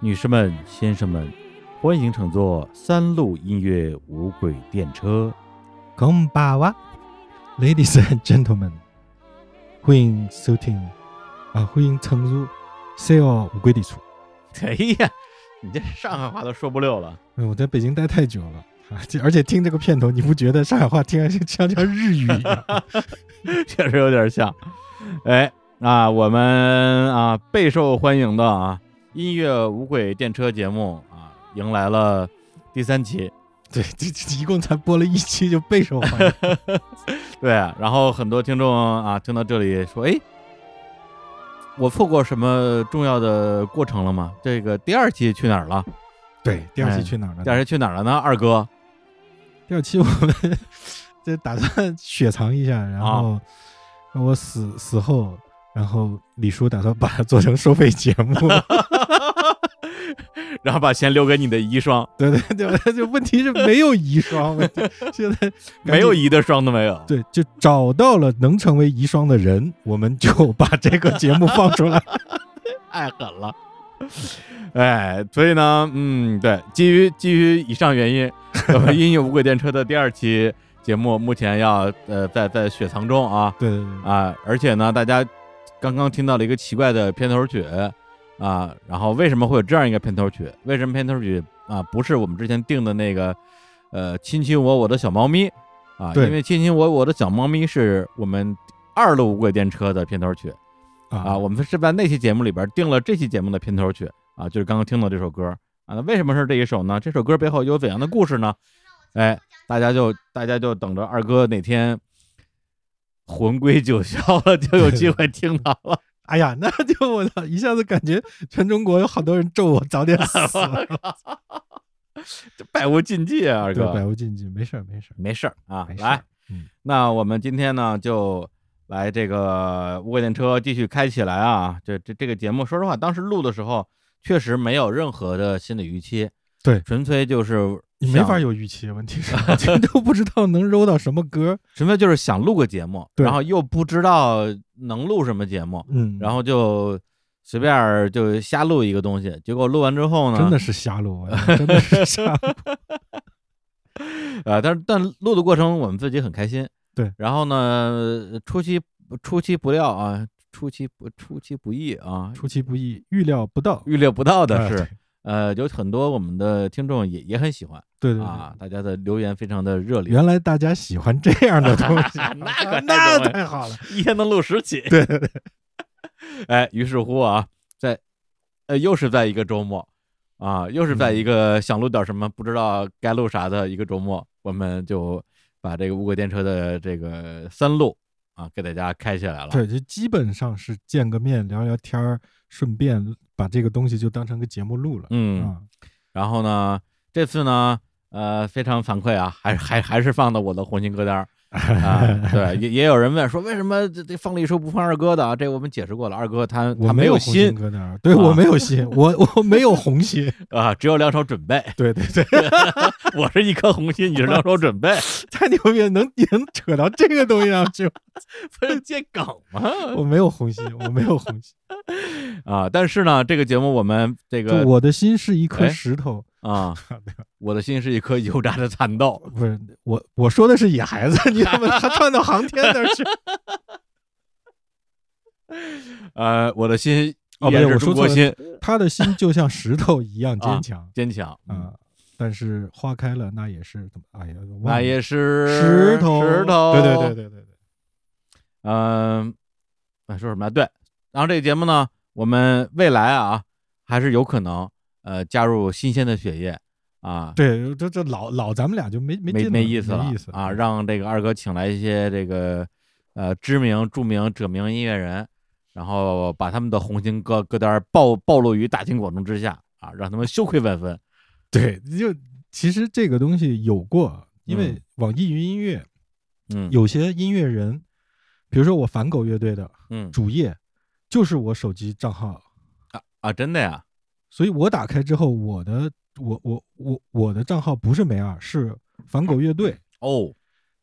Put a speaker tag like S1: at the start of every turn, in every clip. S1: 女士们、先生们，欢迎乘坐三路音乐无轨电车。
S2: こんばんは，Ladies and Gentlemen，欢迎收听啊，欢迎乘入三号无轨地车。
S1: 哎呀，你这上海话都说不溜了。
S2: 嗯，我在北京待太久了啊，这而且听这个片头，你不觉得上海话听上去像像日语一 样？
S1: 确实有点像。哎，啊，我们啊备受欢迎的啊音乐无轨电车节目啊，迎来了第三期。
S2: 对，这这一共才播了一期就备受欢 迎。
S1: 对，然后很多听众啊听到这里说，哎，我错过什么重要的过程了吗？这个第二期去哪儿了？
S2: 对，第二
S1: 哎
S2: 期去哪儿了？
S1: 第二期去哪儿了呢？二哥，
S2: 第二期我们就打算雪藏一下，然
S1: 啊
S2: 后我死死后，然后李叔打算把它做成收费节目。
S1: 然后把钱留给你的遗孀，
S2: 对对对，就问题是没有遗孀，问题现在
S1: 没有
S2: 遗。
S1: 遗的孀都没有。
S2: 对，就找到了能成为遗孀的人，我们就 把这个节目放出来。
S1: 太狠了。哎，所以呢，嗯，对，基于基于以上原因， 我们音乐无轨电车的第二期节目目前要呃在在雪藏中啊
S2: 对对 对，
S1: 啊，而且呢，大家刚刚听到了一个奇怪的片头曲啊，然后为什么会有这样一个片头曲？为什么片头曲啊不是我们之前定的那个呃亲亲我我的小猫咪啊？
S2: 对
S1: 因为亲亲我我的小猫咪是我们二路无轨电车的片头曲。啊，
S2: 啊，
S1: 我们是在那期节目里边定了这期节目的片头曲啊，就是刚刚听到这首歌啊。那为什么是这一首呢？这首歌背后有怎样的故事呢？哎，大家就大家就等着二哥哪天魂归九霄了，就有机会听到了。
S2: 哎呀，那就我操，一下子感觉全中国有好多人咒我早点死
S1: 这百无禁忌啊，二
S2: 对，百
S1: 哥，
S2: 无禁忌，没事儿没事儿，
S1: 没事儿啊
S2: 没，事儿
S1: 来，
S2: 嗯
S1: 那我们今天呢就。来，这个无轨电车继续开起来啊！这这这个节目，说实话，当时录的时候确实没有任何的心理预期，
S2: 对
S1: 纯粹就是
S2: 你没
S1: 想
S2: 法有预期，问题是这都不知道能揉到什么歌。
S1: 纯粹就是想录个节目，
S2: 对
S1: 然后又不知道能录什么节目，
S2: 嗯，
S1: 然后就随便儿就瞎录一个东西。结果录完之后呢，
S2: 真的是瞎录， 哎真的是瞎录。
S1: 呃，但是但录的过程我们自己很开心。
S2: 对，
S1: 然后呢，出其出其不料啊，出其不出其不意啊，
S2: 出其不意，预料不到。
S1: 预料不到的
S2: 哎
S1: 是，呃，有很多我们的听众也也很喜欢
S2: 对对对
S1: 啊，大家的留言非常的热烈，，
S2: 原来大家喜欢这样的东西
S1: 那可太
S2: 那
S1: 多了
S2: 太好了。
S1: 一天能录十起。
S2: 对对对，
S1: 哎，于是乎啊，在呃又是在一个周末啊，又是在
S2: 嗯
S1: 一个想录点什么不知道该录啥的一个周末，我们就把这个无轨电车的这个三路啊给大家开起来了。
S2: 对，就基本上是见个面聊聊天儿，顺便把这个东西就当成个节目录了。
S1: 嗯，
S2: 啊，
S1: 然后呢，这次呢，呃，非常反馈啊，还还还是放的我的红心歌 单儿。啊，对，也也有人问说，为什么这这放了一首不放二哥的啊？这我们解释过了，二哥他
S2: 我
S1: 他没
S2: 有红
S1: 心
S2: 歌单儿，对
S1: 啊
S2: 我没有心，我我没有红心。
S1: 啊，只有两首准备。
S2: 对对 对，
S1: 我是一颗红心，你是两手 准备，
S2: 太牛逼了，能也能扯到这个东西上 去，
S1: 不是接梗吗？
S2: 我没有红心，我没有红心。
S1: 啊，但是呢，这个节目我们这
S2: 就
S1: 个
S2: 我的心是一颗
S1: 哎
S2: 石头，
S1: 啊，我的心是一颗油炸的蚕豆。
S2: 不是我我说的是野孩子，你怎么 他窜到航天那儿去？
S1: 呃，我的心
S2: 哦
S1: 也
S2: 不对
S1: 是
S2: 我
S1: 中
S2: 说
S1: 国
S2: 错了
S1: 心，
S2: 他的心就像石头一样坚强
S1: 坚强
S2: 啊、。但是花开了，那也是怎么？哎呀，我忘
S1: 嗯那
S2: 了
S1: 也是
S2: 石头，
S1: 石头。
S2: 对对对。对对对。
S1: 嗯，哎说什么来？对，然后这个节目呢，我们未来啊，还是有可能呃加入新鲜的血液啊，
S2: 对，这这老老咱们俩就没没
S1: 没
S2: 劲
S1: 没
S2: 意
S1: 意思了
S2: 意思嗯
S1: 啊！让这个二哥请来一些这个呃知名、著名、者名音乐人，然后把他们的红心歌歌单暴暴露于大庭广众之下啊，让他们羞愧万分。
S2: 对，就其实这个东西有过，因为
S1: 嗯
S2: 网易云音乐
S1: 嗯，
S2: 有些音乐人，比如说我反狗乐队的
S1: 嗯
S2: 主页，就是我手机账号，
S1: 啊，真的呀，
S2: 所以我打开之后，我的我我我我的账号不是梅二，是反狗乐队，
S1: 哦，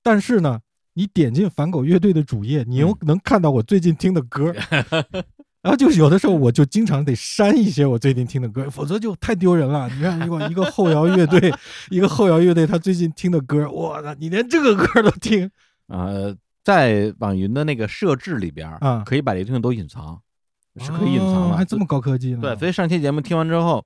S2: 但是
S1: 嗯
S2: 呢。你点进反狗乐队的主页，你又能看到我最近听的歌，然后就有的时候我就经常得删一些我最近听的歌，否则就太丢人了。你看，如果一个后摇乐 队，一个后摇乐队，他最近听的歌，我操，你连这个歌都听，
S1: 呃，在网云的那个设置里边，
S2: 嗯
S1: 可以把这些东西都隐藏，是可以隐藏
S2: 哦
S1: 的。
S2: 还这么高科技呢？
S1: 对，所以上期节目听完之后，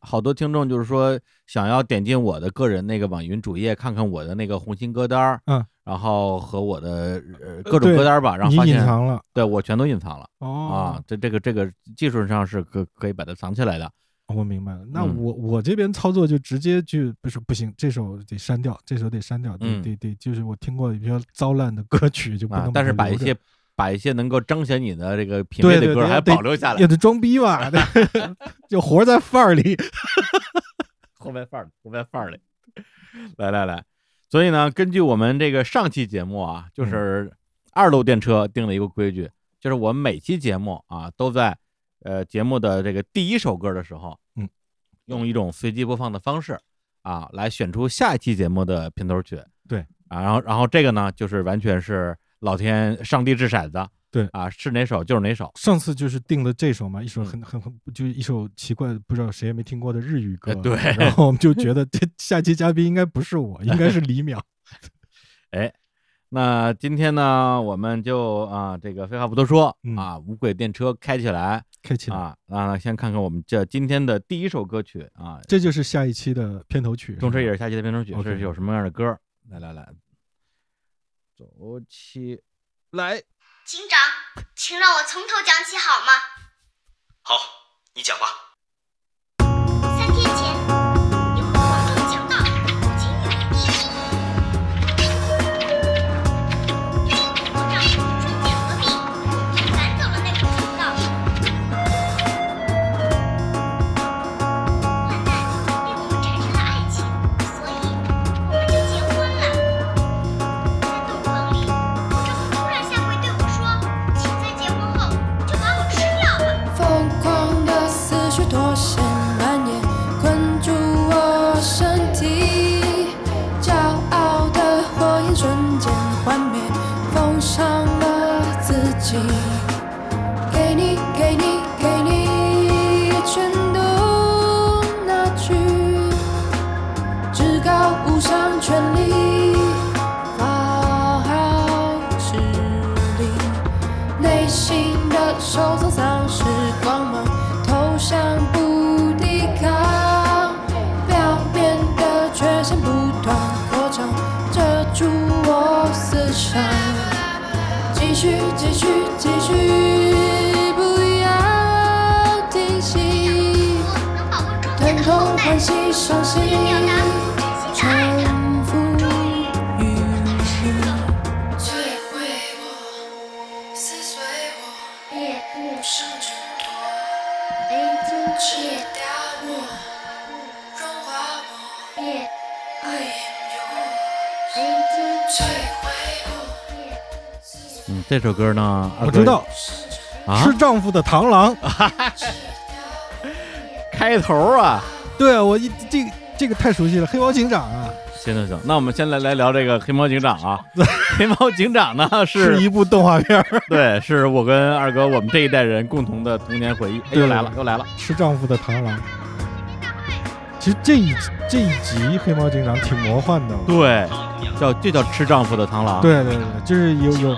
S1: 好多听众就是说想要点进我的个人那个网易云主页，看看我的那个红心歌单儿，
S2: 嗯，
S1: 然后和我的、呃、各种
S2: 对
S1: 歌单儿吧，然
S2: 你
S1: 后发
S2: 隐
S1: 现
S2: 藏了
S1: 对我全都隐藏了、啊
S2: 哦，，
S1: 这这个这个技术上是可可以把它藏起来的，
S2: 哦我明白了。那
S1: 嗯
S2: 我我这边操作就直接就不是不行，这首得删掉，这首得删掉，对
S1: 嗯
S2: 对对，就是我听过比较糟烂的歌曲就不
S1: 啊
S2: 能，
S1: 但是
S2: 它
S1: 把
S2: 留
S1: 一
S2: 着
S1: 些。把一些能够彰显你的这个品
S2: 对
S1: 味的
S2: 对
S1: 歌
S2: 对，
S1: 儿还
S2: 得
S1: 保留下来
S2: 也，得装逼 吧，对就活在范儿里。
S1: 后面范儿，后面范儿里。来来来，所以呢，根据我们这个上期节目啊，
S2: 嗯
S1: 就是二路电车定了一个规矩，就是我们每期节目啊都在呃节目的这个第一首歌的时候，
S2: 嗯，
S1: 用一种随机播放的方式啊来选出下一期节目的片头曲。
S2: 对
S1: 啊，然后然后这个呢，就是完全是老天上帝掷骰子。
S2: 对
S1: 啊，是哪首就是哪首。
S2: 上次就是定了这首嘛，一
S1: 嗯
S2: 首很很很就一首奇怪的不知道谁也没听过的日语歌
S1: 呃，对
S2: 然后我们就觉得这下期嘉宾应该不是我，应该是李淼。
S1: 哎那今天呢，我们就啊，这个废话不多说
S2: 嗯
S1: 啊，无轨电车开起来
S2: 开启了，
S1: 啊！那先看看我们这今天的第一首歌曲啊，
S2: 这就是下一期的片头曲。
S1: 《动车
S2: 是
S1: 也
S2: 吧
S1: 是下期的片头曲》是
S2: OK
S1: 有什么样的歌儿？来来来，走起来！
S3: 警长，请让我从头讲起好吗？
S4: 好，你讲吧。
S3: 三天前，有个黄种强盗侵入我医府，魔杖瞬间合璧，赶走了那个强盗。患难令我们产生了爱情，所以我们就结婚了。在洞房里，魔杖突然下跪对我说：“请在结婚后就把我吃掉吧。”
S5: 疯狂的思绪脱线蔓延，困住我身体。骄傲的火焰瞬间幻灭，封上了自己。给你，给你，给你，全都拿去。至高无上权力，发号施令。内心的收藏丧失光芒，投降不抵抗，表面的缺陷不断扩张，遮住我思想，继续继续继续，不要停息，
S3: 能保护中
S5: 疼
S3: 间的后
S5: 痛、
S3: 代
S5: 欢，喜、伤心
S3: 我，也表达我真心的爱
S5: 臣
S3: 他。
S5: 服于你。摧毁我，撕碎我，
S3: 猎物
S5: 剩挣脱，
S3: 黑金
S5: 吃
S3: 猎
S5: 掉我，融化我，
S3: 猎
S5: 爱引我，
S3: 黑金
S5: 摧毁我，
S3: 猎。
S1: 嗯，这首歌呢，二
S2: 我
S1: 哥
S2: 知道，
S5: 剩挣
S1: 啊，
S2: 吃丈夫的螳螂。
S1: 开头啊，
S2: 对我一这个这个太熟悉了，黑猫警长啊，
S1: 行行行，那我们先来来聊这个《黑猫警长》 啊，《黑猫警长呢》
S2: 是
S1: 是
S2: 一部动画片儿。
S1: 对，是我跟二哥我们这一代人共同的童年回忆。哎，又
S2: 对
S1: 来了，又来了。
S2: 吃丈夫的螳螂。其实这一这一集黑猫警长挺魔幻的，
S1: 对，叫就叫吃丈夫的螳螂。，
S2: 对对对，就是有有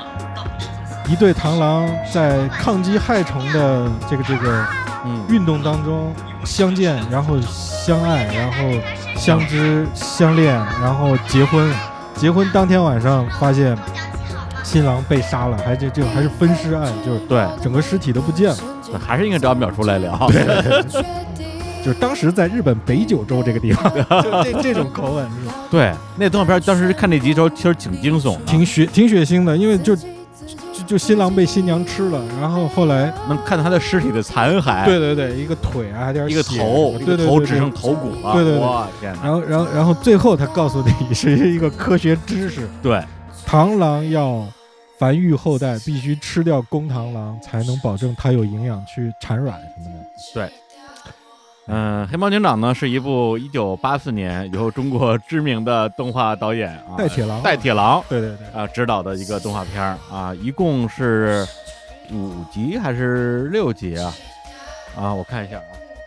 S2: 一对螳螂在抗击害虫的这个这个
S1: 嗯，
S2: 运动当中相见，然后相爱，然后相知相恋，然后结婚。结婚当天晚上发现新郎被杀了，还这这还是分尸案，就是
S1: 对
S2: 整个尸体都不见了。
S1: 对还是应该找淼叔来聊。
S2: 就是当时在日本北九州这个地 方，就这这种口吻是吧
S1: 对，那动画片当时看这集的时候，其实挺惊悚的，
S2: 挺血挺血腥的，因为就就就新郎被新娘吃了，然后后来
S1: 能看到他的尸体的残骸，
S2: 对对对，一个腿啊，还有点
S1: 哎一个
S2: 血
S1: 头，一
S2: 对对
S1: 个
S2: 对
S1: 头
S2: 对
S1: 只剩头骨了，
S2: 对对对
S1: 哇天哪！
S2: 然后然后然后最后他告诉你是一个科学知识，
S1: 对，
S2: 螳螂要繁育后代，必须吃掉公螳螂才能保证它有营养去产卵什么的。
S1: 嗯，《黑猫警长》呢是一部一九八四年由中国知名的动画导演啊
S2: 带铁狼
S1: 带铁狼
S2: 对对对，
S1: 啊执导的一个动画片儿啊，一共是五集还是六集啊？啊，我看一下啊，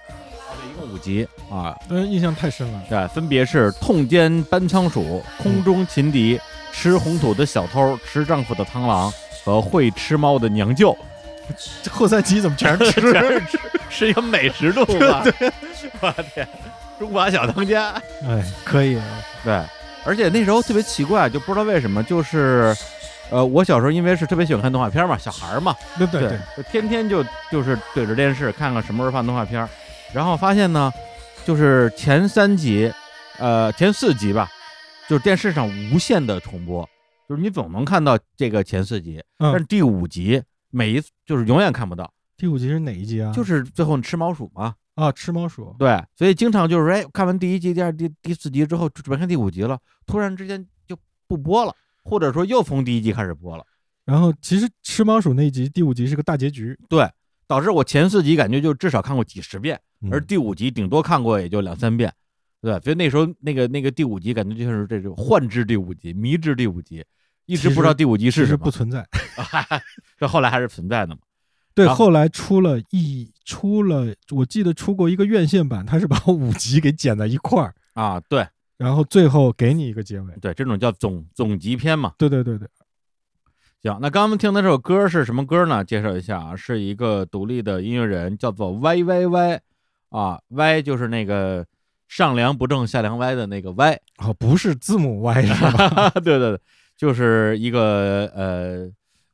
S1: 啊对，一共五集啊，
S2: 嗯，印象太深 了。
S1: 对，啊分别是痛歼搬仓鼠、空中擒敌、吃红土的小偷、吃丈夫的螳螂和会吃猫的娘舅，
S2: 这后三集怎么全是吃？
S1: 全是吃 是一个美食动 画。我天，中华小当家。
S2: 哎，可以，
S1: 对，而且那时候特别奇怪，就不知道为什么，就是，呃，我小时候因为是特别喜欢看动画片嘛，小孩儿嘛，
S2: 对对对，
S1: 就天天就就是对着电视看看什么时候放动画片儿，然后发现呢，就是前三集，呃，前四集吧，就是电视上无限的重播，就是你总能看到这个前四集，但是
S2: 嗯，
S1: 第五集每一次就是永远看不到，
S2: 第五集是哪一集啊？
S1: 就是最后你吃老鼠嘛，
S2: 啊，吃猫鼠。
S1: 对，所以经常就是哎，看完第一集、第二第第四集之后，准备看第五集了，突然之间就不播了，或者说又从第一集开始播了，
S2: 然后其实吃猫鼠那一集第五集是个大结局，
S1: 对，导致我前四集感觉就至少看过几十遍，而
S2: 嗯
S1: 第五集顶多看过也就两三遍，对，所以那时候那个那个第五集感觉就是这种幻之第五集、迷之第五集，一直
S2: 其
S1: 不知道
S2: 实
S1: 第五集
S2: 其
S1: 是
S2: 实
S1: 什
S2: 不
S1: 么，
S2: 存在。
S1: 这后来还是存在的嘛，
S2: 对，
S1: 然后
S2: 后来出了一出了，我记得出过一个院线版，它是把 五集给剪在一块儿，
S1: 啊，对
S2: 然后最后给你一个结尾。
S1: 对，这种叫总总集篇嘛。
S2: 对对对对，
S1: 行，那刚刚听的这首歌是什么歌呢？介绍一下啊，是一个独立的音乐人，叫做 Y Y Y，啊，Y 就是那个上梁不正下梁歪的 那个 Y，
S2: 哦，不是字母 Y 是 吧？
S1: 对对对，就是一个呃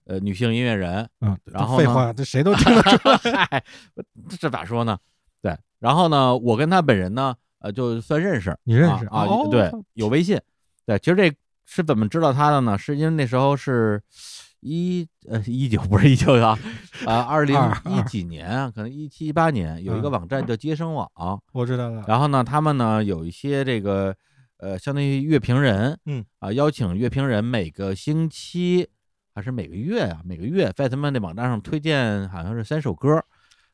S1: 呃女性音乐人，
S2: 啊，
S1: 然后
S2: 废
S1: 呢
S2: 话，这谁都听得 出。
S1: 嗨，这咋说呢？对，然后呢，我跟他本人呢，呃，就算认识，
S2: 你认识
S1: 啊？啊
S2: 哦
S1: 对，有微信。对，其实这是怎么知道他的呢？是因为那时候是一呃一九不是一九啊啊二零
S2: 二
S1: 一几年啊，可能一七一八年有一个
S2: 嗯
S1: 网站叫接生网，
S2: 我知道了。
S1: 然后呢，他们呢有一些这个呃，相当于乐评人，
S2: 嗯
S1: 啊、邀请乐评人每个星期还是每个月啊，每个月在他们的网站上推荐好像是三首歌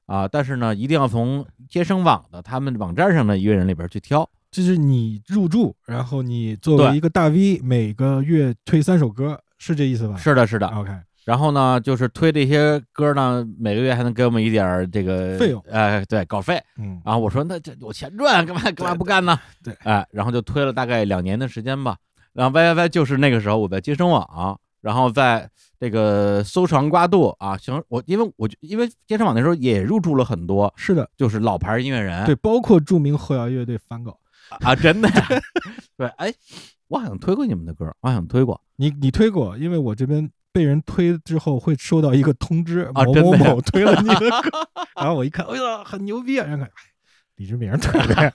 S1: 啊、但是呢，一定要从接生网的他们网站上的音乐人里边去挑。
S2: 这是你入驻，然后你作为
S1: 对
S2: 一个大 V，每个月推三首歌，是这意思吧？
S1: 是的，是的。
S2: OK，
S1: 然后呢，就是推这些歌呢，每个月还能给我们一点儿这个
S2: 费用
S1: 哎，对，稿费。
S2: 嗯，
S1: 然后啊我说那这有钱赚，干嘛干嘛不干呢？
S2: 对
S1: 哎，然后就推了大概两年的时间吧。然后 Y Y Y 就是那个时候我在接生网、然后在这个搜肠刮肚啊，行，我因为我就因为接生网那时候也入驻了很多
S2: 是的，
S1: 就是老牌音乐人，
S2: 对，包括著名后摇乐队翻狗，
S1: 啊，真的 呀，对，哎，我好像推过你们的歌，我好像推过，
S2: 你你推过，因为我这边被人推之后会收到一个通知，
S1: 啊
S2: 某
S1: 真
S2: 某
S1: 的呀
S2: 某推了你 的歌，然后我一看，哎呀，很牛逼啊，然后看，哎李志明推的 呀，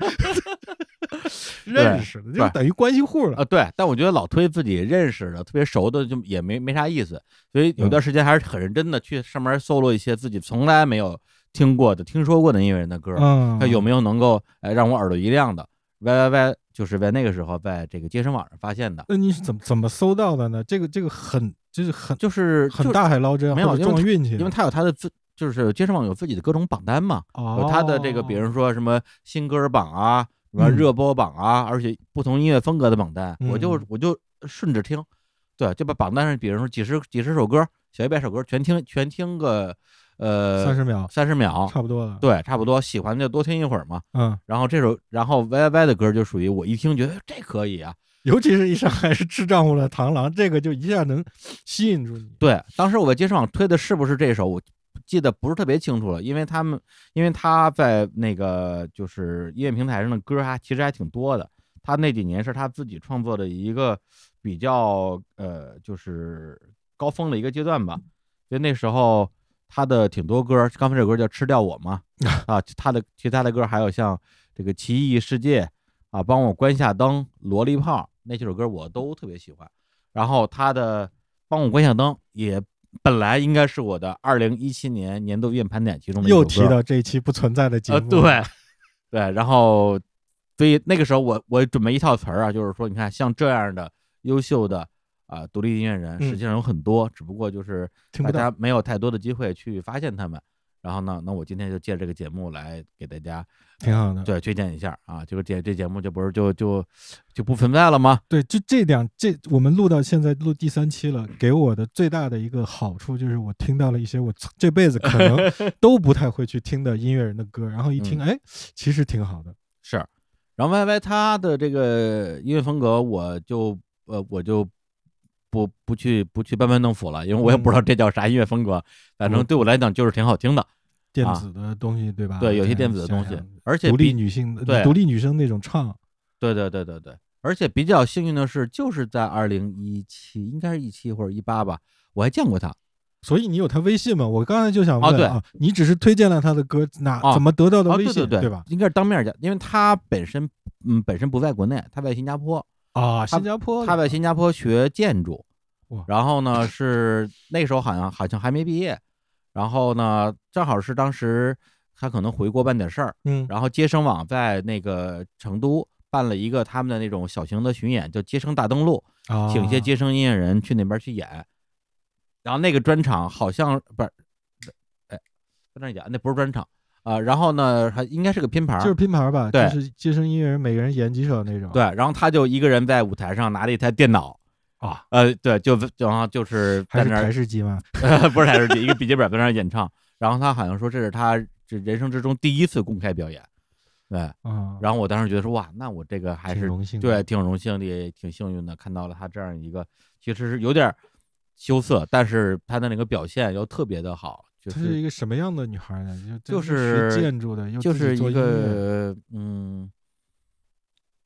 S2: 认识的，就
S1: 对
S2: 等于关系户了。
S1: 啊，对，但我觉得老推自己认识的、特别熟的，就也没没啥意思。所以
S2: 嗯
S1: 有段时间还是很认真的去上面搜罗一些自己从来没有听过的、听说过的音乐人的歌，
S2: 嗯，
S1: 呃看有没有能够呃让我耳朵一亮的。Y Y Y 就是在那个时候在这个接生网上发现的，
S2: 那你是怎么怎么搜到的呢？这个这个很就是很
S1: 就是
S2: 很，大海捞针，
S1: 没有
S2: 或者
S1: 因为
S2: 撞运气
S1: 就
S2: 的，
S1: 是因为他有他的自。就是接生网有自己的各种榜单嘛，有他的这个，比
S2: 哦
S1: 如说什么新歌榜啊，什么
S2: 嗯
S1: 热播榜啊，而且不同音乐风格的榜单，我就
S2: 嗯
S1: 我就顺着听，对，就把榜单上，比如说几十几十首歌，小一百首歌全听全听个呃
S2: 三十秒
S1: 三十秒，
S2: 差不多了。
S1: 对，差不多，喜欢就多听一会儿嘛。
S2: 嗯，
S1: 然后这首，然后 Y Y 的歌就属于我一听觉得哎这可以啊，
S2: 尤其是一上来是吃丈夫的螳螂，这个就一下能吸引住你。
S1: 对，当时我在街上推的是不是这首，我记得不是特别清楚了，因为他们，因为他在那个就是音乐平台上的歌还其实还挺多的。他那几年是他自己创作的一个比较呃，就是高峰的一个阶段吧。就那时候他的挺多歌，刚才这首歌叫《吃掉我》 嘛，啊，他的其他的歌还有像这个《奇异世界》啊，帮我关下灯、萝莉泡那几首歌我都特别喜欢。然后他的帮我关下灯也本来应该是我的二零一七年年度乐盘点其中的一首歌
S2: 又提到这一期不存在的节
S1: 呃，
S2: 目，
S1: 对，对，然后所以那个时候我我准备一套词儿啊，就是说你看像这样的优秀的啊、独立音乐人，
S2: 嗯
S1: 实际上有很多，只不过就是
S2: 听
S1: 大
S2: 不到
S1: 家没有太多的机会去发现他们。然后呢，那我今天就借这个节目来给大家
S2: 挺好的。
S1: 对推荐一下啊，这个这这节目就不是就就就不存在了吗？
S2: 对，就这两这我们录到现在录第三期了，给我的最大的一个好处就是我听到了一些我从这辈子可 能都不太会去听的音乐人的歌，然后一听，
S1: 嗯
S2: 哎，其实挺好的。
S1: 是，然后 Y Y 他的这个音乐风格，我就呃我就不不去不去班门弄斧了，因为我也不知道
S2: 嗯
S1: 这叫啥音乐风格，反正对我来讲就是挺好听的。
S2: 电
S1: 啊
S2: 子的东西，对吧？
S1: 对，有些
S2: 这
S1: 电
S2: 样
S1: 子的
S2: 想
S1: 东西
S2: 想，
S1: 而且
S2: 独立
S1: 比
S2: 女性的
S1: 对
S2: 独立女生那种唱，
S1: 对对对对对，而且比较幸运的是，就是在二零一七，应该是一七或者一八吧，我还见过他。
S2: 所以你有他微信吗？我刚才就想
S1: 哦对
S2: 问啊，你只是推荐了他的歌，哪
S1: 啊
S2: 怎么得到的
S1: 哦，
S2: 微
S1: 对对
S2: 信，
S1: 对，
S2: 对吧？
S1: 应该是当面儿见，因为他本身嗯本身不在国内，他在新加坡，
S2: 啊，
S1: 他
S2: 新加坡，
S1: 他在新加坡学建筑
S2: 哇，
S1: 然后呢是那个时候好像好像还没毕业，然后呢正好是当时他可能回国办点事儿，
S2: 嗯，
S1: 然后接生网在那个成都办了一个他们的那种小型的巡演，叫接生大登陆，
S2: 啊
S1: 请一些接生音乐人去那边去演，然后那个专场好像不是，哎，不专讲，那不是专场啊、然后呢，还应该是个拼盘儿，
S2: 就是拼盘吧，
S1: 对
S2: 就是接生音乐人每个人演几首那种，
S1: 对，然后他就一个人在舞台上拿了一台电脑。
S2: 啊，
S1: 呃，对，就然后就是
S2: 还
S1: 在
S2: 是
S1: 那
S2: 台
S1: 儿，
S2: 式机吗？
S1: 不是台式机，一个笔记本在那儿演唱。然后他好像说这是他这人生之中第一次公开表演，对。
S2: 啊，
S1: 然后我当时觉得说哇，那我这个还
S2: 挺
S1: 是
S2: 荣幸的
S1: 对，挺荣幸的，也挺幸运的，看到了他这样一个其实是有点儿羞涩，但是他的那个表现又特别的好，就
S2: 她是一
S1: 是
S2: 个什么样的女孩呢？就
S1: 就
S2: 就是学建筑的，又
S1: 就
S2: 自己
S1: 是
S2: 做
S1: 一
S2: 音乐
S1: 个嗯，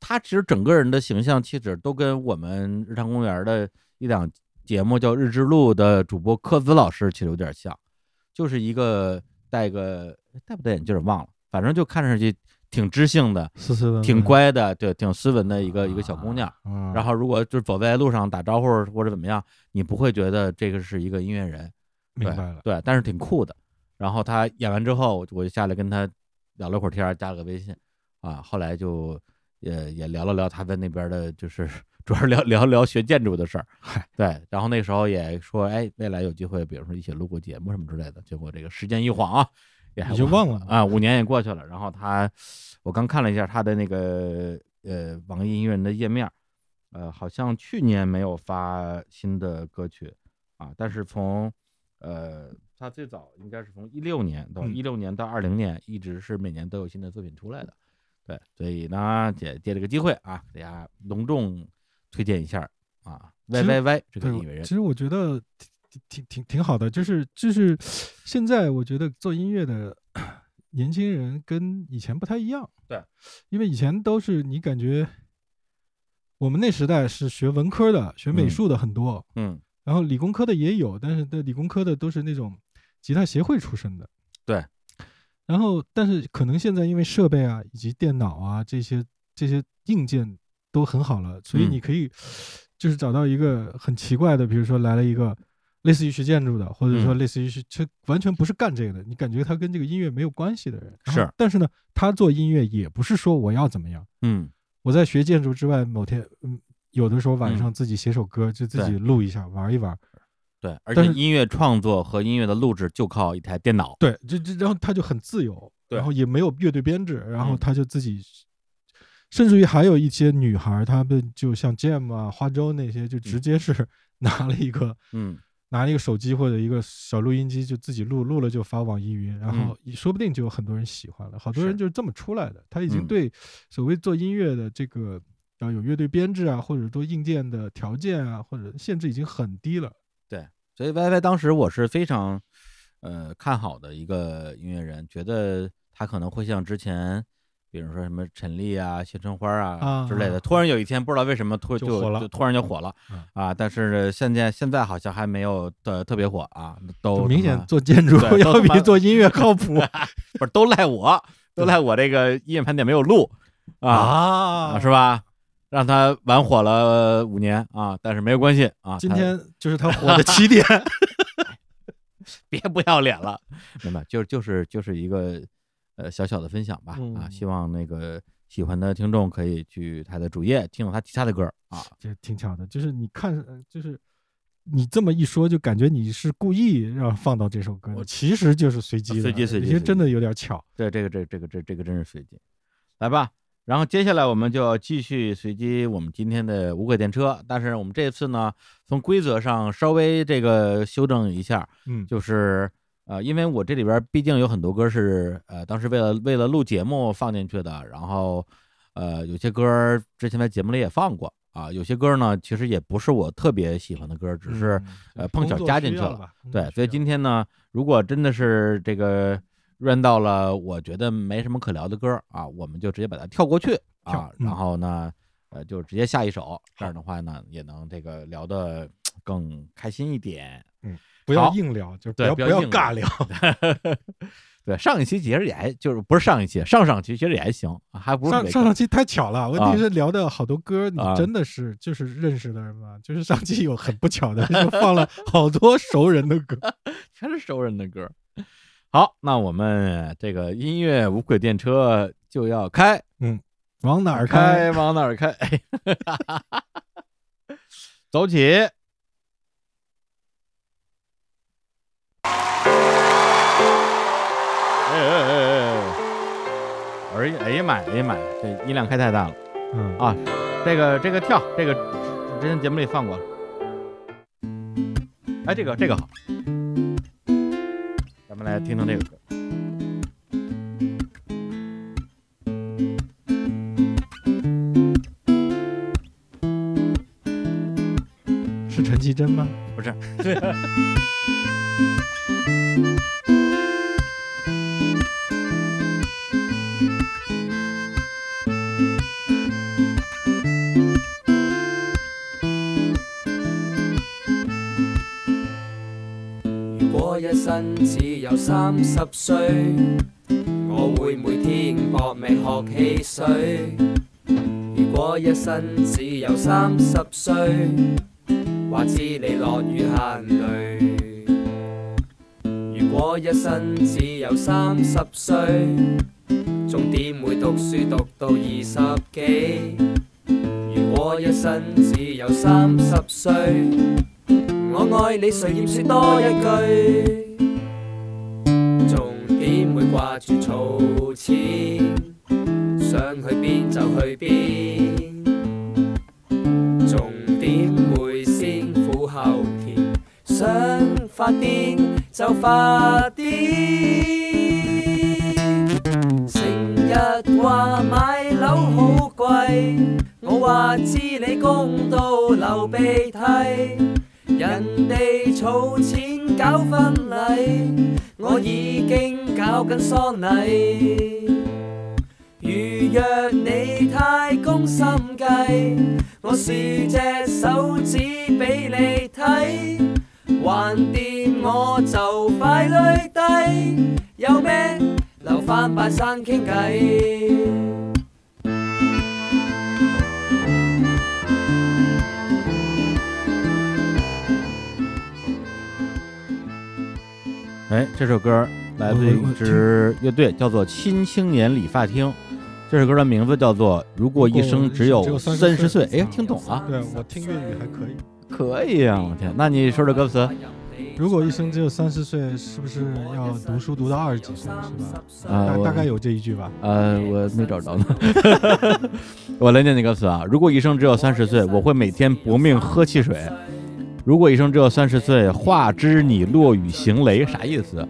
S1: 他其实整个人的形象气质都跟我们日常公园的一档节目叫《日之路》的主播柯子老师其实有点像，就是一个戴个戴不戴眼镜儿忘了，反正就看上去挺知性的。
S2: 斯斯文文，
S1: 挺乖的，对，挺斯文的一个一个小姑娘。
S2: 嗯啊。
S1: 然后如果就是走在路上打招呼或者怎么样，你不会觉得这个是一个音乐人，对
S2: 明白了，
S1: 对，但是挺酷的。然后他演完之后，我就下来跟他聊了会儿天儿，加了个微信，啊，后来就也也聊了聊他在那边的，就是 主要是聊聊聊学建筑的 事儿，对。然后那时候也说，哎，未来有机会，比如说一起录过节目什么之类的。结果这个时间一晃啊，也还
S2: 你就
S1: 忘
S2: 忘了
S1: 啊，五年也过去了。然后他，我刚看了一下他的那个呃网易音乐人的页面儿，呃，好像去年没有发新的歌曲啊，但是从呃他最早应该是从一六年到
S2: 嗯
S1: 一六年到二零年，一直是每年都有新的作品出来的。对，所以呢，借借这个机会啊，给大家隆重推荐一下啊，Y
S2: 其实
S1: Y Y 这个
S2: 对
S1: 音乐，人
S2: 其，实我觉得挺挺挺挺好的，就是就是现在我觉得做音乐的年轻人跟以前不太一样，
S1: 对，
S2: 因为以前都是你感觉我们那时代是学文科的，学美
S1: 嗯
S2: 术的很多，
S1: 嗯，
S2: 然后理工科的也有，但是那理工科的都是那种吉他协会出身的。
S1: 对。
S2: 然后，但是可能现在因为设备啊，以及电脑啊这些这些硬件都很好了，所以
S1: 嗯
S2: 你可以就是找到一个很奇怪的，比如说来了一个类似于学建筑的，或者说
S1: 嗯
S2: 类似于是这完全不是干这个的，你感觉他跟这个音乐没有关系的人。然后
S1: 是
S2: 但是呢，他做音乐也不是说我要怎么样，
S1: 嗯，
S2: 我在学建筑之外，某天嗯，有的时候晚
S1: 嗯
S2: 上自己写首歌，就自
S1: 对
S2: 己录一下，玩一玩。
S1: 对，而且
S2: 但是
S1: 音乐创作和音乐的录制就靠一台电脑，
S2: 对，这这然后他就很自由，
S1: 对
S2: 然后也没有乐队编制，然后
S1: 嗯
S2: 他就自己，甚至于还有一些女孩儿，她们就像 Jam 啊、花粥那些，就直接是 拿了一个、
S1: 嗯，
S2: 拿了一个手机或者一个小录音机就自己录，录了就发网易云，然后说不定就有很多人喜欢了，好多
S1: 嗯是
S2: 人就是这么出来的，他已经
S1: 嗯
S2: 对所谓做音乐的这个。要有乐队编制啊，或者说硬件的条件啊，或者限制已经很低了。
S1: 所以 Y Y 当时我是非常呃看好的一个音乐人，觉得他可能会像之前，比如说什么陈粒啊、谢春花啊之类
S2: 啊
S1: 的，突然有一天不知道为什么突
S2: 就
S1: 就
S2: 火了
S1: 就突然就火了
S2: 嗯
S1: 啊！但是现在现在好像还没有的特别火啊，都
S2: 就明
S1: 他
S2: 显
S1: 妈
S2: 做建筑
S1: 对都
S2: 要
S1: 他妈啊
S2: 比做音乐靠 谱
S1: 不是都赖我，都赖我这个音乐盘点没有录 啊
S2: 啊
S1: 啊是吧？让他晚火了五年啊，但是没有关系啊，
S2: 今
S1: 他
S2: 天就是他火的起 点。
S1: 别不要脸了，明白？就就是就是一个呃小小的分享吧、啊，
S2: 嗯
S1: 希望那个喜欢的听众可以去他的主页听听他其他的歌儿啊，
S2: 这挺巧的，就是你看，呃就是你这么一说，就感觉你是故意让放到这首歌的，
S1: 我
S2: 其实就是随机的，
S1: 随机随机
S2: 其实
S1: 随
S2: 真的
S1: 机
S2: 有点巧。
S1: 对，这个这这个这这个真是随机，来吧。然后接下来我们就要继续随机我们今天的无轨电车，但是我们这次呢，从规则上稍微这个修正一下，
S2: 嗯，
S1: 就是呃，因为我这里边毕竟有很多歌是呃，当时为了为了录节目放进去的，然后呃，有些歌儿之前在节目里也放过啊，有些歌呢其实也不是我特别喜欢的歌，只是、呃
S2: 嗯
S1: 碰巧
S2: 工作
S1: 加
S2: 需
S1: 进去
S2: 要
S1: 了
S2: 吧工作
S1: 对，
S2: 需
S1: 所以
S2: 要
S1: 今天呢，如果真的是这个 run 到了，我觉得没什么可聊的歌儿啊，我们就直接把它跳过去啊
S2: 跳，嗯
S1: 然后呢，呃，就直接下一首，这样的话呢，也能这个聊得更开心一点。
S2: 不要
S1: 好
S2: 硬聊，就不
S1: 对
S2: 要不
S1: 不要
S2: 要
S1: 硬
S2: 尬
S1: 聊
S2: 聊。
S1: 对，上一期其实也还就是不是上一期，上上期其实也还行，还不是特
S2: 上
S1: 别
S2: 上
S1: 高
S2: 上期太巧了，问
S1: 啊
S2: 题是聊的好多歌，你
S1: 啊
S2: 真的是就是认识的人嘛，就是上期有很不巧的，就放了好多熟人的歌。
S1: 全是熟人的歌儿。好，那我们这个音乐无轨电车就要开，
S2: 往哪儿
S1: 开
S2: 开？
S1: 往哪儿开？走起！哎哎哎哎哎！哎呀哎呀妈呀！哎呀妈呀！这音量开太大了。
S2: 嗯
S1: 啊这个这个跳，这个之前节目里放过。哎，这个这个好，咱们来听听这个歌。
S2: 是陈绮贞吗？
S1: 不是，
S6: 如果一生只有三十歲，我會每天搏命學汽水。如果一生只有三十歲，話知你落雨慳淚。如果一生只有三十歲，重點會讀書讀到二十幾。如果一生只有三十歲。我愛你，誰嫌説多一句？重點會掛住儲錢，想去邊就去邊。重點會先苦後甜，想發癲就發癲。成日話買樓好貴，我話知你公道流鼻涕。人哋儲錢搞婚禮，我已經搞緊喪禮。如若你太攻心計，我試隻手指俾你睇，還掂我就快累低，有咩留返拜山傾偈。
S1: 哎，这首歌来自于一支乐队，叫做新青年理发厅。这首歌的名字叫做《如果一生只
S2: 如果
S1: 有
S2: 一生
S1: 三
S2: 只有30
S1: 十岁
S2: 岁》。
S1: 哎，听懂了，
S2: 对我听粤语还可以。
S1: 可以啊！我天，那你说这歌词，
S2: 如果一生只有三十岁，是不是要读书读到二十几岁，是吧？
S1: 啊
S2: 大
S1: 我
S2: 大概有这一句吧。
S1: 呃，我没找着呢。 我来念那歌词啊：如果一生只有三十岁，我会每天搏命喝汽水；如果一生只有三十岁，化之你落雨行雷，啥意思？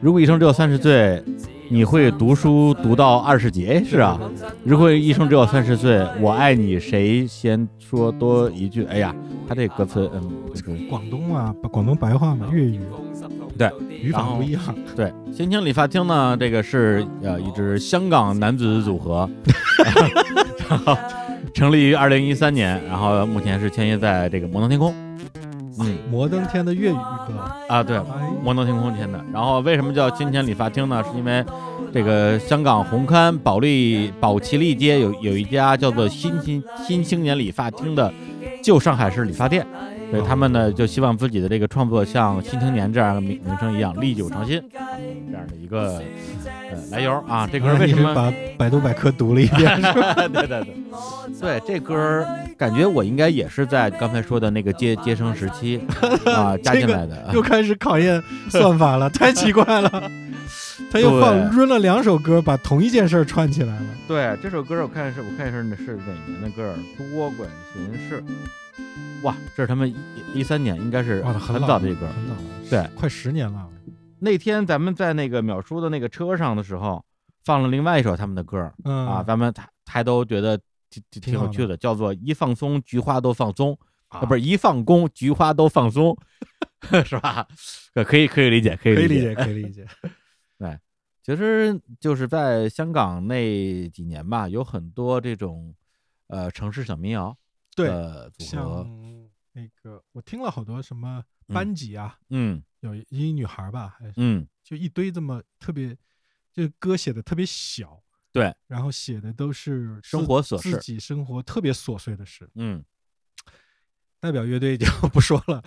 S1: 如果一生只有三十岁，你会读书读到二十几？哎，是啊。如果一生只有三十岁，我爱你，谁先说多一句？哎呀，他这歌词，嗯，就是
S2: 广东啊，广东白话嘛，粤语
S1: 对
S2: 语法不一样。
S1: 对。新青理发厅呢，这个是呃一支香港男子组合， 然后成立于二零一三年，然后目前是签约在这个摩登天空。嗯，
S2: 摩登天的粤语歌，
S1: 啊，对，
S2: 哎，
S1: 摩登天空签的。然后为什么叫金钱理发厅呢？是因为这个香港红磡保利宝奇利街有有一家叫做新青新青年理发厅的旧上海市理发店，所以他们呢就希望自己的这个创作像《新青年》这样的名名称一样历久常新，这样的一个呃来由啊。这歌为什
S2: 你
S1: 么？
S2: 把 百度百科读了一 遍？
S1: 对对对，对这歌儿感觉我应该也是在刚才说的那个接接生时 期啊加进来的。
S2: 又开始考验算法了，太奇怪了。他又放抡了两首歌，把同一件事儿串起来了。
S1: 对这首歌儿我看是我看是是哪年的歌儿？多管闲事。哇，这是他们一一三年，应该是
S2: 哇，
S1: 很
S2: 老
S1: 早的一歌儿。
S2: 很早了，
S1: 对，
S2: 快十年了。
S1: 那天咱们在那个淼叔的那个车上的时候，放了另外一首他们的歌儿、
S2: 嗯
S1: 啊，咱们还还都觉得挺挺挺
S2: 挺好
S1: 有
S2: 的
S1: 趣的，叫做“一放松菊花都放松”，
S2: 啊
S1: 啊，不是一放工菊花都放松， 是吧？可可以可以理解，可以
S2: 可以理
S1: 理
S2: 解，可以理解。
S1: 其实就是在香港那几年吧，有很多这种呃城市小民谣
S2: 对，
S1: 的呃组
S2: 像
S1: 合，
S2: 那个我听了好多什么班级啊，
S1: 嗯
S2: 有一一女孩吧，还是
S1: 嗯，
S2: 就一堆这么特别，就是歌写的特别小，
S1: 对，
S2: 然后写的都是
S1: 生
S2: 自
S1: 活琐
S2: 自
S1: 事
S2: 己生活特别琐碎的事。
S1: 嗯，
S2: 代表乐队就 不说 了，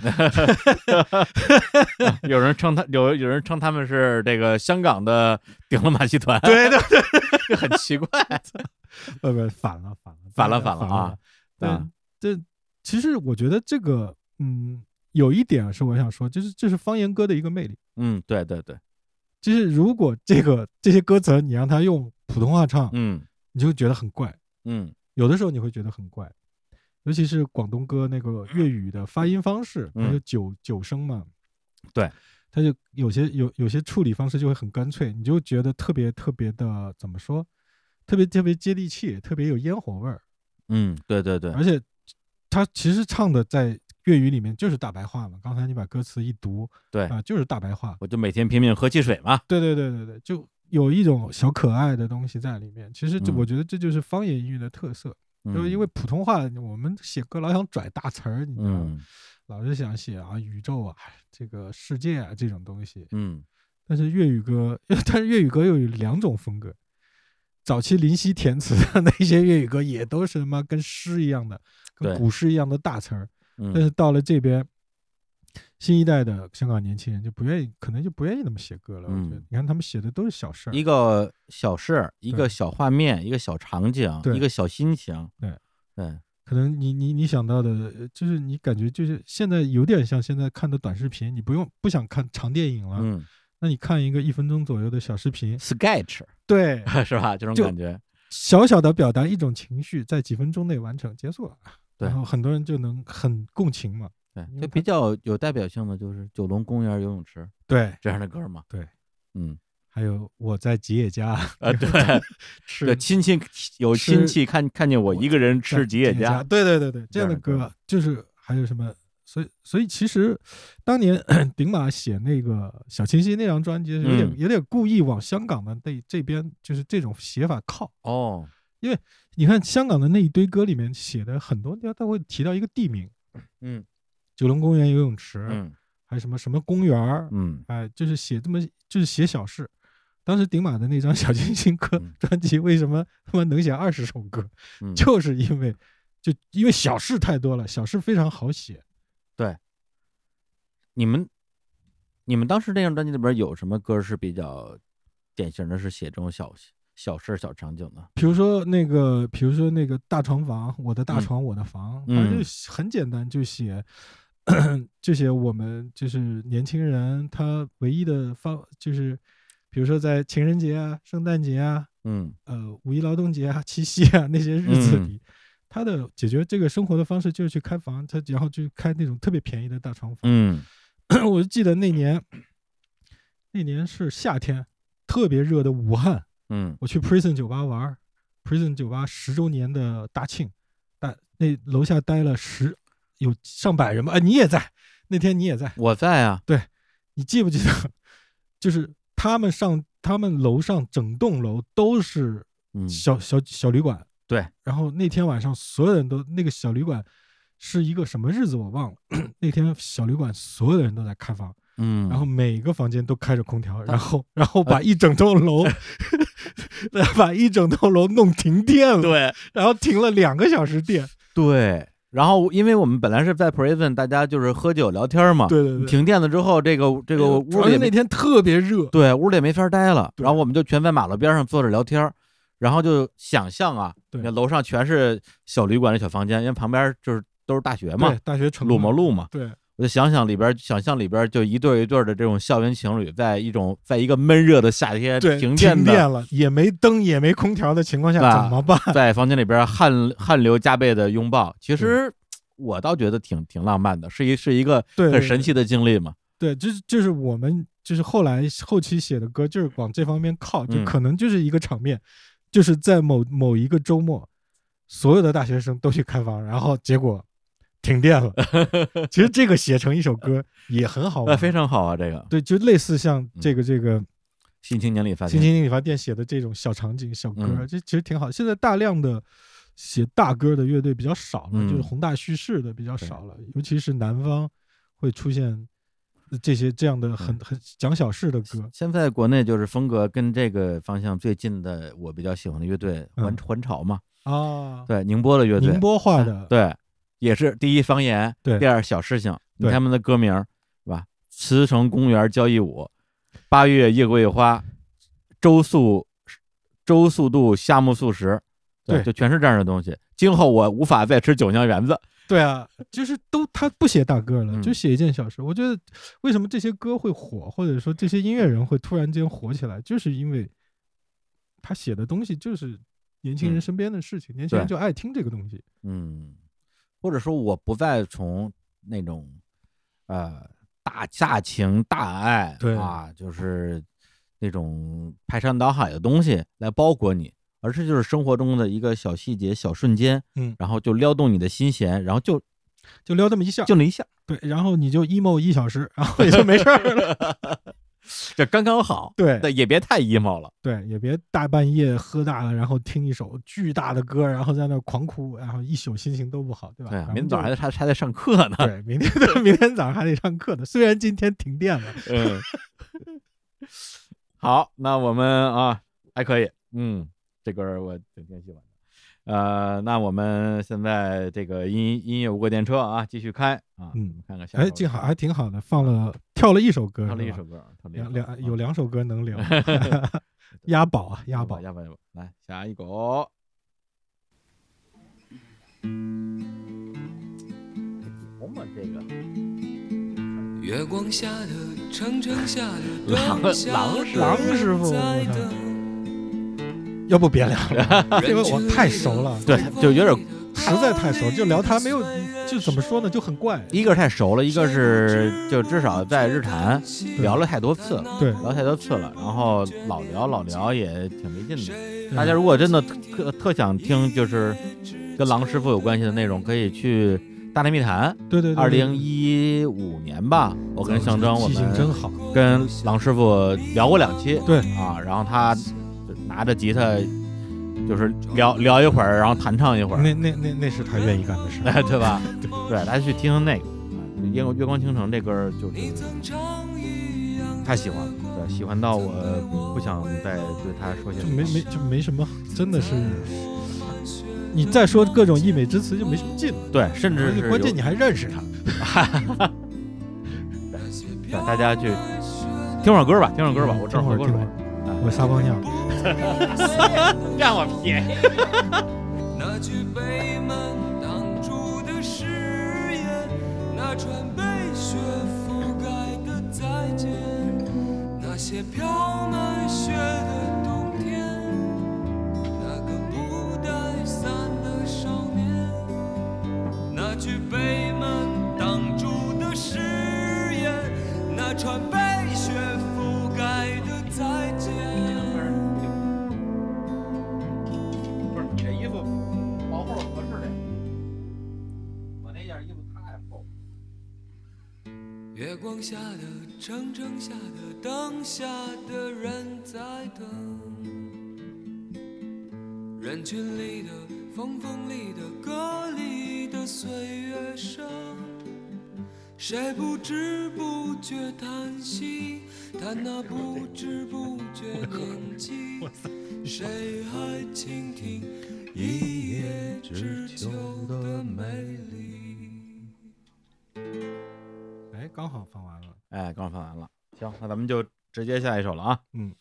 S1: 有人称他有有人称他们是这个香港的顶了马戏团，
S2: 对对对，
S1: 这很奇怪。
S2: 呃不反了反了
S1: 反了
S2: 反
S1: 反了啊！
S2: 对
S1: 啊，
S2: 这其实我觉得这个嗯，有一点是我想说，就是这是方言歌的一个魅力，
S1: 嗯，对对对，
S2: 就是如果这个这些歌词儿你让他用普通话唱，
S1: 嗯
S2: 你就觉得很怪，
S1: 嗯
S2: 有的时候你会觉得很怪，尤其是广东歌那个粤语的发音方式，它
S1: 嗯
S2: 就九九声嘛，
S1: 对，
S2: 它就有些有有些处理方式就会很干脆，你就觉得特别特别的怎么说，特别特别接地气，特别有烟火味儿，
S1: 嗯，对对对，
S2: 而且他其实唱的在粤语里面就是大白话嘛，刚才你把歌词一读
S1: 对
S2: 啊、就是大白话，
S1: 我就每天拼命喝汽水嘛。
S2: 对对对对对，就有一种小可爱的东西在里面，其实这
S1: 嗯
S2: 我觉得这就是方言音乐的特色。就是因为普通话，我们写歌老想拽大词儿，你知道吗？
S1: 嗯
S2: 老是想写啊宇宙啊、这个世界啊这种东西。
S1: 嗯
S2: 但是粤语歌， 但是粤语歌又有两种风格。早期林夕填词的那些粤语歌也都是他妈跟诗一样的、跟
S1: 对
S2: 古诗一样的大词儿，
S1: 嗯
S2: 但是到了这边，新一代的香港年轻人就不愿意，可能就不愿意那么写歌了。我觉得，
S1: 嗯
S2: 你看他们写的都是小事儿，
S1: 一个小事儿，一
S2: 对
S1: 个小画面，一个小场景，
S2: 对
S1: 一个小心情。
S2: 对啊
S1: 对，
S2: 可能你你你想到的，呃就是你感觉就是现在有点像现在看的短视频，你不用不想看长电影了，
S1: 嗯
S2: 那你看一个一分钟左右的小视频，
S1: ，sketch
S2: 对，
S1: 是吧？这种
S2: 就
S1: 感觉。
S2: 小小的表达一种情绪，在几分钟内完成结束了，
S1: 对
S2: 然后很多人就能很共情嘛，
S1: 对
S2: 因，为
S1: 就
S2: 它
S1: 比较有代表性的就是九龙公园游泳池
S2: 对，
S1: 这样的歌嘛。
S2: 对，
S1: 嗯
S2: 还有我在吉野家
S1: 啊，对，
S2: 吃
S1: 对，亲戚有
S2: 吃
S1: 亲戚看看见我一个人吃
S2: 在
S1: 吉野
S2: 家，
S1: 家，
S2: 对对对对，这样的
S1: 这样的
S2: 歌就是还有什么？所以，所以其实当年 顶马写那个小清新那张专辑，有点、
S1: 嗯
S2: 有点故意往香港的那这边就是这种写法靠。
S1: 哦，
S2: 你看香港的那一堆歌里面写的很多，他会提到一个地名，
S1: 嗯
S2: 九龙公园游泳池，
S1: 嗯
S2: 还有什么什么公园儿，
S1: 嗯
S2: 哎、就是写这么就是写小事。当时顶马的那张小清新歌
S1: 嗯
S2: 专辑，为什么他妈能写二十首歌？
S1: 嗯，
S2: 就是因为就因为小事太多了，小事非常好写。
S1: 你们你们当时那张专辑里边有什么歌是比较典型的，是写这种小小事儿小场景的？
S2: 比如说那个，比如说那个大床房，我的大
S1: 嗯
S2: 床，我的房，
S1: 嗯
S2: 反正就很简单，就写 就写我们就是年轻人他唯一的方就是，比如说在情人节啊、圣诞节啊、
S1: 嗯
S2: 呃五一劳动节啊、七夕啊那些日子
S1: 嗯
S2: 里。他的解决这个生活的方式就是去开房，他然后就开那种特别便宜的大床房。
S1: 嗯
S2: 我就记得那年，那年是夏天，特别热的武汉，
S1: 嗯
S2: 我去 Prison 酒吧玩儿，Prison 酒吧十周年的大庆，大那楼下待了十有上百人吧，啊，你也在，那天你也在，
S1: 我在啊，
S2: 你记不记得？ 就是他们上他们楼上整栋楼都是
S1: 嗯
S2: 小、小小旅馆，
S1: 对，
S2: 然后那天晚上所有人都那个小旅馆是一个什么日子我忘了， 那天小旅馆所有的人都在开房。
S1: 嗯，啊
S2: 然后每个房间都开着空调，然后 然后把一整栋 楼， 把一整栋楼弄停电了，
S1: 对啊
S2: 然后停了两个小时电，
S1: 对，然后，因为我们本来是在 prison，大家就是喝酒聊天嘛。
S2: 对对对
S1: 停电了之后，这个这个
S2: 主
S1: 屋
S2: 要
S1: 里
S2: 是
S1: 也
S2: 那
S1: 没
S2: 天特别热，
S1: 对屋里也没法待了，
S2: 对
S1: 然后我们就全在马路边上坐着聊天儿，然后就想象啊，
S2: 对
S1: 那楼上全是小旅馆的小房间，因为旁边就是都是大学嘛
S2: 对，，大学城
S1: 鲁
S2: 嘛
S1: 毛路嘛。
S2: 对，
S1: 我就想想里边，想象里边就一对儿一对儿的这种校园情侣，在一种在一个闷热的夏天
S2: 对，
S1: 停
S2: 停
S1: 电的，
S2: 了，也没灯，也没空调的情况下
S1: 啊
S2: 怎么办？
S1: 在房间里边汗汗流浃背的拥抱，其实我倒觉得挺挺浪漫的，是一是一个
S2: 对对
S1: 很神奇的经历嘛。
S2: 对，就是就是我们就是后来后期写的歌，就是往这方面靠，就
S1: 嗯
S2: 可能就是一个场面，就是在某某一个周末，所有的大学生都去看房，然后结果停电了。 其实这个写成一首 歌也很好
S1: 呃，
S2: 玩，
S1: 非常嗯好啊，这个
S2: 哦对，就类似像这个这个《
S1: 新青年理发
S2: 新
S1: 店，
S2: 青理发店》写的这种小场景、小歌
S1: 嗯，
S2: 这其实挺好。现在大量的写大歌的乐队比较少了，
S1: 嗯
S2: 就是宏大叙事的比较
S1: 对
S2: 少了，尤其是南方会出现。这些这样
S1: 嗯
S2: 的很很讲小事的歌，
S1: 现在国内就是风格跟这个方向最近的，我比较喜欢的乐队
S2: 嗯
S1: 环环潮嘛，
S2: 啊，
S1: 对，宁波的乐队，
S2: 宁波话的，
S1: 对，也是第一方言，
S2: 对
S1: 第二小事情。你
S2: 对
S1: 看他们的歌名儿是吧？慈城公园交谊舞，八月夜桂花，周速周速度夏目漱石，
S2: 对
S1: 就全是这样的东西。今后我无法再吃酒酿圆子，
S2: 对啊，就是都他不写大歌了，
S1: 嗯
S2: 就写一件小事。我觉得为什么这些歌会火，或者说这些音乐人会突然间火起来，就是因为他写的东西就是年轻人
S1: 嗯
S2: 身边的事情，年轻人
S1: 对
S2: 就爱听这个东西。
S1: 嗯，或者说我不再从那种呃大大情大爱
S2: 对
S1: 啊，就是那种排山倒海的东西来包裹你，而是就是生活中的一个小细节、小瞬间，
S2: 嗯
S1: 然后就撩动你的心弦，然后就
S2: 就撩这么一下，
S1: 就那一下，
S2: 对，然后你就 emo 一小时，然后也啊就没 事儿了。
S1: 这刚刚好，
S2: 对
S1: 但也别太 emo 了，
S2: 对，也别大半夜喝大了，然后听一首巨大的歌，然后在那儿狂哭，然后一宿心情都不好，对吧？
S1: 对啊，
S2: 咱们
S1: 明天早
S2: 就
S1: 上还 还还在上课呢，
S2: 对，明天 对，明天早上还得上课的。虽然今天停电了，
S1: 嗯， 好，那我们啊还可以，嗯，这歌儿我挺挺喜欢的。呃，那我们现在这个音音乐无轨电车啊，继续开啊，
S2: 嗯
S1: 我们看看下首
S2: 哎，
S1: 歌。
S2: 正好还挺好的，放了跳了一首歌，
S1: 唱了一
S2: 是吧
S1: 首，歌啊，唱了一首
S2: 两
S1: 啊，
S2: 两有两首歌能聊押宝啊，押
S1: 押
S2: 宝，
S1: 押宝，押宝，来下一个。琢磨这个
S7: 月光下的长城下的
S1: 狼
S7: 灯下
S1: 狼师
S7: 的
S2: 狼
S7: 人
S2: 师傅
S7: 在
S2: 我操
S7: 等
S2: 要不别聊了， 因
S7: 人
S2: 为我
S7: 群
S2: 太
S7: 里
S2: 熟
S7: 的
S2: 了
S1: 对
S7: 风
S1: 就有点
S7: 里的
S2: 实在太熟，就聊他没有，就怎么说呢，就很怪。
S1: 一个是太熟了，一个是就至少在日坛聊了太多次了，
S2: 对，
S1: 聊太多次了，然后老聊老聊也挺没劲的。
S2: 嗯
S1: 大家如果真的特特想听就是跟狼师傅有关系的内容，可以去《大内密谈
S2: 对对》对，嗯
S1: 二零一五年吧，我跟象征我
S2: 记性真
S1: 们
S2: 好，
S1: 跟狼师傅聊过两期，
S2: 对
S1: 啊，然后他拿着吉他就是聊聊一会儿，然后弹唱一会儿，
S2: 那那那那是他愿意干的 事。
S1: 哎，对吧？对，大家去听听那个。《月月光倾城》这歌儿就是太喜欢了，对，喜欢到我不想再对他说些
S2: 就
S1: 什
S2: 没
S1: 么。
S2: 没就没什么，真的是，你再说各种溢美之词就没什么劲了。
S1: 对，甚至
S2: 而且
S1: 是
S2: 关键
S1: 有
S2: 你还认识他，
S1: 对大家去听会儿歌吧，听会儿歌吧，我正
S2: 听会儿
S1: 好
S2: 啊
S1: 喝
S2: 嗯听
S1: 水
S2: 会，
S1: 哎
S2: 儿，我撒泡尿。
S1: 占我便宜。
S7: 那句被门挡住的誓言，那串被雪覆盖的再见，那些飘满雪的冬天，那个不带伞的少年，那句被门挡住的誓言，那串被雪覆盖的再见。
S1: 不是你这衣服薄厚合适的，我那件衣服太厚。
S7: 月光下的长城下的灯下的人在等，人群里的风风里的歌里的岁月声，谁不知不觉叹息，叹那不知不觉年纪，谁还倾听一叶知秋的美丽？
S2: 哎刚好放完了。
S1: 哎，刚放完了，行，那咱们就直接下一首了啊。
S2: 嗯。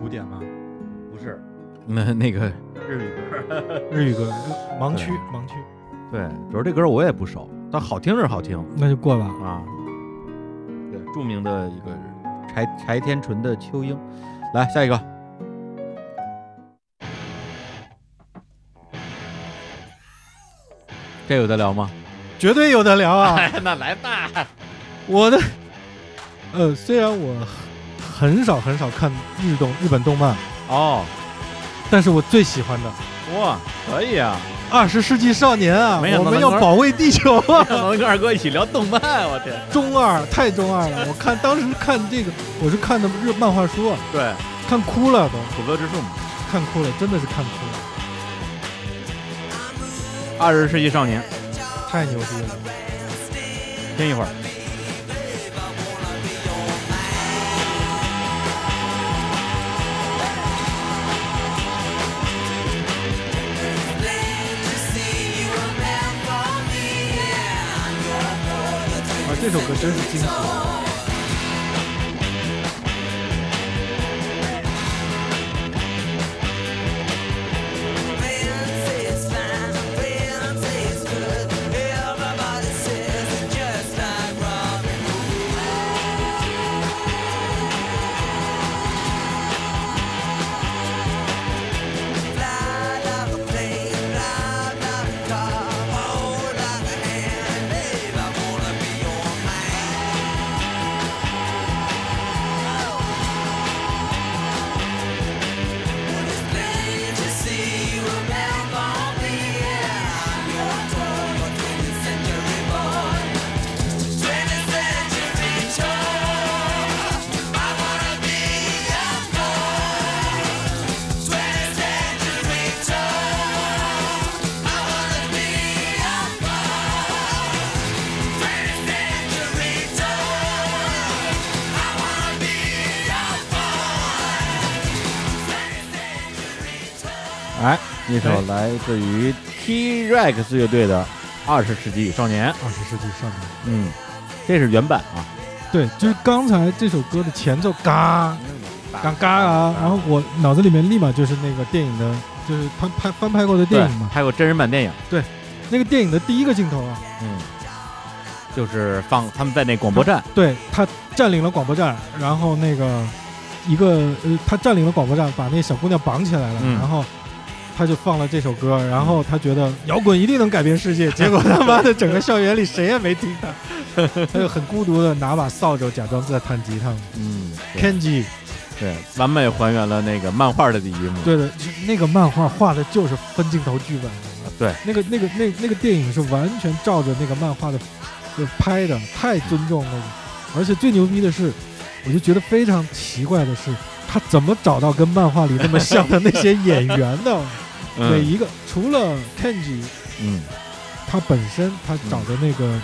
S2: 古典吗？
S1: 不是，那那个日语歌儿，
S2: 日语歌，盲区
S1: 对
S2: 盲区，
S1: 对，主要这歌儿我也不熟，但好听是好听
S2: 那就过吧。
S1: 啊。对，著名的一个柴柴田纯的《秋樱》，来下一个。这有得聊吗？
S2: 绝对有得聊 啊！
S1: 那来吧。
S2: 我的，呃，虽然我很少很少看日动日本动漫，
S1: 哦，
S2: 但是我最喜欢的《
S1: 哇，可以啊！
S2: 二十世纪少年》啊，
S1: 没想到
S2: 我们
S1: 能
S2: 要
S1: 玩
S2: 保卫地球啊！
S1: 能跟二哥一起聊动漫，我天。
S2: 中二太中二了，我看当时看这个，我是看的日漫画书啊，
S1: 对，
S2: 看哭了都，
S1: 土哥之树嘛。
S2: 看哭了，真的是看哭了，
S1: 二十世纪少年，
S2: 太牛逼了！
S1: 听一会儿。
S2: 啊，这首歌真是惊喜！
S1: 哎，一首来自于 T Rex 乐队的《二十世纪少年》。
S2: 二十世纪少年，
S1: 嗯，这是原版啊。
S2: 对，就是刚才这首歌的前奏，嘎嘎嘎啊，然后我脑子里面立马就是那个电影的，就是他拍翻拍过的
S1: 对
S2: 电影嘛，，
S1: 还有真人版电影。
S2: 那个电影的第一个镜头啊，
S1: 嗯，就是放他们在那广播站。
S2: 对他占领了广播站，然后那个一个呃，他占领了广播站，把那小姑娘绑起来了，
S1: 嗯
S2: 然后他就放了这首歌，然后他觉 得摇滚一定能改变世界，结果他妈的整个校园里谁也没听他，他就很孤独的拿把扫帚假装在弹吉他。
S1: 嗯， 对
S2: Kenji，
S1: 对，完美还原了那个漫画的第一幕。
S2: 对的，就是那个漫画画的就是分镜头剧本的，
S1: 对，
S2: 那个那个那那个电影是完全照着那个漫画的，就拍的，太尊重那个。而且最牛逼的是，我就觉得非常奇怪的是，他怎么找到跟漫画里那么像的那些演员的？每
S1: 嗯
S2: 一个除了 Kenji，
S1: 嗯，
S2: 他本身他找的那个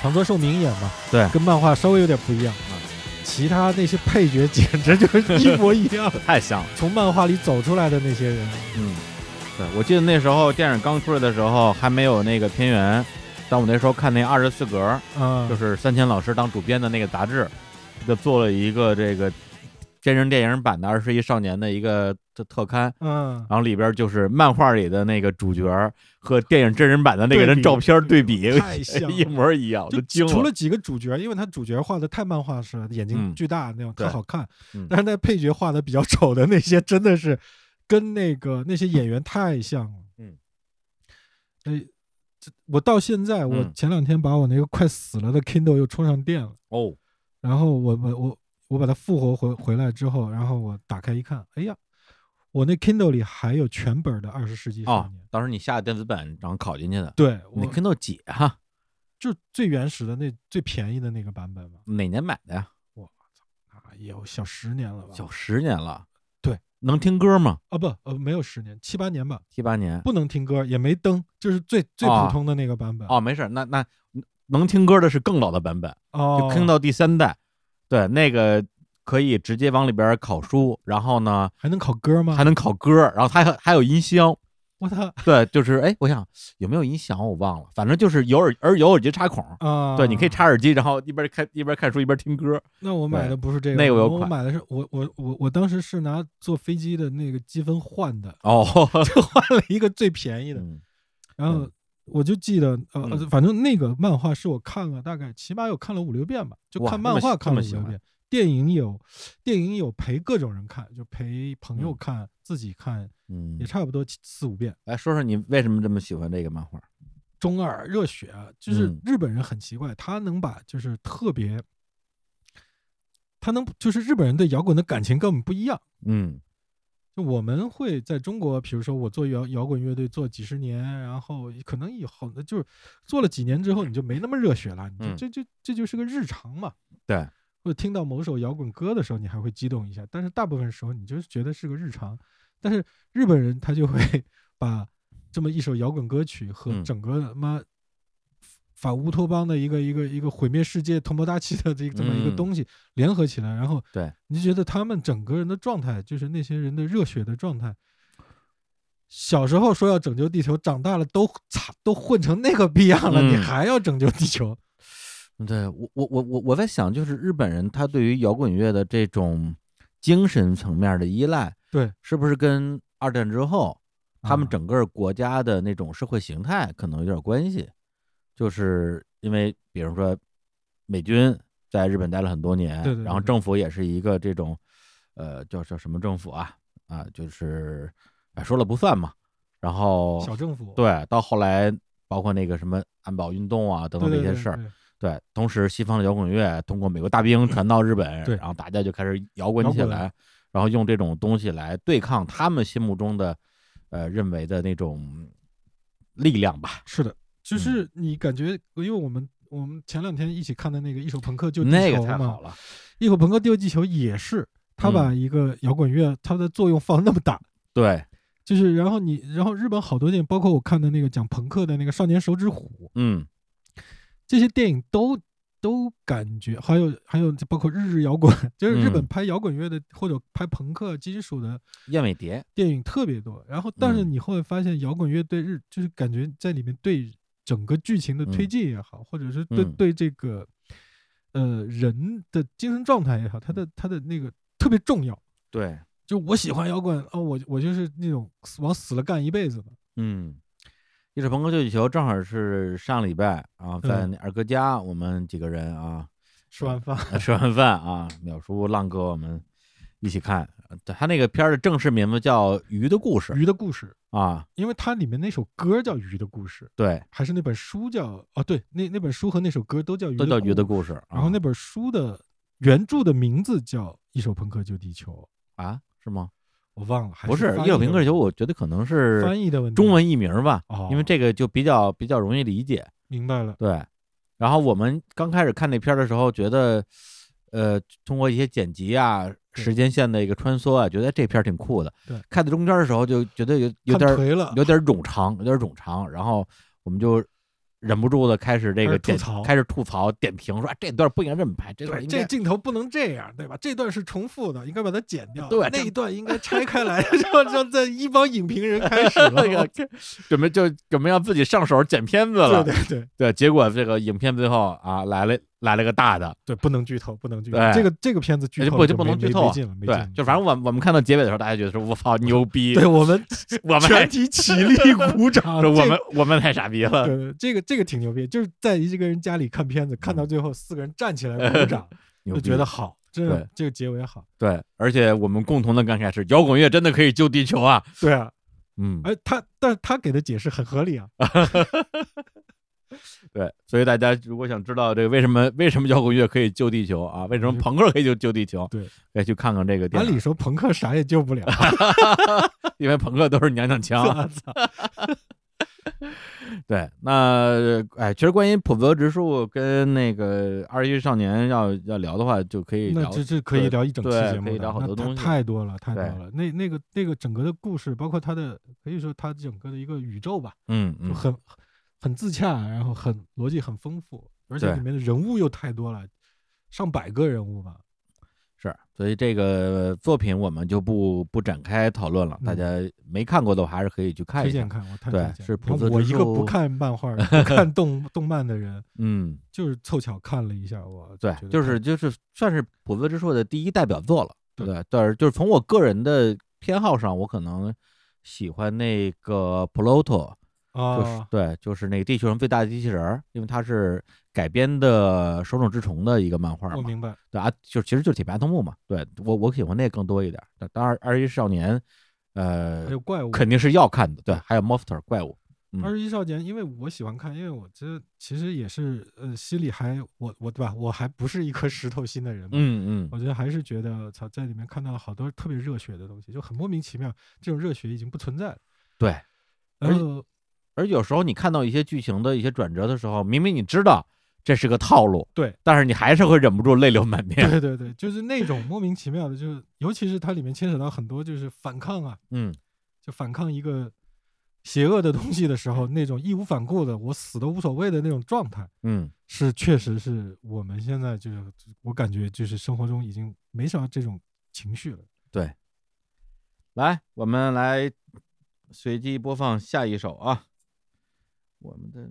S2: 长泽寿明演嘛，
S1: 对
S2: 跟漫画稍微有点不一样啊
S1: 嗯。
S2: 其他那些配角简直 就是一模一样，
S1: 太像了。
S2: 从漫画里走出来的那些人。
S1: 嗯，对，我记得那时候电影刚出来的时候还没有那个片源，但我那时候看那二十四格儿，
S2: 啊，
S1: 就是三千老师当主编的那个杂志，就做了一个这个真人电影版的《二十一少年》的一个特特刊，
S2: 嗯，
S1: 然后里边就是漫画里的那个主角儿和电影真人版的那个
S2: 对
S1: 人
S2: 比
S1: 照片对 比，
S2: 太像了
S1: 一模一样，我都惊
S2: 就除了几个主角，因为他主角画的太漫画式了，眼睛
S1: 嗯
S2: 巨大那种，特
S1: 对
S2: 好看
S1: 嗯。
S2: 但是那配角画的比较丑的那些，真的是跟那个那些演员太像了。
S1: 嗯，
S2: 哎，这我到现在，我
S1: 嗯
S2: 前两天把我那个快死了的 Kindle 又充上电了，
S1: 哦，
S2: 然后我我我我把它复活回回来之后，然后我打开一看，哎呀，我那 Kindle 里还有全本的《二十世纪少
S1: 哦
S2: 年》。，
S1: 当时你下电子版然后拷进去的，
S2: 对，
S1: 你
S2: 我
S1: Kindle 几哈？
S2: 就最原始的那最便宜的那个版本嘛。
S1: 哪年买的呀？
S2: 啊，也有小十年了吧？
S1: 小十年了，
S2: 对，
S1: 能听歌吗？
S2: 啊不呃没有十年，七八年吧，
S1: 七八年
S2: 不能听歌，也没灯，就是最最
S1: 啊
S2: 普通的那个版本。
S1: 哦，没事儿，那那能听歌的是更老的版本。
S2: 哦，
S1: 就听到第三代，对，那个可以直接往里边儿拷书，然后呢
S2: 还能考歌吗？
S1: 还能拷歌儿，然后它还还有音箱，
S2: 我操
S1: 对，就是哎，我想有没有音响我忘了，反正就是有耳耳有耳机插孔，
S2: 啊！
S1: 对，你可以。插耳机，然后一边看一边看书一边听歌。
S2: 那我买
S1: 对
S2: 的不是这个，
S1: 那个我有
S2: 我
S1: 款
S2: 买的是我我我我当时是拿坐飞机的那个积分换的，
S1: 哦，
S2: 就换了一个最便宜的。
S1: 嗯
S2: 然后
S1: 嗯
S2: 我就记得，呃，
S1: 嗯
S2: 反正那个漫画是我看了大概起码有看了五六遍吧，就
S1: 哇
S2: 看
S1: 那
S2: 漫
S1: 么
S2: 画
S1: 喜
S2: 看
S1: 这
S2: 了
S1: 么
S2: 五
S1: 喜
S2: 六
S1: 欢
S2: 遍，电影有电影有陪各种人看，就陪朋友
S1: 嗯
S2: 看、自己看，
S1: 嗯
S2: 也，差不多七四五遍。
S1: 来说说你为什么这么喜欢这个漫画？
S2: 中二热血啊，就是
S1: 嗯
S2: 日本人很奇怪，他能把就是特别，他能就是日本人对摇滚的感情跟我们不一样。
S1: 嗯
S2: 就我们会在中国，比如说我做摇摇滚乐队做几十年，然后可能以后就是做了几年之后，你就没那么热血了，你就
S1: 嗯
S2: 这就这就是个日常嘛。
S1: 对。
S2: 或者听到某首摇滚歌的时候，你还会激动一下，但是大部分时候你就是觉得是个日常。但是日本人他就会 把这么一首摇滚歌曲和
S1: 嗯
S2: 整个他妈反乌托邦的一个一个一个毁灭世界、同胞大气的这这么一个
S1: 嗯
S2: 东西联合起来，然后
S1: 对
S2: 你就觉得他们整个人的状态，就是那些人的热血的状态。小时候说要拯救地球，长大了都惨都混成那个逼样了，你
S1: 嗯
S2: 还要拯救地球？
S1: 对我我我我我在想，就是日本人他对于摇滚乐的这种精神层面的依赖，
S2: 对，
S1: 是不是跟二战之后他们
S2: 啊
S1: 整个国家的那种社会形态可能有点关系？就是因为比如说美军在日本待了很多年，
S2: 对对对
S1: 然后
S2: 对
S1: 政府也是一个这种呃叫叫什么政府啊啊，就是哎说了不算嘛，然后
S2: 小政府
S1: 哦对，到后来包括那个什么安保运动啊等
S2: 对
S1: 等这
S2: 对
S1: 些
S2: 对
S1: 事儿。
S2: 对嗯
S1: 对，同时西方的摇滚乐通过美国大兵传到日本，
S2: 对
S1: 然后大家就开始摇滚
S2: 摇
S1: 起
S2: 滚
S1: 来，然后用这种东西来对抗他们心目中的，呃，认为的那种力量吧。
S2: 是的，
S1: 嗯
S2: 就是你感觉，因为我们我们前两天一起看的那个《一首朋克救地球
S1: 那》个太
S2: 嘛
S1: 好，了，嗯
S2: 一首朋克救地球》也是他把一个摇滚乐它的作用放那么大，
S1: 对，
S2: 就是然后你，然后日本好多电影，包括我看的那个讲朋克的那个《少年手指虎》，
S1: 嗯，
S2: 这些电影都。都感觉还有还有包括日日摇滚， 就是日本
S1: 嗯
S2: 拍摇滚乐的、或者拍朋克金属的
S1: 燕尾蝶，
S2: 电影特别多，然后但是
S1: 嗯
S2: 你会发现摇滚乐对日就是感觉在里面对整个剧情的推
S1: 嗯
S2: 进也好，或者是对
S1: 嗯
S2: 对这个呃人的精神状态也好，它
S1: 嗯
S2: 的它的那个特别重要。
S1: 对，
S2: 就我喜欢摇滚哦，我我就是那种往死了干一辈子的。
S1: 嗯，一首朋克救地球正好是上礼拜啊，在
S2: 嗯
S1: 那二哥家，我们几个人啊，
S2: 吃完饭，
S1: 呃吃完饭啊，淼叔、浪哥我们一起看，呃他那个片儿的正式名字叫《鱼的故事
S2: 《鱼的故事》，》
S1: 啊，
S2: 因为它里面那首歌叫《鱼的故事》，
S1: 对。
S2: 还是那本书叫哦对，那那本书和那首歌都叫《鱼
S1: 都叫
S2: 故
S1: 鱼的故事。
S2: 然后
S1: 啊
S2: 那本书的原著的名字叫《一首朋克救地球》。
S1: 啊是吗？
S2: 我忘了，还
S1: 不是
S2: 是翻
S1: 《
S2: 译
S1: 叶
S2: 的
S1: 小平克
S2: 问
S1: 球》，
S2: 题
S1: 我觉得可能是
S2: 翻译的问题，
S1: 中文译名吧，
S2: 哦，
S1: 因为这个就比较比较容易理解。
S2: 明白了，
S1: 对，然后我们刚开始看那片儿的时候，觉得呃，通过一些剪辑啊、
S2: 对
S1: 时间线的一个穿梭啊，觉得这片儿挺酷的。
S2: 对，
S1: 看到中间的时候就觉得有
S2: 看
S1: 有点儿
S2: 颓了，
S1: 有点儿冗长，有点儿冗长，然后我们就。忍不住的开始这
S2: 开
S1: 个
S2: 始吐
S1: 点
S2: 槽
S1: 开始吐槽点评说、啊、这段不应该这么拍，这段
S2: 对，
S1: 应
S2: 这
S1: 该
S2: 镜头不能这样，对吧？这段是重复的，应该把它剪掉。
S1: 对
S2: 那
S1: 这
S2: 一段应该拆开来， 让让这一帮影评人开始 了。
S1: 哎
S2: 哦
S1: 这个准备就准备要自己上手剪片子
S2: 对
S1: 了。
S2: 对对
S1: 对，结果这个影片最后啊，来了来了个大的，
S2: 对，不能剧透，不能剧透。
S1: 对
S2: 这个这个片子剧
S1: 就
S2: 透
S1: 不
S2: 就
S1: 就不
S2: 没
S1: 能剧
S2: 没
S1: 透
S2: 没
S1: 啊
S2: 劲了，没劲
S1: 对
S2: 了。，
S1: 就反正我们我们看到结尾的时候，大家觉得说我操牛逼，
S2: 对我 们
S1: 我们
S2: 全
S1: 太
S2: 体起 立鼓掌。
S1: 说我
S2: 这
S1: 们呃我们太傻逼了。
S2: 对对，这个这个挺牛逼，就是在一个人家里看片子，看到最后四个人站起来鼓掌，
S1: 嗯 牛
S2: 就
S1: 逼
S2: 觉得好，真的
S1: 对
S2: 这个结尾 好。
S1: 对，而且我们共同的感慨是，摇滚乐真的可以救地球啊！
S2: 对啊，
S1: 嗯，
S2: 哎，他但是他给的解释很合理啊，
S1: 对，所以大家如果想知道这个为什么为什么摇滚乐可以救地球啊，为什么朋克可以救救地球，
S2: 嗯对，
S1: 可以去看看这个电
S2: 按理
S1: 影，
S2: 说朋克啥也救 不了，
S1: 因为朋克都是娘娘 腔啊。对，那哎，其实关于普泽直树跟那个二十一少年要要聊的话，就可以
S2: 那
S1: 聊。
S2: 这这可以
S1: 对
S2: 聊一整期
S1: 对
S2: 节目的，
S1: 可以聊好
S2: 那
S1: 多
S2: 太
S1: 东西
S2: 太多了，太多
S1: 对
S2: 了。那那个那个整个的故事，包括他的，可以说他整个的一个宇宙吧，
S1: 嗯嗯
S2: 就，很很自洽，然后很逻辑很丰富，而且
S1: 对
S2: 里面的人物又太多了，上百个人物吧。
S1: 是，所以这个作品我们就不不展开讨论了，大家没看过的话还是可以去
S2: 嗯
S1: 看
S2: 推
S1: 一下
S2: 荐。看，我太
S1: 对
S2: 推荐
S1: 是
S2: 了
S1: 普
S2: 你
S1: 泽
S2: 看我
S1: 之
S2: 一个
S1: 树
S2: 不看漫 画儿、不看动动漫的人，
S1: 嗯，
S2: 就是凑巧看了一下，我
S1: 对
S2: 觉，得
S1: 就
S2: 太
S1: 是就是算是普泽之树的第一代表作了，
S2: 对
S1: 对不对？但是就是从我个人的偏好上，我可能喜欢那个 Pluto，就是
S2: 啊，
S1: 对，就是那个地球上最大的机器人儿，因为它是改编的《手冢治虫》的一个漫画
S2: 我
S1: 嘛，
S2: 明白，
S1: 对啊，就其实就是铁臂阿童木嘛，对我我喜欢那个更多一点儿。那当然，二十一少年，呃
S2: 还，有哎怪物。
S1: 肯定是要看的，对，还有 Monster 怪物，嗯
S2: 二十一少年，因为我喜欢看，因为我这其实也是呃，心里还我我对吧？我还不是一颗石头心的人嘛，
S1: 嗯嗯，
S2: 我觉得还是觉得操，在里面看到了好多特别热血的东西，就很莫名其妙，这种热血已经不存在了。呃
S1: 对。而
S2: 然
S1: 且
S2: 后
S1: 而有时候你看到一些剧情的一些转折的时候，明明你知道这是个套路，
S2: 对，
S1: 但是你还是会忍不住泪流满面。
S2: 对对对，就是那种莫名其妙的，就是尤其是它里面牵扯到很多就是反抗啊，
S1: 嗯，
S2: 就反抗一个邪恶的东西的时候，那种义无反顾的，我死都无所谓的那种状态，
S1: 嗯，
S2: 是确实是我们现在就是我感觉就是生活中已经没啥这种情绪了。
S1: 来，我们来随机播放下一首啊。我们的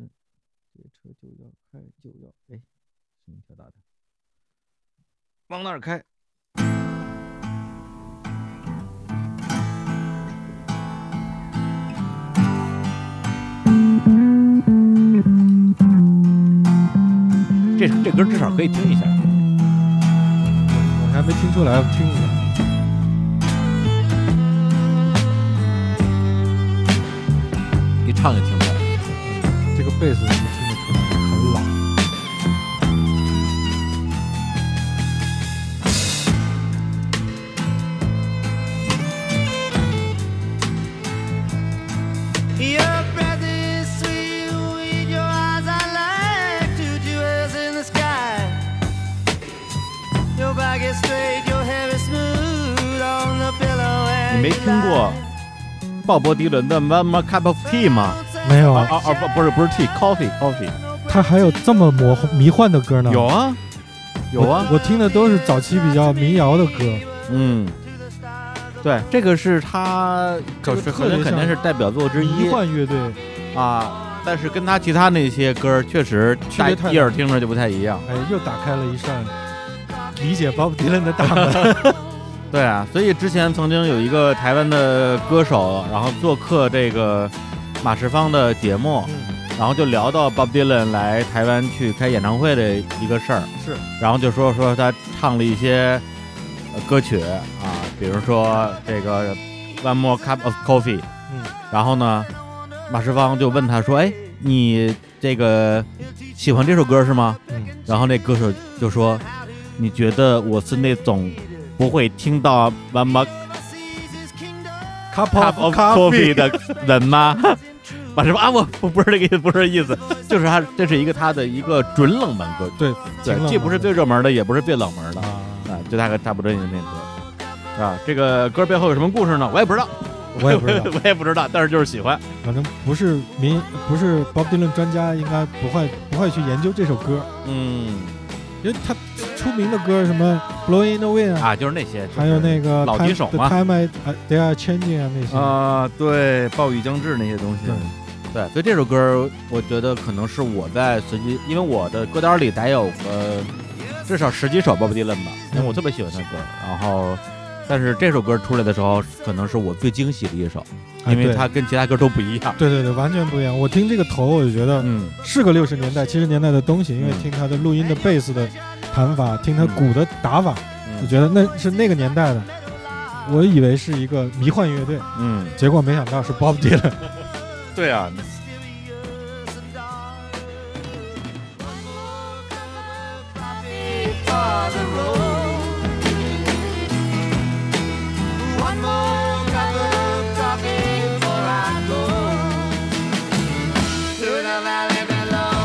S1: 这车就要开，就要哎，声音调大点，往那儿开。这这歌至少可以听一下。
S2: 我还没听出来，我听一下。
S1: 一唱就听出来。
S2: 这个贝斯你听得出来很老，
S8: Your breath is sweet with your eyes I like two jewels in the sky. Your back is straight, your hair is smooth on the pillow
S1: 你
S8: and
S1: 没
S8: you
S1: 听过
S8: lie.
S1: 鲍勃迪伦的《One More Cup of Tea》吗？
S2: 没有啊
S1: 啊啊不不是不是 tea coffee coffee
S2: 它还有这么魔幻迷幻的歌呢？
S1: 有啊有啊
S2: 我，我听的都是早期比较民谣的歌。
S1: 嗯，对，这个是他就是
S2: 特别
S1: 肯定
S2: 像
S1: 是代表作之
S2: 迷
S1: 一
S2: 幻乐队，
S1: 啊，但是跟他其他那些歌儿确实
S2: 区
S1: 大
S2: 别太大
S1: 一耳听着就不太一样，
S2: 哎，又打开了一扇理解鲍勃迪伦的大 门。
S1: 对啊，所以之前曾经有一个台湾的歌手，然后做客这个马世芳的节目，然后就聊到 Bob Dylan 来台湾去开演唱会的一个事儿，
S2: 是，
S1: 然后就说说他唱了一些呃歌曲啊，比如说这个 One More Cup of Coffee，
S2: 嗯，
S1: 然后呢，马世芳就问他说，哎，你这个喜欢这首歌是吗？
S2: 嗯，
S1: 然后那歌手就说，你觉得我是那种不会听到 One More
S2: Cup
S1: Cup of Coffee 的人吗？ 马世芳啊，我不不是这个意思，不是这意思，就是他这是一个他的一个准冷门歌曲。
S2: 对，
S1: 对
S2: 晴，朗
S1: 既不是
S2: 的
S1: 最热门的，也不是最冷门的啊，
S2: 啊，
S1: 就大概差不多就是那歌啊。这个歌背后有什么故事呢？我也不知道，
S2: 我也不知道，
S1: 我也不知道，但是就是喜欢。
S2: 反正不是民，不是 Bob Dylan 专家，应该不会不会去研究这首歌，
S1: 嗯，
S2: 因为他出名的歌什么《Blowing in the Wind》啊，
S1: 啊，就是那些，就是
S2: 还有那个
S1: 老几首
S2: Time- The
S1: 嘛
S2: Time I 呃 They Are Changing 啊那些，
S1: 啊，对，暴雨将至那些东西
S2: 对。
S1: 对，所以这首歌，我觉得可能是我在随机，因为我的歌单里得有个至少十几首鲍勃迪伦吧，
S2: 嗯
S1: 因为我特别喜欢他歌。然后，但是这首歌出来的时候，可能是我最惊喜的一首，
S2: 啊
S1: 因为
S2: 对
S1: 它跟其他歌都不一样。
S2: 对对对，完全不一样。我听这个头，我就觉得
S1: 嗯，
S2: 是个六十年代、七十年代的东西，因为
S1: 嗯
S2: 听他的录音的贝斯的弹法，听他
S1: 嗯
S2: 鼓的打法，
S1: 嗯
S2: 我觉得那是那个年代的。我以为是一个迷幻乐队，
S1: 嗯，
S2: 结果没想到是 Bob Dylan。
S1: 对啊，
S8: For the road. One more cup of coffee before I go to the valley below.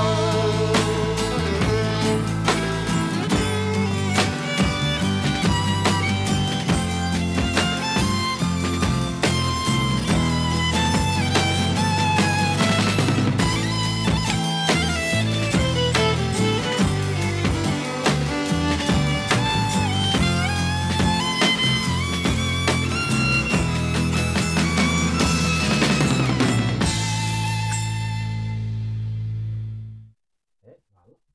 S2: 看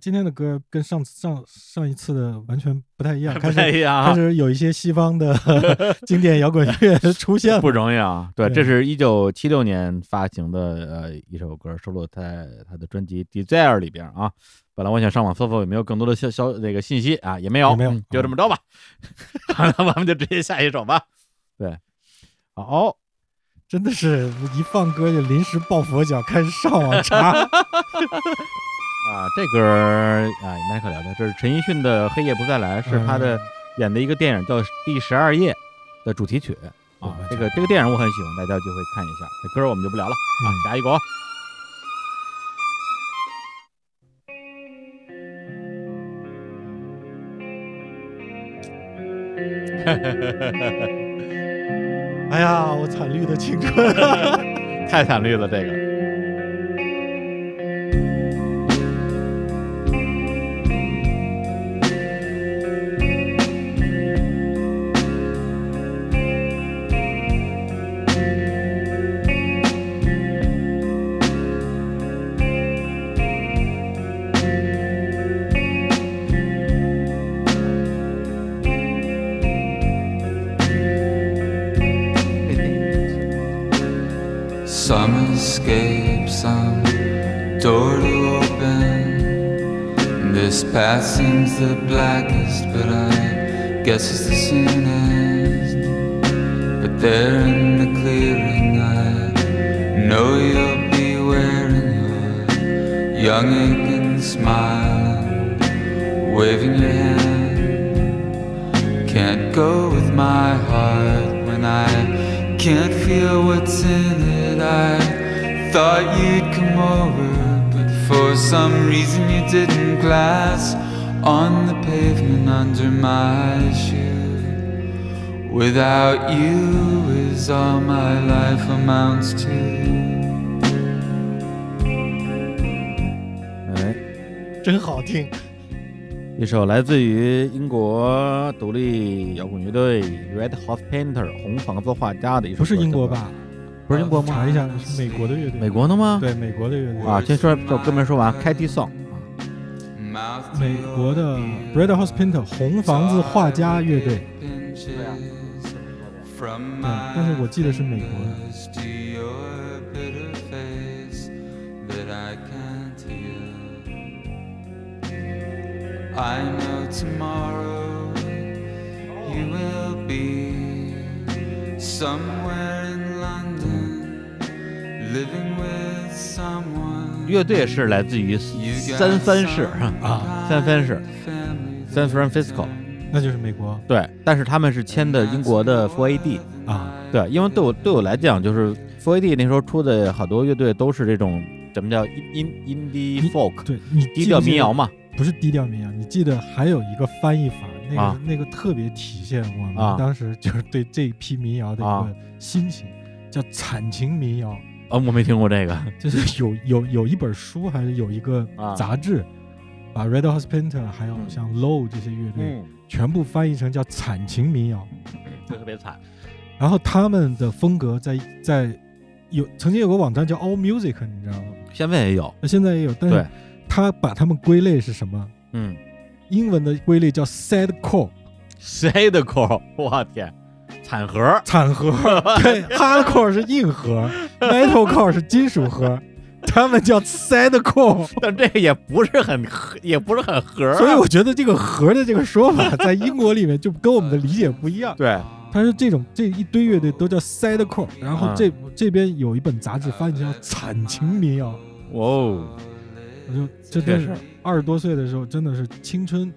S2: 今天 的歌跟上次上上一次的完全不太一样，开
S1: 不太
S2: 始
S1: 一样
S2: 开
S1: 啊，
S2: 始有一些西方的 经典摇滚乐出现 了。
S1: 不容易啊。对，
S2: 对
S1: 这是一九七六年发行的呃一首歌，收录在他的专辑《Desire》里边啊。本来我想上网搜搜有没有更多的消消那个信息啊，也没有，
S2: 也没有
S1: 嗯就这么着吧。 好了，我们就直接下一首吧。对，好，
S2: 真的是一放歌就临时抱佛脚，开始上网 查。
S1: 啊，这歌儿啊，应该可聊的，这是陈奕迅的《黑夜不再来》，是他
S2: 嗯
S1: 的演的一个电影叫《第十二夜》的主题曲啊。这个这个电影我很喜欢，大家有机会看一下。这歌儿我们就不聊
S2: 嗯
S1: 了啊，下一个啊。
S2: 哎呀，我惨绿的青春。
S1: 太惨绿了，这个。
S9: Some escape, some door to open. This path seems the blackest, but I guess it's the soonest. But there in the clearing, I know you'll be wearing your young aching smile, and waving your hand. Can't go with my heart when I can't feel what's in it. I thought you'd come over, but for some reason you didn't. Glass on the pavement under my shoe. Without you is all my life amounts to.
S1: 哎，
S2: 真好听，
S1: 一首来自于英国独立摇滚乐队 Red Hot Painter 红房子画家的一首歌，
S2: 不是英国吧？
S1: 不是英国吗
S2: 查一下，是美国的乐队。
S1: 叫？美国的吗？
S2: 对，美国的乐队。
S1: 啊，先说这歌名说完，开 D song 啊，
S9: Mouth to
S2: 美国的 Red House Painter 红房子画家乐队，
S9: pinches from
S2: 对，
S9: my
S2: 但是我记得是美国的。
S9: fingers to your bitter face that I can't heal. I know tomorrow you will be somewhere in London, living with someone.
S1: 乐队是来自于
S9: You got
S1: 三藩市
S9: some
S1: 啊，三藩市
S9: kind of family that
S1: San Francisco。
S2: 那就是美国。
S1: 对，但是他们是签的英国的 Four AD
S2: 啊，
S1: 对，因为对我对我来讲，就是 Four AD 那时候出的好多乐队都是这种怎么叫 in in indie
S2: 你
S1: folk
S2: 对你
S1: 低
S2: 记
S1: 调
S2: 不记
S1: 民
S2: 得
S1: 谣嘛，
S2: 不是低调民谣，你记得还有一个翻译法，那个、
S1: 啊
S2: 那个特别体现我们
S1: 啊
S2: 当时就是对这一批民谣的一
S1: 啊
S2: 个心情，叫惨情民谣，
S1: 啊，我没听过这个
S2: 就是 有有有一本书还是有一个
S1: 啊
S2: 杂志，把 Red Hot Painter 还有
S1: 嗯
S2: 像 Low 这些乐队、
S1: 嗯，
S2: 全部翻译成叫惨情民谣，
S1: 特别惨
S2: 然后他们的风格在在有曾经有个网站叫 All Music，你知道吗？
S1: 现在也有，
S2: 那现在也有，但
S1: 对
S2: 是他把他们归类是什么？
S1: 嗯。
S2: 英文的归类叫 Sad Core。
S1: 谁的口？我天，惨核
S2: 惨核， 对，hardcore 是硬 核，metalcore 是金属核，他们叫 sadcore，
S1: 但这个也不是很核，也不是很啊核、
S2: 所以我觉得这个“核”的这个说法在英国里面就跟我们的理解不一样。
S1: 对，
S2: 他说这种这一堆乐队都叫 sadcore，然后这、这边有一本杂志翻译叫《惨情民谣》，
S1: 哇哦，
S2: 我就这真
S1: 确
S2: 是
S1: 实
S2: 二十多岁的时候，真的是青春，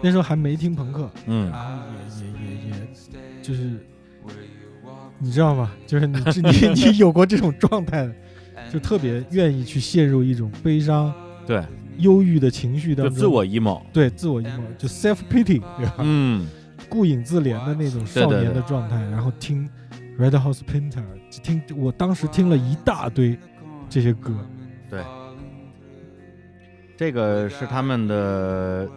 S2: 那时候还没听朋克，
S1: 嗯，
S2: 然后也也也也就是。你知道吗？就是你 你你有过这种状态的，就特别愿意去陷入一种悲伤、
S1: 对，
S2: 忧郁的情绪当
S1: 就
S2: 中，
S1: 自我 emo，
S2: 对自我 emo，就 self pity，对吧？
S1: 嗯，
S2: 顾影自怜的那种
S1: 对对
S2: 少年
S1: 对
S2: 的状态，然后听 Red House Painter，听我当时听了一大堆这些歌，
S1: 对，这个是他们的，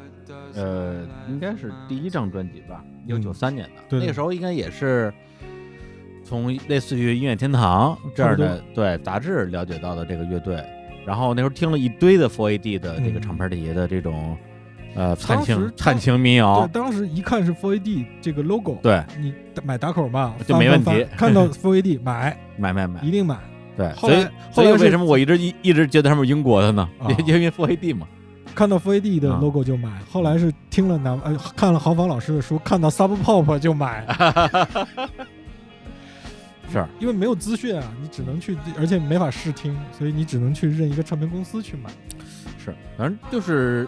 S1: 呃，应该是第一张专辑吧，一九
S2: 嗯
S1: 九三年的，
S2: 对
S1: 那个时候应该也是。从类似于音乐天堂这样的对杂志了解到的这个乐队，然后那时候听了一堆的 Four AD 的这个厂牌底下的这种呃
S2: 嗯当时
S1: 探清
S2: 当
S1: 探清民谣
S2: 对，，当时一看是 Four AD 这个 logo，
S1: 对，
S2: 你买打口嘛，
S1: 就
S2: 翻
S1: 没问
S2: 翻
S1: 题
S2: 翻看 到 Four AD 买，
S1: 买买买
S2: 一，定买。
S1: 对，
S2: 后
S1: 所
S2: 来
S1: 以
S2: 后
S1: 所以
S2: 来
S1: 为
S2: 是
S1: 什么我一直一一直觉得他们是英国的呢
S2: 啊？
S1: 因为 Four AD 嘛，
S2: 看到 Four AD 的
S1: 啊
S2: logo 就买，后来是听了南呃看了郝芳老师的书，看到 Sub Pop 就 买，
S1: 是
S2: 因为没有资讯啊，你只能去，而且没法试听，所以你只能去认一个唱片公司去买。
S1: 是，反正就是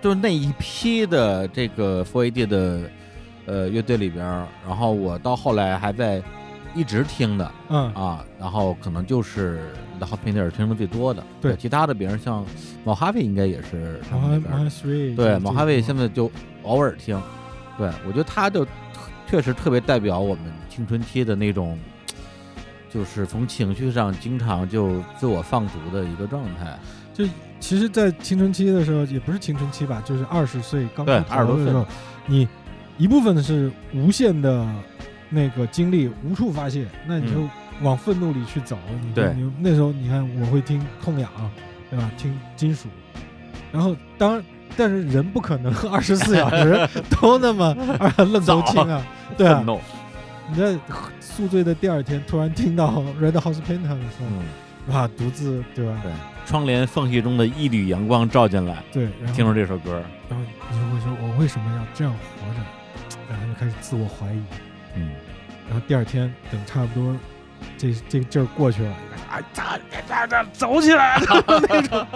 S1: 就是那一批的这个 Four AD 的呃乐队里边儿，然后我到后来还在一直听的，
S2: 嗯，
S1: 啊，然后可能就是《The Hot p i n t e r 听的最多的，
S2: 对
S1: 其他的，比如像毛哈维应该也是他
S2: 然
S1: 们
S2: 后
S1: 那
S2: m
S1: 边儿
S2: y Three
S1: 对毛哈维现
S2: 在
S1: 在就偶尔听，对我觉得他就特确实特别代表我们青春期的那种，就是从情绪上经常就自我放逐的一个状态，
S2: 其实，在青春期的时候，也不是青春期吧，就是二十岁刚出
S1: 对
S2: 头的时
S1: 20多
S2: 候，你一部分是无限的那个精力无处发泄，那你就往愤怒里去走。你就
S1: 嗯对
S2: 你那时候你看我会听痛痒，对吧？听金属，然后当然，但是人不可能 二十四小 时都那么啊愣头青啊，对啊
S1: 愤。怒，
S2: 你在宿醉的第二天，突然听到 Red House Paint 的时
S1: 嗯，
S2: 候，啊，独自对吧？
S1: 对，窗帘缝隙中的一缕阳光照进来，
S2: 对，然后
S1: 听着这首歌，
S2: 然后你就会说，我为什么要这样活着？然后就开始自我怀疑。
S1: 嗯，
S2: 然后第二天等差不多这这劲儿过去了，啊，咋咋咋走起来 了那种。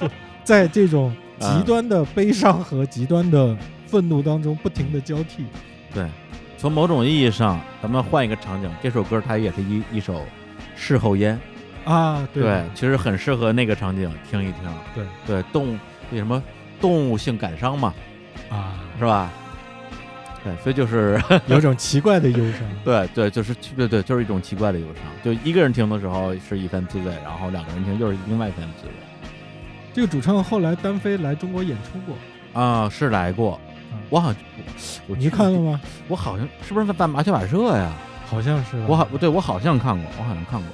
S2: 就在这种
S1: 嗯
S2: 极端的悲伤和极端的愤怒当中不停的交替。
S1: 嗯对，从某种意义上，咱们换一个场景，这首歌它也是一一首事后烟。
S2: 啊，对
S1: 对，其实很适合那个场景听一听。
S2: 对
S1: 对，动物那什么动物性感伤嘛，
S2: 啊，
S1: 是吧？对，所以就是
S2: 有种奇怪的忧伤。
S1: 对对，就是对对，就是一种奇怪的忧伤。就一个人听的时候是一番滋味，然后两个人听又是另外一番滋味。
S2: 这个主唱后来单飞来中国演出过，
S1: 啊，是来过
S2: 嗯，
S1: 我好像我
S2: 你看了
S1: 了，
S2: 吗？
S1: 我好像是不是在在麻雀瓦舍呀？
S2: 好像是吧
S1: 我好对我好像看过，我好像看过，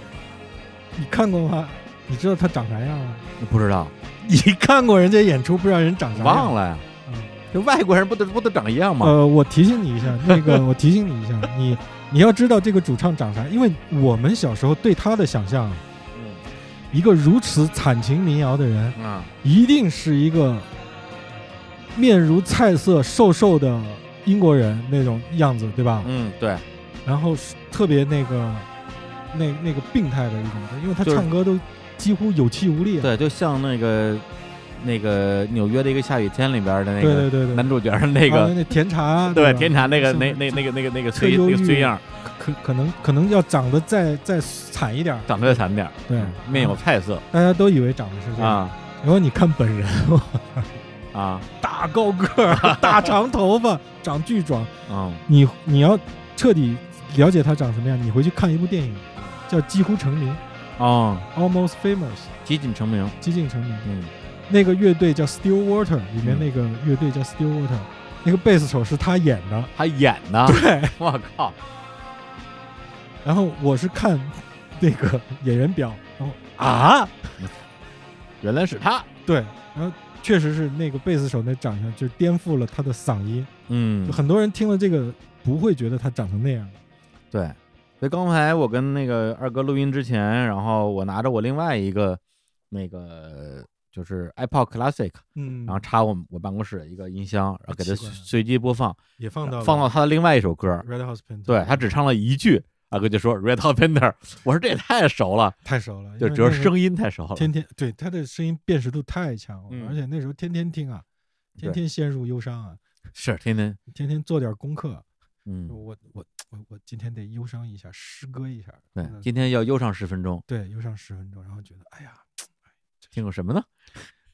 S2: 你看过吗？你知道他长啥样吗？
S1: 不知道
S2: 你看过人家演出，不知道人长啥样？
S1: 忘了呀
S2: 嗯。
S1: 就外国人不都不都长一样吗？
S2: 呃，我提醒你一下，那个 我提醒你一下，你你要知道这个主唱长啥，因为我们小时候对他的想象，嗯一个如此惨情民谣的人，
S1: 嗯，
S2: 一定是一个面如菜色、瘦瘦的英国人那种样子，对吧？
S1: 嗯，对，
S2: 然后是特别那个那那个病态的一种歌，因为他
S1: 就是
S2: 唱歌都几乎有气无力啊。
S1: 对，就像那个那个纽约的一个下雨天里边的那
S2: 对对
S1: 个
S2: 对对，
S1: 男主角的那
S2: 啊
S1: 个，
S2: 那甜茶，
S1: 对
S2: 吧
S1: 天坛那个
S2: 是
S1: 那那那个那个那个
S2: 特
S1: 崔
S2: 忧
S1: 那个崔
S2: 郁
S1: 样儿，
S2: 可可能可能要长得再再惨一点儿，
S1: 长得惨点儿，
S2: 对啊
S1: 嗯面有菜色
S2: 大家都以为长得是这样。
S1: 啊
S2: 然后你看本人， 哇
S1: 啊，
S2: 大高个儿，大长头发，长巨壮。
S1: 嗯，
S2: 你你要彻底了解他长什么样，你回去看一部电影，叫《几乎成名
S1: 哦，》
S2: （Almost Famous），
S1: 几近成名，
S2: 接近成名。
S1: 嗯，
S2: 那个乐队叫 Stillwater，里面
S1: 嗯
S2: 那个乐队叫 Stillwater，那个贝斯手是他演的。
S1: 还演呢，
S2: 对，
S1: 我靠，
S2: 然后我是看那个演员表，然后啊，
S1: 原来是他，
S2: 对，然后确实是那个贝斯手那长相，就是颠覆了他的嗓音。
S1: 嗯
S2: 就，很多人听了这个不会觉得他长成那样。
S1: 对，所以刚才我跟那个二哥录音之前，然后我拿着我另外一个那个就是 iPod Classic，
S2: 嗯
S1: 然后插我们我办公室一个音箱，然后给它
S2: 奇怪
S1: 随机播放。
S2: 也放到
S1: 放到他的另外一首歌，
S2: Red House Paint，
S1: 对他只唱了一句，阿哥就说 Red Hot Panther，我说这也太熟了，
S2: 太熟了，
S1: 就主要是声音太熟了
S2: 音，天天对他的声音辨识度太强了，
S1: 嗯
S2: 而且那时候天天听啊，天
S1: 对
S2: 天陷入忧伤啊，
S1: 是天天，
S2: 天天做点功课，
S1: 嗯，
S2: 我我我我今天得忧伤一下，诗歌一下，
S1: 对
S2: 真，的
S1: 今天要悠上十分钟，
S2: 对，忧伤十分钟，然后觉得哎呀，
S1: 听个什么呢？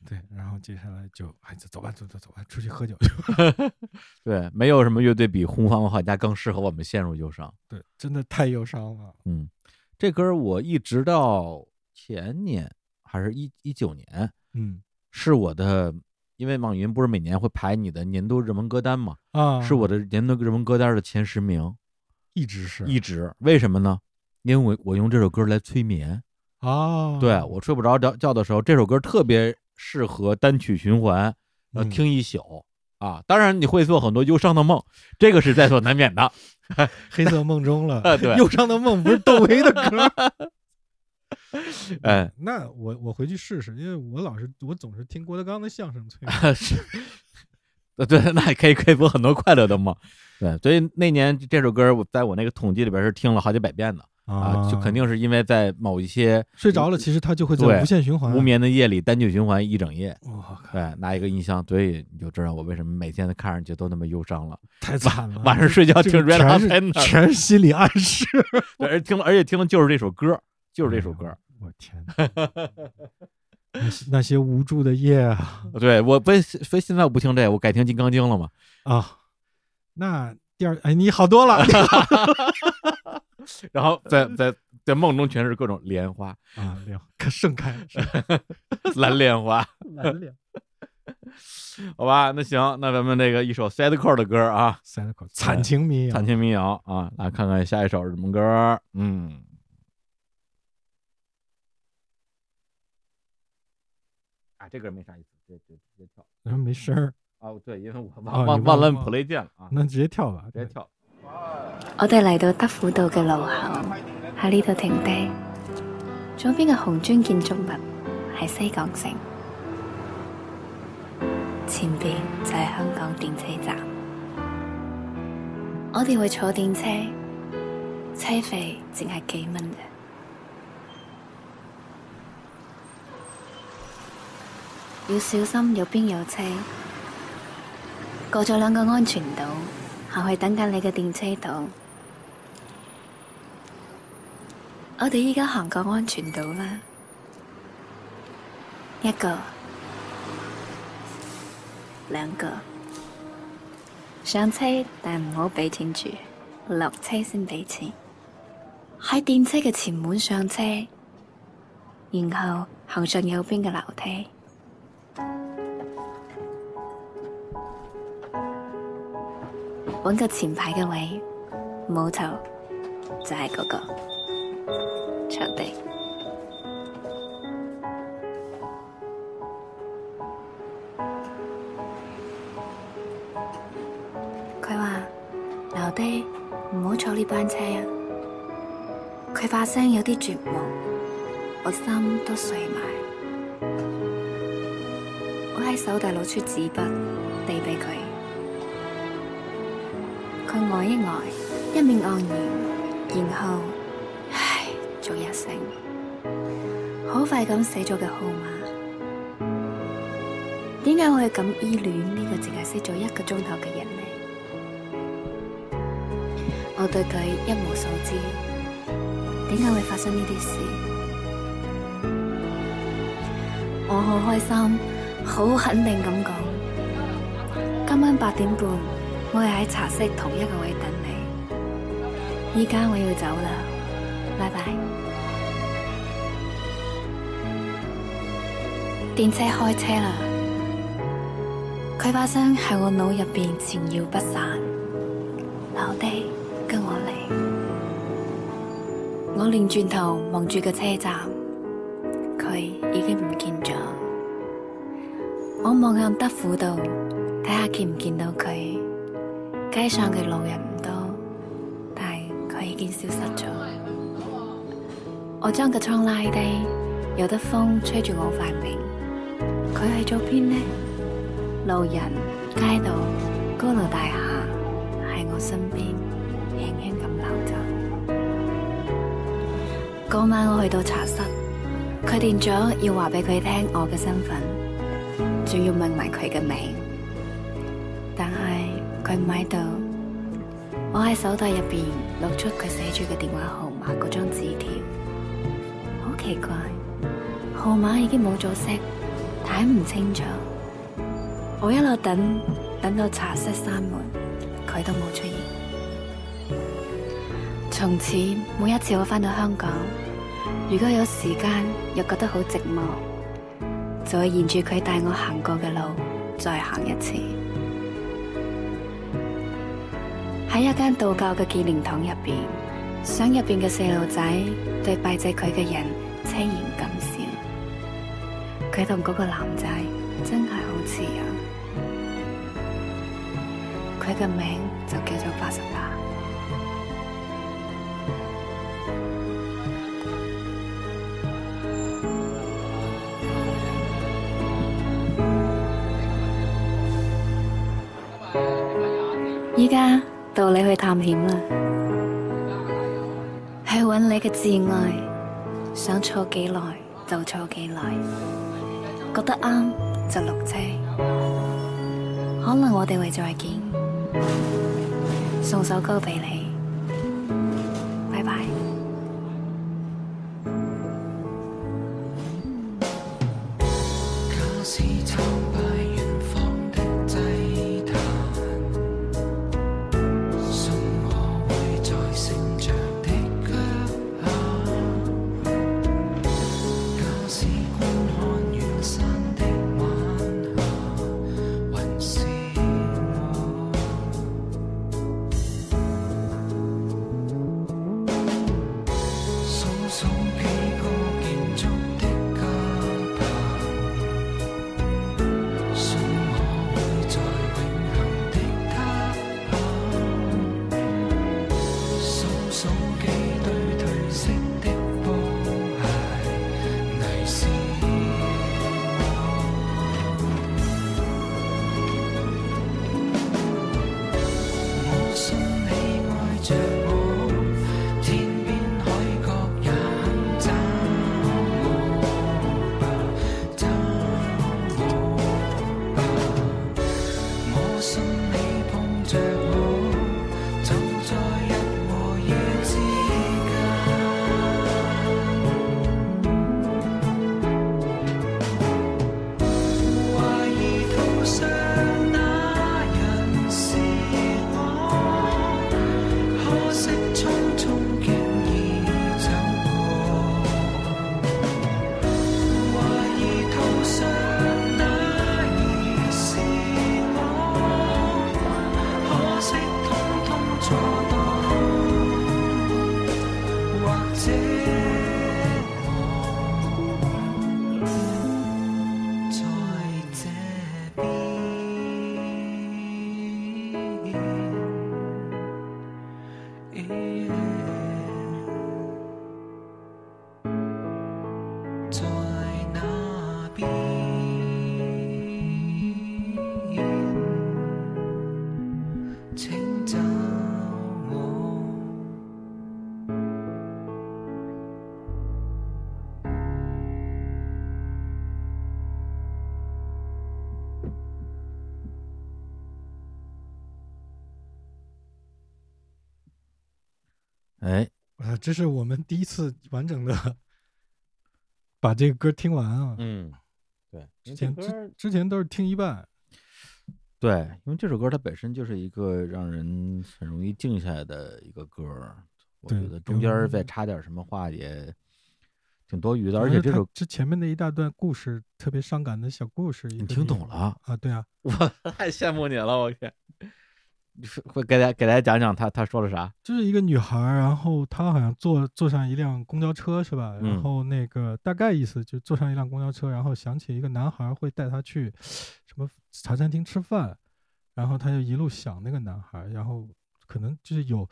S2: 对，然后接下来就哎走走吧，走走走吧，出去喝酒 去。
S1: 对，没有什么乐队比《红房文化家》更适合我们陷入忧伤。
S2: 对，真的太忧伤了。
S1: 嗯，这歌我一直到前年还是一一九年，
S2: 嗯
S1: 是我的，因为网易云不是每年会排你的年度热门歌单嘛，
S2: 啊，
S1: 是我的年度热门歌单的前十名，
S2: 一直是
S1: 一直为什么呢？因为我我用这首歌来催眠。
S2: 啊，
S1: 对我睡不着着觉的时候，这首歌特别适合单曲循环，然后
S2: 嗯
S1: 听一宿、啊。当然你会做很多忧伤的梦，这个是在所难免的。
S2: 黑色梦中了，
S1: 啊对
S2: 忧伤的梦不是窦唯的歌。
S1: 哎，
S2: 那我我回去试试，因为我老是我总是听郭德纲的相声催眠。
S1: 是， 呃对，那也可以可以做很多快乐的梦。对，所以那年这首歌我在我那个统计里边是听了好几百遍的啊，就肯定是因为在某一些
S2: 睡着了，其实它就会在
S1: 对
S2: 无限循环。
S1: 无眠的夜里单曲循环一整夜。
S2: 我靠，
S1: 对，拿一个音箱，所以你就知道我为什么每天看上去都那么忧伤了。
S2: 太惨了！
S1: 晚上睡觉
S2: 啊这
S1: 听
S2: 个
S1: Red
S2: 全
S1: Hot
S2: 是
S1: Panda，
S2: 全是心理暗 示。
S1: 对而听了而且听的就是这首歌，就是这
S2: 嗯
S1: 首歌。
S2: 我天哪，那些那些无助的夜啊
S1: 对我不，所以现在我不听这个，我改听《金刚经》了嘛。
S2: 啊！那第二，哎，你好多 了
S1: 然后在在在梦中全是各种莲花，
S2: 啊！聊可盛开了，盛开
S1: 蓝莲花。
S2: 蓝了。
S1: 好吧，那行，那咱们这个一首 Sad Core 的歌啊，
S2: 塞了口惨情迷啊
S1: 惨！情民谣啊，来看看下一首是什么歌？嗯，啊，这歌没啥意思，直接直接直接跳。
S2: 然后没声儿，
S1: 哦，对，因为我
S2: 哦
S1: 忘
S2: 你
S1: 忘
S2: 忘
S1: 忘了
S2: 了
S1: play 键了啊，
S2: 那直接跳吧。
S1: 直接跳。
S10: 我哋嚟到德輔道嘅路口，喺呢度停低。左邊嘅紅磚建築物係西港城，前邊就係香港電車站。我哋會坐電車，車費淨係幾蚊啫。要小心右邊有車，過咗兩個安全島，行去等緊你嘅電車度。我哋依家行過安全島啦，一個、兩個，上車但唔好俾錢住，落車先俾錢。喺電車嘅前門上車，然後行上右邊嘅樓梯。揾個前排嘅位，冇頭就係嗰個坐地。佢話：留低唔好坐呢班車啊！佢把聲有啲絕望，我心都碎埋。我喺手底攞出紙筆，遞俾佢。佢呆一呆，一面愕然，然後唉，做一聲，好快咁寫咗嘅號碼。點解我係咁依戀呢個淨係識咗一個鐘頭嘅人呢？我對佢一無所知，點解會發生呢啲事？我好開心，好肯定咁講，今晚八點半。我係喺茶室同一個位等你。依家我要走啦，拜拜。電車開車啦，佢把聲喺我腦入邊纏繞不散。留低，跟我嚟。我擰轉頭望住個車站，佢已經唔見咗。我望向德輔道，睇下見唔見到佢。街上嘅路人唔多，但係佢已經消失咗。我將個窗拉低，有得風吹住我塊面。佢去咗邊呢？路人、街道、高樓大廈喺我身邊，輕輕咁流走。嗰晚我去到茶室，佢電咗要話俾佢聽我嘅身份，仲要問埋佢嘅名。但係佢唔喺度。我喺手袋入邊攞出佢寫住嘅電話號碼嗰張紙條，好奇怪，號碼已經冇咗色，睇唔清楚。我一路等，等到茶室閂門，佢都冇出現。從此每一次我返到香港，如果有時間又覺得好寂寞，就會沿住佢帶我行過嘅路再行一次。喺一間道教嘅紀念堂入邊，相入邊嘅細路仔對拜祭佢嘅人扯車然咁笑。佢同嗰個男仔真係好似樣，佢嘅名就叫做八十八。依家到你去探險啦，去揾你嘅摯愛，想坐幾耐就坐幾耐，覺得啱就落車。可能我哋會再見，送首歌俾你，拜拜。
S3: 假使參拜遠方的祭壇，信我會在成長的腳下。假使觀看遠山的晚霞，還是我。數數幾個建築的家棚。信我會在永恆的他下，數數幾對褪色的布鞋，泥是我。我信你愛着我，天邊海角也肯找我吧，找我。我信你碰着我，就在日和夜之間。懷疑套上那人是我，可惜匆匆竟已走過。懷疑套上那已是我。可惜通通錯當，或者我在這邊，在那邊。請找我，
S1: 哎，
S2: 啊，这是我们第一次完整的 把这个歌听完啊，
S1: 嗯，对，
S2: 之
S1: 因为这
S2: 前
S1: 歌
S2: 之
S1: 儿
S2: 之前都是听一半，
S1: 对，因为这首歌它本身就是一个让人很容易静下来的一个歌儿，我觉
S2: 对
S1: 得
S2: 然
S1: 中间
S2: 后
S1: 儿再插点什么话也挺多余的，而
S2: 主要是
S1: 且这
S2: 它
S1: 首
S2: 之前面的一大段故事特别伤感的小故事，
S1: 你听懂了，
S2: 啊？对啊，
S1: 我太羡慕你了，我 天！你说会给大家给大家讲讲他他说了啥？
S2: 就是一个女孩儿，然后她好像坐坐上一辆公交车是吧？
S1: 嗯
S2: 然后那个大概意思就坐上一辆公交车，然后想起一个男孩儿会带她去什么茶餐厅吃饭，然后她就一路想那个男孩儿，然后可能就是有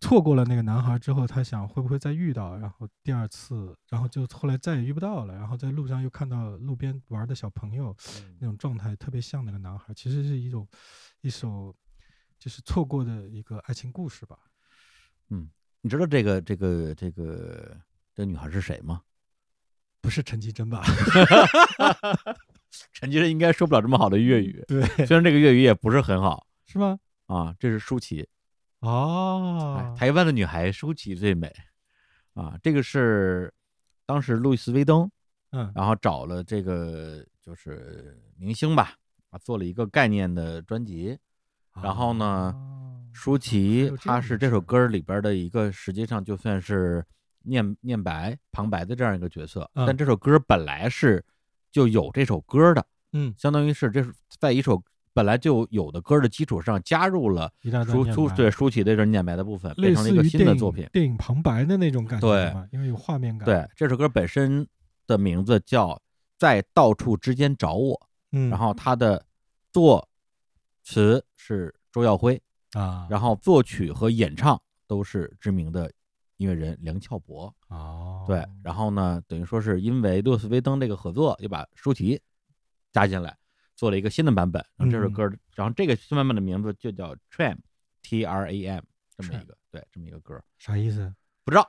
S2: 错过了那个男孩儿之后，她想会不会再遇到，然后第二次，然后就后来再也遇不到了，然后在路上又看到路边玩儿的小朋友，那种状态特别像那个男孩儿，其实是一种一首就是错过的一个爱情故事吧。
S1: 你知道这个这个这个这女孩是谁吗？
S2: 不是陈绮贞吧？
S1: 陈绮贞应该说不了这么好的粤语，
S2: 对，
S1: 虽然这个粤语也不是很好
S2: 是吗？
S1: 啊。这是舒淇，哎
S2: 哦，
S1: 台湾的女孩舒淇最美啊。这个是当时路易斯威登，
S2: 嗯
S1: 然后找了这个就是明星吧，啊，做了一个概念的专辑。然后呢，
S2: 哦
S1: 舒淇
S2: 有这
S1: 她
S2: 样
S1: 是
S2: 一
S1: 这首
S2: 事
S1: 歌里边的一个，实际上就算是念念白旁白的这样一个角色，
S2: 嗯
S1: 但这首歌本来是就有这首歌的，
S2: 嗯
S1: 相当于是这是在一首本来就有的歌的基础上加入了
S2: 一大段
S1: 舒
S2: 念
S1: 舒
S2: 白
S1: 对舒淇的这念白的部分，变
S2: 类
S1: 成了
S2: 似
S1: 一个
S2: 于
S1: 新
S2: 电
S1: 的
S2: 影
S1: 作品。
S2: 电影旁白的那种感
S1: 对
S2: 觉嘛，因为有画面感。，
S1: 对，这首歌本身的名字叫《在到处之间找我》，
S2: 嗯，
S1: 然后它的作词是周耀辉，
S2: 啊，
S1: 然后作曲和演唱都是知名的音乐人梁翘柏。
S2: 哦，
S1: 对，然后呢，等于说是因为六四微灯这个合作，又把舒淇加进来，做了一个新的版本。然后这首
S2: 嗯
S1: 歌，然后这个新版本的名字就叫 Tram，T R A M，这么
S2: Tram
S1: 一个，对，这么一个歌，
S2: 啥意思？
S1: 不知道，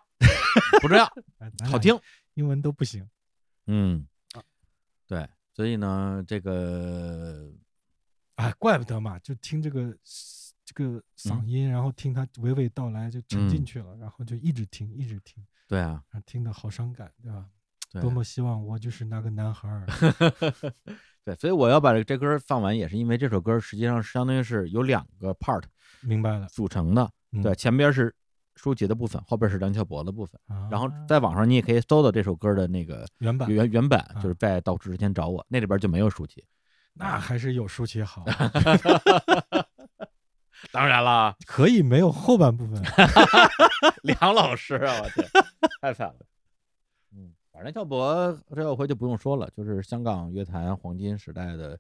S1: 不重要，
S2: 哎啊
S1: 好，听
S2: 咱俩。英文都不行。
S1: 嗯，对，所以呢，这个
S2: 哎，怪不得嘛，就听这个这个嗓
S1: 嗯
S2: 音，然后听他娓娓道来，就沉
S1: 嗯
S2: 进去了，然后就一直听，一直听，
S1: 对啊，
S2: 然后听的好伤感，对吧？
S1: 对
S2: 多么希望我就是那个男孩儿，
S1: 对，所以我要把这这歌放完，也是因为这首歌实际上相当于是有两个 part
S2: 明白了。
S1: 组成的，
S2: 嗯
S1: 对，前边是舒淇的部分，后边是梁翘柏的部分。然后
S2: 啊
S1: 在网上你也可以搜到这首歌的那个
S2: 原版
S1: 原原版，
S2: 啊
S1: 就是在到之前找我，那里边就没有舒淇。嗯
S2: 那还是有舒淇好，
S1: 当然啦，
S2: 可以没有后半部分。
S1: 梁老师啊，我天，太惨了。嗯，反正梁翘柏这耀辉就不用说了，就是香港乐坛黄金时代的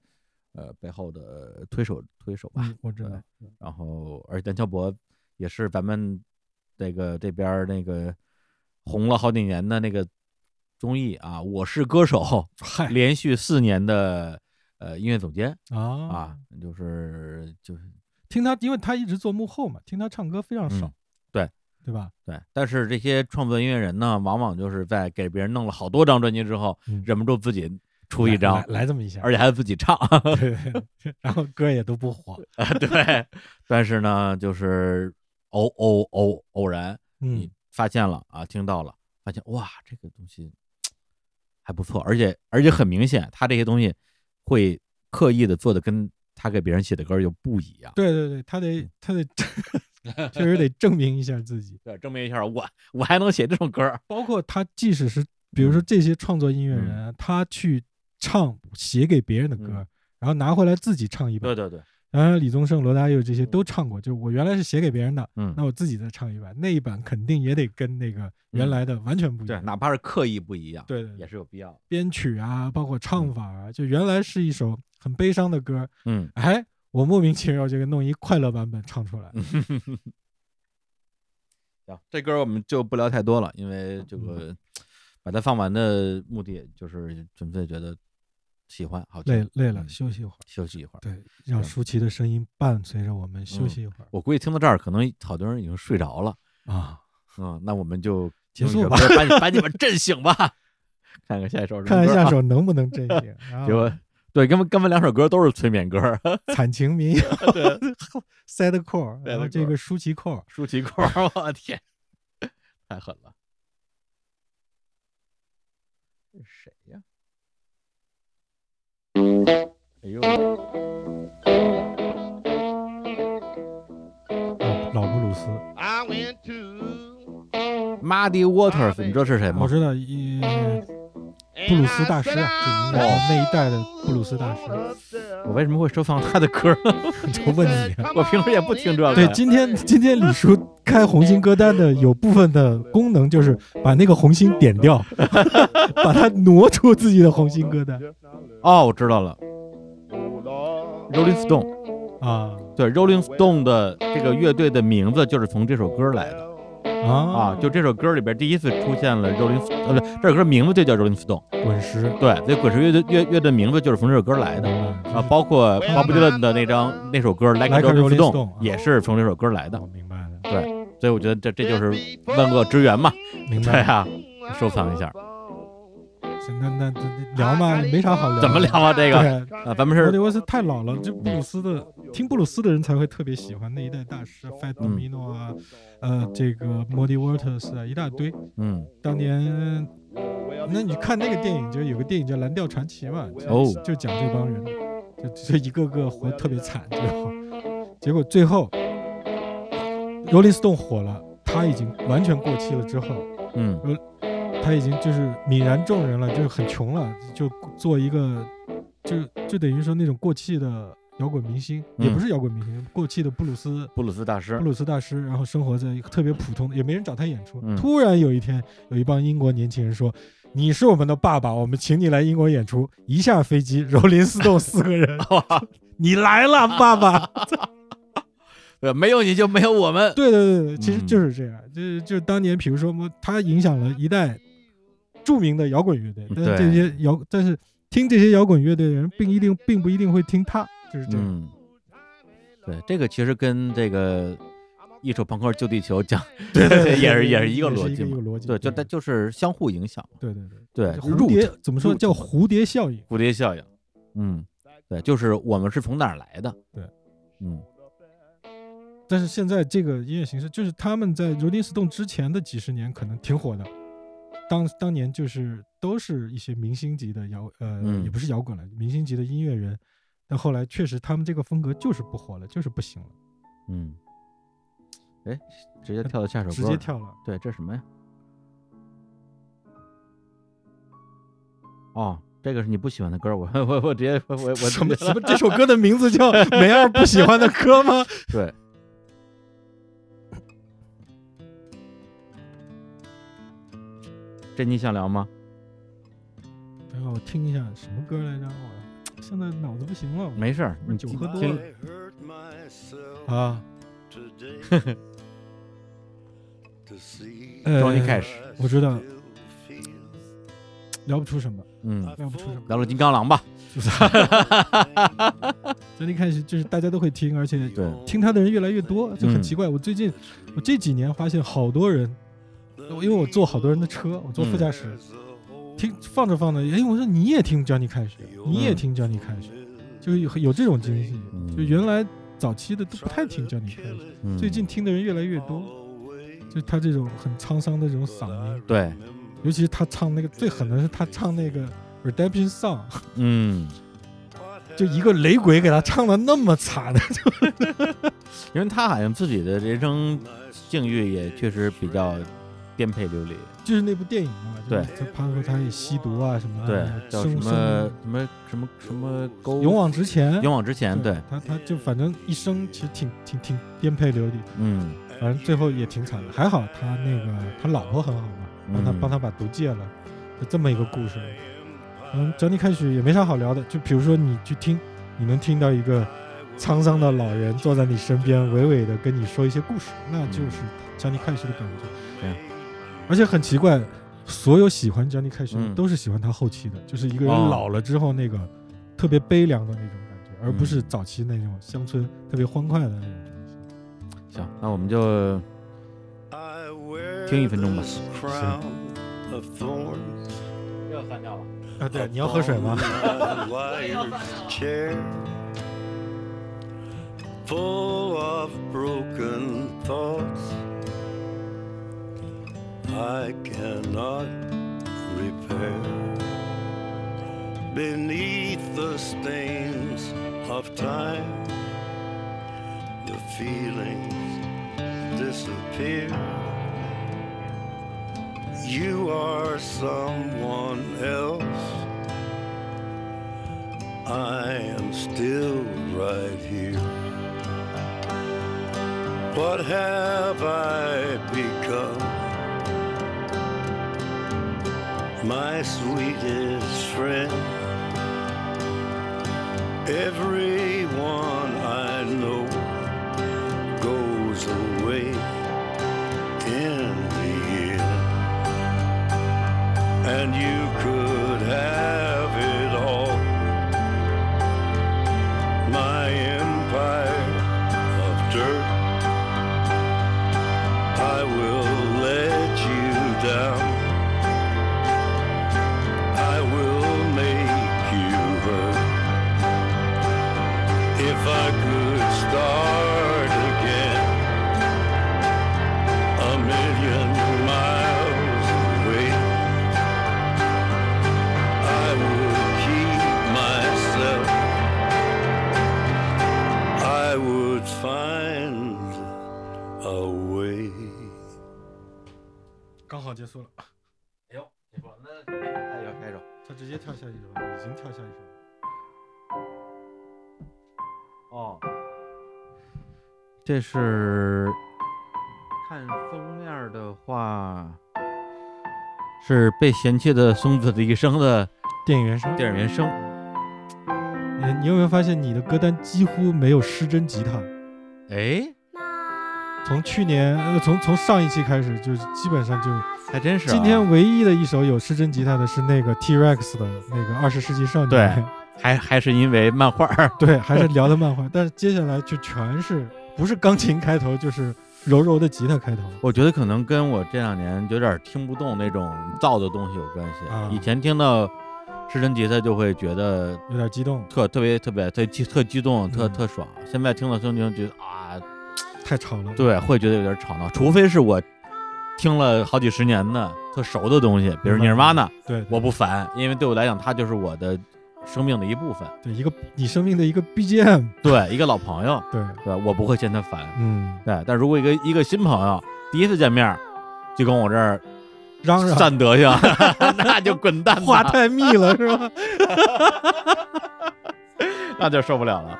S1: 呃背后的推手推手吧。
S2: 嗯，我知
S1: 对
S2: 道。
S1: 然后，而且梁翘柏也是咱们这个这边儿那个红了好几年的那个综艺啊，《我是歌手》
S2: 嗨
S1: 连续四年的呃音乐总监
S2: 啊
S1: 啊，，就是就是
S2: 听他，因为他一直做幕后嘛，听他唱歌非常少
S1: 嗯，对
S2: 对吧？
S1: 对，但是这些创作音乐人呢，往往就是在给别人弄了好多张专辑之后，
S2: 嗯
S1: 忍不住自己出一
S2: 来
S1: 张
S2: 来，来这么一下，
S1: 而且还自 己唱。
S2: 对 对对 然后歌也都不火。
S1: 对，但是呢，就是偶偶偶偶然，
S2: 嗯
S1: 你，发现了啊，听到了，发现哇，这个东西还不错，而且而且很明显，他这些东西会刻意的做的跟他给别人写的歌又不一样。
S2: 对对对，他
S1: 嗯
S2: 得他 得，确实得证明一下自己。
S1: 对，证明一下我我还能写这种歌 儿。
S2: 包括他，即使是比
S1: 嗯
S2: 如说这些创作音乐人啊，他去唱写给别人的歌，
S1: 嗯
S2: 然后拿回来自己唱一
S1: 对
S2: 版。
S1: 对对，
S2: 当然，李宗盛、罗大佑这些
S1: 嗯
S2: 都唱过，就是我原来是写给别人的，
S1: 嗯
S2: 那，我自己再唱一版，那一版肯定也得跟那个原
S1: 嗯
S2: 来的完全不一
S1: 对，
S2: 样。
S1: 哪怕是刻意不一样，
S2: 对对对
S1: 也是嗯有必要的。
S2: 编曲啊，包括唱法啊，就原来是一首很悲伤的歌，
S1: 嗯，
S2: 哎，我莫名其妙就给弄一快乐版本唱出
S1: 嗯
S2: 来。
S1: 行，这歌儿我们就不聊太多了，因为这个把它放完的目的就是纯粹觉得喜欢，好听
S2: 累累了，
S1: 嗯
S2: 休息一会儿。
S1: 休息一会儿。
S2: 对，让
S1: 行
S2: 舒淇的声音伴随着我们休
S1: 嗯
S2: 息一会儿、
S1: 我估计听到这儿，可能好多人已经睡着了。
S2: 啊。
S1: 嗯，那我们就
S2: 结
S1: 用一
S2: 束
S1: 首
S2: 吧
S1: 歌把你把你们震醒吧。看看下一首什么歌啊，
S2: 看一下手能不能震 醒啊
S1: 结！果对，根本根本两首歌都是催眠歌儿，
S2: 惨情 民谣 ，sad core，
S1: Sad
S2: 然后这
S1: core
S2: 个舒淇 core，
S1: 舒淇歌儿， 我天，太狠了。这是谁呀？哎呦，
S2: 老老布鲁斯，
S8: I went to
S1: Muddy Waters，你知道是谁吗
S2: 我？知道一布鲁斯大师啊，就应该是那一代的布鲁斯大师。
S1: 我为什么会收藏他的歌儿？
S2: 就问你， 啊
S1: 我平时也不听这个。
S2: 对，今天今天李叔开红心歌单的有部分的功能就是把那个红心点掉， 把它挪出自己的红心歌单
S1: 哦，我知道了，Rolling Stone。
S2: 啊
S1: 对，Rolling Stone 的这个乐队的名字就是从这首歌来的。啊，
S2: 啊，
S1: 就这首歌里边第一次出现了 Rolling Stone，呃，不是，这首歌名字就叫 Rolling Stone。
S2: 滚石
S1: 对，这滚石乐队乐乐队名字就是从这首歌来的啊，包括 Bob Dylan 的那张那首歌《Like a
S2: Like a
S1: Rolling
S2: Rolling
S1: Stone
S2: Stone，啊》
S1: 也是从这首歌来的
S2: 我。明白了，
S1: 所以我觉得这这就是万恶之源嘛。
S2: 明
S1: 对
S2: 白了。
S1: 啊，收藏一下。
S2: 行那那那聊嘛，没啥好聊的。
S1: 怎么聊啊？
S2: 这
S1: 这个啊，咱们
S2: 罗
S1: 是
S2: 迪沃斯太老了，这布鲁斯的呃听布鲁斯的人才会特别喜欢那一代大师，Fat
S1: 嗯
S2: Domino 啊，呃，这个 Muddy Waters 啊，一大堆。
S1: 嗯
S2: 当年，那你看那个电影，就有个电影叫《蓝调传奇》嘛，就
S1: 哦
S2: 就讲这帮人，就就一个个活得特别惨，最后，结果最后，Rolling Stone 火了，他已经完全过气了之后，
S1: 嗯
S2: 他已经就是泯然众人了，就是很穷了，就做一个，就就等于说那种过气的摇滚明星，
S1: 嗯
S2: 也不是摇滚明星，过气的布鲁斯
S1: 布鲁斯大师
S2: 布，鲁斯大师，然后生活在一个特别普通的，也没人找他演出。
S1: 嗯
S2: 突然有一天，有一帮英国年轻人说：“你是我们的爸爸，我们请你来英国演出。”一下飞机，柔林斯顿四个人
S1: 哇，
S2: 你来了，爸 爸。
S1: 对，没有你就没有我们，
S2: 对对对对，其实
S1: 嗯
S2: 就是这样，就是就是当年，比如说么，他影响了一代著名的摇滚乐队，但是
S1: 对
S2: 这些摇，但是听这些摇滚乐队的人，并一定并不一定会听他，就是这样。
S1: 嗯，对，这个其实跟这个艺术朋克救地球讲，对
S2: 对对
S1: 也是
S2: 对
S1: 也是一个
S2: 也是
S1: 逻
S2: 一
S1: 辑
S2: 个一
S1: 嘛
S2: 个，逻辑
S1: 对，就
S2: 对
S1: 它就是相互影响，
S2: 对对对，
S1: 对，
S2: 蝴蝶怎么说
S1: 入
S2: 叫蝴蝶效应？
S1: 蝴蝶效应，嗯，对，就是我们是从哪儿来的，
S2: 对，
S1: 嗯
S2: 但是现在这个音乐形式，就是他们在 Rolling Stone 之前的几十年可能挺火的，当当年就是都是一些明星级的摇，呃，
S1: 嗯
S2: 也不是摇滚了，明星级的音乐人。但后来确实他们这个风格就是不火了，就是不行了，
S1: 嗯，哎，直接跳到下首歌，
S2: 直接，跳了。
S1: 对，这是什么呀？哦，这个是你不喜欢的歌，我我我直接我我我
S2: 什么什么？这首歌的名字 叫梅儿不喜欢的歌吗？
S1: 对，这你想聊吗？
S2: 等一哎会儿我听一下什么歌来着？我现在脑子不行了。
S1: 没事儿，
S2: 不是
S1: 你
S2: 酒
S1: 听
S2: 喝多
S1: 听
S2: 了 啊，呃
S1: Johnny Cash
S2: 我知道，聊不出什么，
S1: 嗯，
S2: 聊不出什 么。
S1: 聊聊金刚狼吧。
S2: 从一开始就是大家都会听，而且
S1: 对，
S2: 听他的人越来越多，就很
S1: 嗯
S2: 奇怪。我最近我这几年发现好多人，因为我坐好多人的车，我坐副驾驶，听放着放着，哎，我说你也听 Johnny Cash，你也
S1: 嗯
S2: 听 Johnny Cash，就是有有这种惊喜。
S1: 嗯
S2: 就原来早期的都不太听 Johnny Cash，
S1: 嗯
S2: 最近听的人越来越多。就他这种很沧桑的这种嗓音，
S1: 对，
S2: 尤其是他唱那个最狠的是他唱那个 Redemption Song，
S1: 嗯，
S2: 就一个雷鬼给他唱的 那么惨，
S1: 因为他好像自己的人生境遇也确实比较颠沛流离。
S2: 就是那部电影嘛，
S1: 对，
S2: 他说他也吸毒啊什么
S1: 对
S2: 的，，
S1: 叫什
S2: 生
S1: 么什么什么什么勾
S2: 生勇往直前，
S1: 勇往直前，对，
S2: 他他就反正一生其实挺挺挺颠沛流离，
S1: 嗯
S2: 反正最后也挺惨的。还好他那个他老婆很好嘛，帮他
S1: 嗯
S2: 帮他把毒戒了，就这么一个故事。嗯，整体开始也没啥好聊的，就比如说你去听，你能听到一个沧桑的老人坐在你身边，娓娓的跟你说一些故事，那就是将你开始的感觉。
S1: 嗯对啊
S2: 而且很奇怪，所有喜欢 Johnny Cash 的
S1: 嗯
S2: 都是喜欢他后期的，就是一个人
S1: 哦
S2: 老了之后那个特别悲凉的那种感觉，而不是
S1: 嗯
S2: 早期那种乡村特别欢快的那种东西。
S1: 行，那我们就听一分钟吧。要散掉了。
S2: 啊，对，你要喝水吗？
S8: Full of broken thoughts I cannot repair. Beneath the stains of time, the feelings disappear. You are someone else. I am still right here. What have I become? My sweetest friend. Everyone I know goes away in the end. And you could have it all. My empire of dirt. I will let you down. I will make you hurt. If I could start again, a million miles away, I would keep myself. I would find a way.
S2: 刚好结束了，
S1: 哎呦，你说那开手开手。
S2: 他直接跳下一首，已经跳下一首。
S1: 哦，这是看封面的话，是被嫌弃的松子的一生的
S2: 电影原声。
S1: 电影原声。
S2: 你你有没有发现你的歌单几乎没有失真吉他？
S1: 哎，
S2: 从去年呃从从上一期开始，就是基本上就
S1: 还真是、啊。
S2: 今天唯一的一首有失真吉他的是那个 T Rex 的那个《二十世纪少女》
S1: 对还还是因为漫画儿，
S2: 对，还是聊的漫画，但是接下来就全是不是钢琴开头，就是柔柔的吉他开头。
S1: 我觉得可能跟我这两年有点听不动那种燥的东西有关系。
S2: 啊
S1: 以前听到失真吉他就会觉得
S2: 有点激动，
S1: 特特别特别特激特激动，特
S2: 嗯
S1: 特爽。现在听到孙宁觉得啊，
S2: 太吵了。
S1: 对，会觉得有点吵闹，除非是我听了好几十年的特熟的东西，比如
S2: 明白
S1: Nirvana，
S2: 对对
S1: 我不烦，因为对我来讲，它就是我的生命的一部分。
S2: 对，一个你生命的一个 BGM。
S1: 对，一个老朋友，
S2: 对，
S1: 对吧我不会嫌他烦。
S2: 嗯，
S1: 对，但如果一个一个新朋友第一次见面儿就跟我这儿
S2: 嚷嚷
S1: 散德行， 那就滚 蛋
S2: 话
S1: 吧，
S2: 太密了是吧？
S1: 那就受不了了。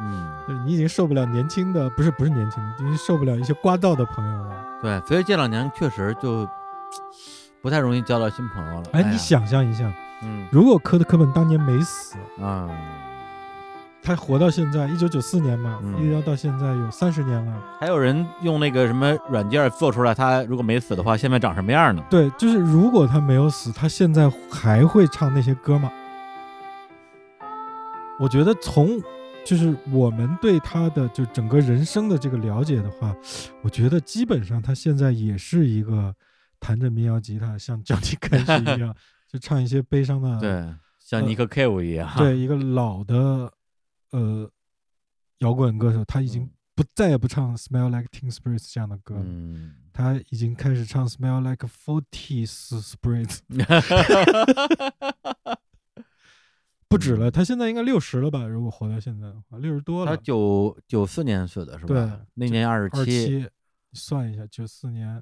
S1: 嗯，
S2: 就是你已经受不了年轻的，不是不是年轻的，已经受不了一些聒噪的朋友了。
S1: 对，所以这两年确实就不太容易交到新朋友了。
S2: 哎，
S1: 呀
S2: 你，想象一下，
S1: 嗯
S2: 如果科特·科本当年没死，
S1: 啊，
S2: 他活到现在，一九九四年嘛，
S1: 嗯
S2: 一直要到现在有三十年了。
S1: 还有人用那个什么软件做出来，他如果没死的话，现在长什么样呢？
S2: 对，就是如果他没有死，他现在还会唱那些歌吗？我觉得从就是我们对他的就整个人生的这个了解的话，我觉得基本上他现在也是一个弹着民谣吉他，像 Johnny Cash 一 样，就唱一些悲伤的，
S1: 嗯对，嗯像尼克 Cave 一样，
S2: 对一个老的呃摇滚歌手，他已经
S1: 嗯
S2: 不再也不唱《Smell Like Teen Spirit》这样的歌了。
S1: 嗯，
S2: 他已经开始唱《Smell Like Forty Spring》，不
S1: 嗯
S2: 止了，他现在应该六十了吧？如果活到现在的话，六十多
S1: 他
S2: 了，
S1: 九九四年死的是吧？
S2: 对
S1: 那年二十
S2: 二七，算一下，九四年，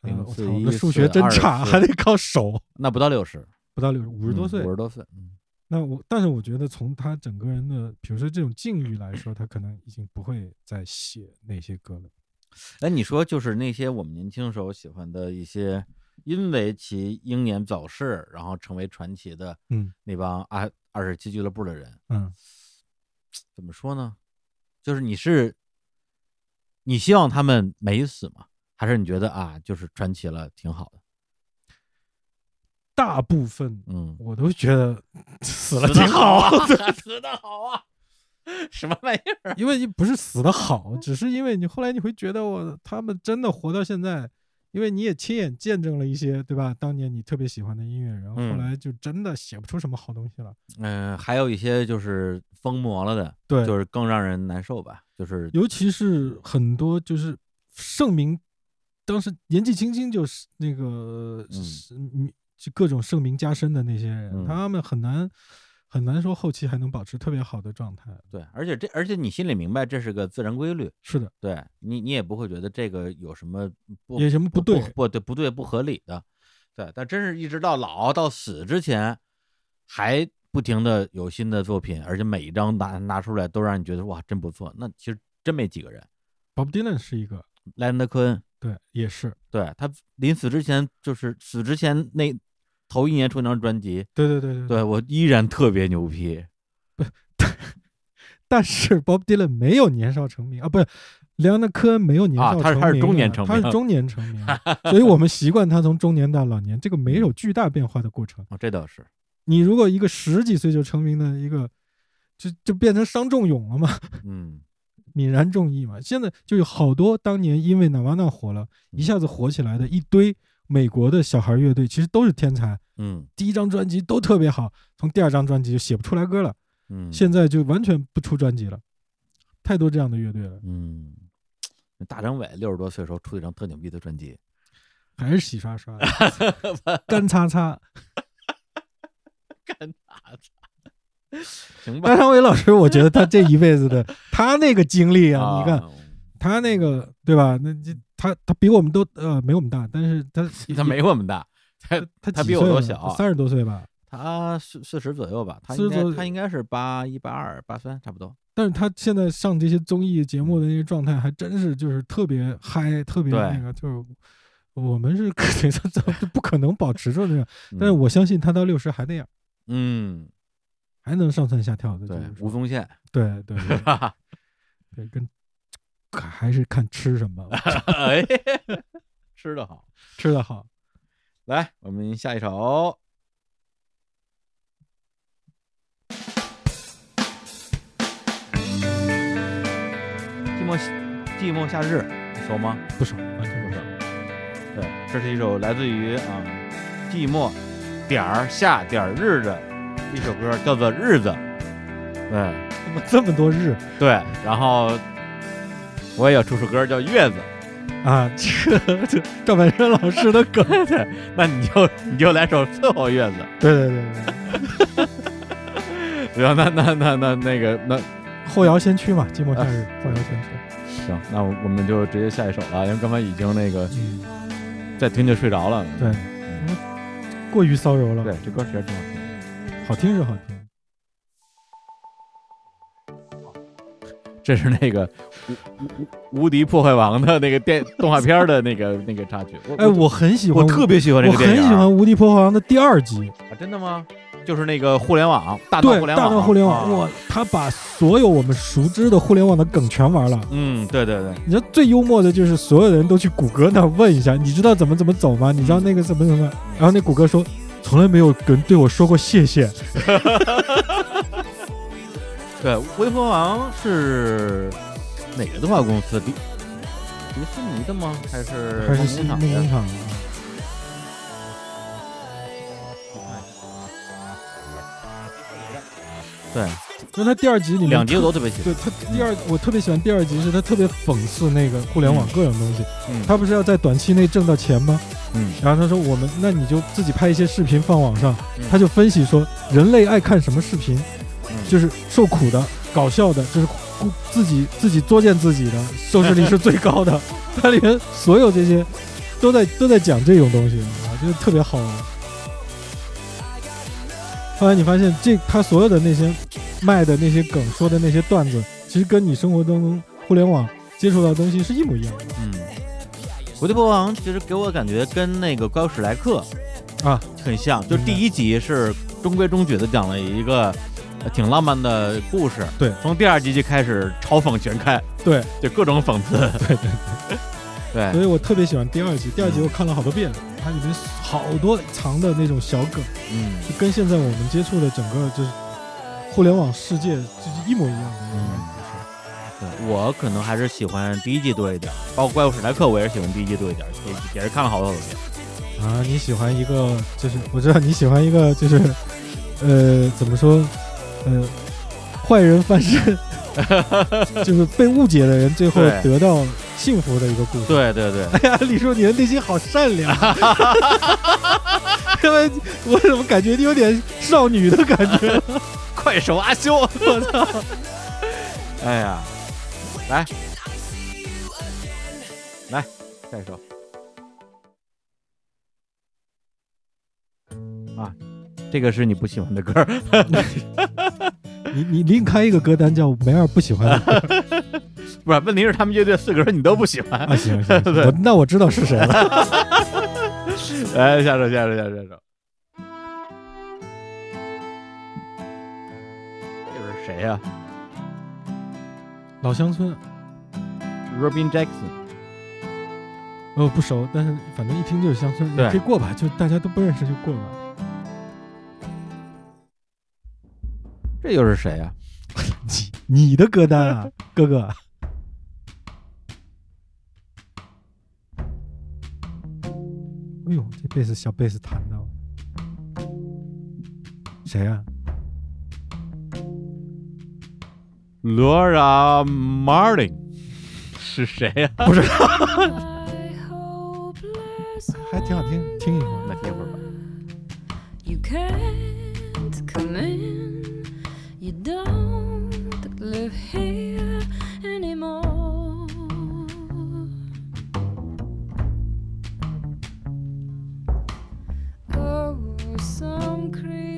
S2: 呃
S1: 零
S2: 我
S1: 四
S2: 操，我
S1: 一
S2: 的数
S1: 四
S2: 学真
S1: 二十
S2: 差，
S1: 四
S2: 还得靠手，
S1: 那不到六十，
S2: 不到六十，五十多岁
S1: 五。十多岁，嗯
S2: 那我，但是我觉得从他整个人的，比如说这种境遇来说，他可能已经不会再写那些歌了。
S1: 哎，你说就是那些我们年轻时候喜欢的一些，因为其英年早逝，然后成为传奇的，
S2: 嗯，
S1: 那帮二二十七俱乐部的人，
S2: 嗯，
S1: 怎么说呢？就是你是，你希望他们没死吗？还是你觉得啊，就是传奇了，挺好的？
S2: 大部分
S1: 嗯，
S2: 我都觉得死了
S1: 死
S2: 挺
S1: 得好
S2: 好，
S1: 啊，死的好啊，什么玩意 儿？
S2: 因为你不是死的好，只是因为你后来你会觉得我他们真的活到现在，因为你也亲眼见证了一些，对吧？当年你特别喜欢的音乐，然后后
S1: 嗯
S2: 来就真的写不出什么好东西了。
S1: 嗯、还有一些就是疯魔了的，
S2: 对
S1: 就是更让人难受吧，就是
S2: 尤其是很多就是盛名，当时年纪轻轻就是那个
S1: 嗯
S2: 是嗯就各种盛名加身的那些人，
S1: 嗯
S2: 他们很难很难说后期还能保持特别好的状态。
S1: 对，而且这而且你心里明白这是个自然规律，
S2: 是的，
S1: 对你，你也不会觉得这个有什么不
S2: 有什么不
S1: 不
S2: 对
S1: 不对不对不合理的，对。但真是一直到老到死之前，还不停的有新的作品，而且每一张拿拿出来都让你觉得哇真不错。那其实真没几个人，
S2: Bob Dylan 是一个，
S1: 莱昂德科恩，
S2: 对，也是，
S1: 对他临死之前就是死之前那头一年出那张专辑，
S2: 对对对对对
S1: 对我依然特别牛批，
S2: 但是 Bob Dylan 没有年少成名啊，不是，莱昂纳科恩没有年
S1: 啊
S2: 少成名、
S1: 他是他是中年成
S2: 他是
S1: 名
S2: 中年成 名，所以我们习惯他从中年到老年这个
S1: 嗯
S2: 没有巨大变化的过程。
S1: 啊，这倒是，
S2: 你如果一个十几岁就成名的一个，就就变成伤仲永了嘛，
S1: 嗯，
S2: 泯然众矣嘛。现在就有好多当年因为 Nirvana 火了，一下子火起来的一堆美国的小孩乐队，其实都是天才，
S1: 嗯
S2: 第一张专辑都特别好，从第二张专辑就写不出来歌了，
S1: 嗯，
S2: 现在就完全不出专辑了，太多这样的乐队了。
S1: 嗯，大张伟六十多岁时候出一张特牛逼的专辑，
S2: 还是洗刷刷的，干擦擦。
S1: 行吧
S2: 大？张伟老师，我觉得他这一辈子的他那个经历啊，
S1: 啊
S2: 你看他那个对吧？那这他他比我们都呃没我们大，但是他
S1: 他没我们大，他
S2: 他
S1: 他
S2: 几
S1: 比我
S2: 岁
S1: 都
S2: 了
S1: 小啊
S2: 三十多岁吧？
S1: 他四四十左右吧，他
S2: 40
S1: 应
S2: 左
S1: 该
S2: 右
S1: 他应该是八一八二八三差不多。
S2: 但是他现在上这些综艺节目的那些状态，还真是就是特别嗨，特别
S1: 对
S2: 那个，就是我们是肯定就不可能保持住这样。但是
S1: 嗯
S2: 我相信他到六十还那样，
S1: 嗯，
S2: 还能上蹿下跳的，
S1: 对
S2: 就是，
S1: 吴宗 宪，
S2: 对对对 对，跟还是看吃什么，
S1: 哎， 吃的好。
S2: 吃的好。
S1: 来，我们下一首。寂寞夏，寂寞夏日，你熟吗？
S2: 不熟，完全不熟。
S1: 对，这是一首来自于啊、寂寞点儿下点儿日的一首歌，叫做《日子》。对
S2: 怎 么这么多日
S1: 对，然后我也有出首歌叫《月子》，
S2: 啊？ 这这赵本山老师的梗，对
S1: 那你就你就来首伺候月子。
S2: 对对对，
S1: 然后那那那那那个那
S2: 后摇先驱嘛，寂寞夏日，
S1: 啊
S2: 后摇先驱。
S1: 行，那我我们就直接下一首了，因为刚才已经那个
S2: 嗯，
S1: 再听就睡着了。
S2: 对，嗯过于骚扰了，
S1: 对，这歌实在挺好听。
S2: 好听是好听，
S1: 这是那个无无无敌破坏王的那个电动画片的那个那个插曲。我
S2: 哎，我很喜欢
S1: 我
S2: 无，
S1: 特别喜欢这
S2: 我
S1: 个电
S2: 很
S1: 影，
S2: 喜欢《无敌破坏王》的第二集，
S1: 啊，真的吗？就是那个互联网大
S2: 对
S1: 互，联
S2: 大
S1: 网，
S2: 闹互联网，
S1: 啊
S2: 哇，他把所有我们熟知的互联网的梗全玩了。
S1: 嗯，对对对，
S2: 你知道最幽默的就是所有人都去谷歌那儿问一下，你知道怎么怎么走吗？你知道那个怎么怎么？然后那谷歌说，从来没有人对我说过谢谢。
S1: 对，微风王是哪个动画公司？迪迪士尼的吗？还是
S2: 还是
S1: 梦工
S2: 新
S1: 厂
S2: 梦
S1: 的
S2: 工？厂啊，
S1: 对，
S2: 因为他第二集里面
S1: 两集我都特别喜欢。
S2: 对他第二，我特别喜欢第二集，是他特别讽刺那个互联网各种东西。
S1: 嗯
S2: 他不是要在短期内挣到钱吗？
S1: 嗯
S2: 然后他说我们，那你就自己拍一些视频放网上。
S1: 嗯
S2: 他就分析说，人类爱看什么视频，
S1: 嗯
S2: 就是受苦的、搞笑的，就是故自己自己作践自己的，收视率是最高的。它里面所有这些都在都在讲这种东西啊，就是特别好玩。后来你发现这他所有的那些卖的那些梗、说的那些段子，其实跟你生活当中互联网接触到的东西是一模一样
S1: 嗯，无敌破坏王其实给我感觉跟那个怪物史莱克
S2: 的啊。
S1: 很像，就
S2: 明白
S1: 第一集是中规中矩的讲了一个呃挺浪漫的故事，
S2: 对
S1: 从第二集就开始嘲讽全开，
S2: 对，
S1: 就各种讽刺，
S2: 对对
S1: 对
S2: 所以我特别喜欢第二集，第二集我看了好多遍了，它里面好多藏的那种小梗，
S1: 嗯
S2: 就跟现在我们接触的整个就是互联网世界就是一模一样的。
S1: 嗯，对我可能还是喜欢第一季多一点，包括怪物史莱克我也是喜欢第一季多一点，也也是看了好多好多遍，
S2: 啊，你喜欢一个就是我知道你喜欢一个 就是，呃，怎么说，呃，坏人翻身， 就是被误解的人最后
S1: 对
S2: 得到幸福的一个故事。
S1: 对对对，
S2: 哎呀，李叔，你的内心好善良， 因为我怎么感觉你有点少女的感 觉？
S1: 快手阿修，我操！ 哎呀，来，来，下一首。啊，这个是你不喜欢的歌儿，
S2: 你你另开一个歌单叫梅尔不喜欢的
S1: 不是？问题是他们乐队四个人你都不喜欢。
S2: 啊，行行，行我那我知道是谁了。
S1: 来，下首，下首，下首，下首。这是谁呀、
S2: 老乡村，
S1: r o b i n Jackson。
S2: 呃，不熟，但是反正一听就是乡村，
S1: 对
S2: 可以过吧，就大家都不认识就过吧。
S1: 这又是谁啊呀、
S2: 你的歌单啊，哥哥。哎呦，这贝斯小贝斯弹的，谁啊呀、
S1: Laura Marling 是谁呀、
S2: 啊还挺好听，听一会儿。
S1: 那听一会儿吧。
S11: You can't come in, you don't live here anymore. Oh, some creep.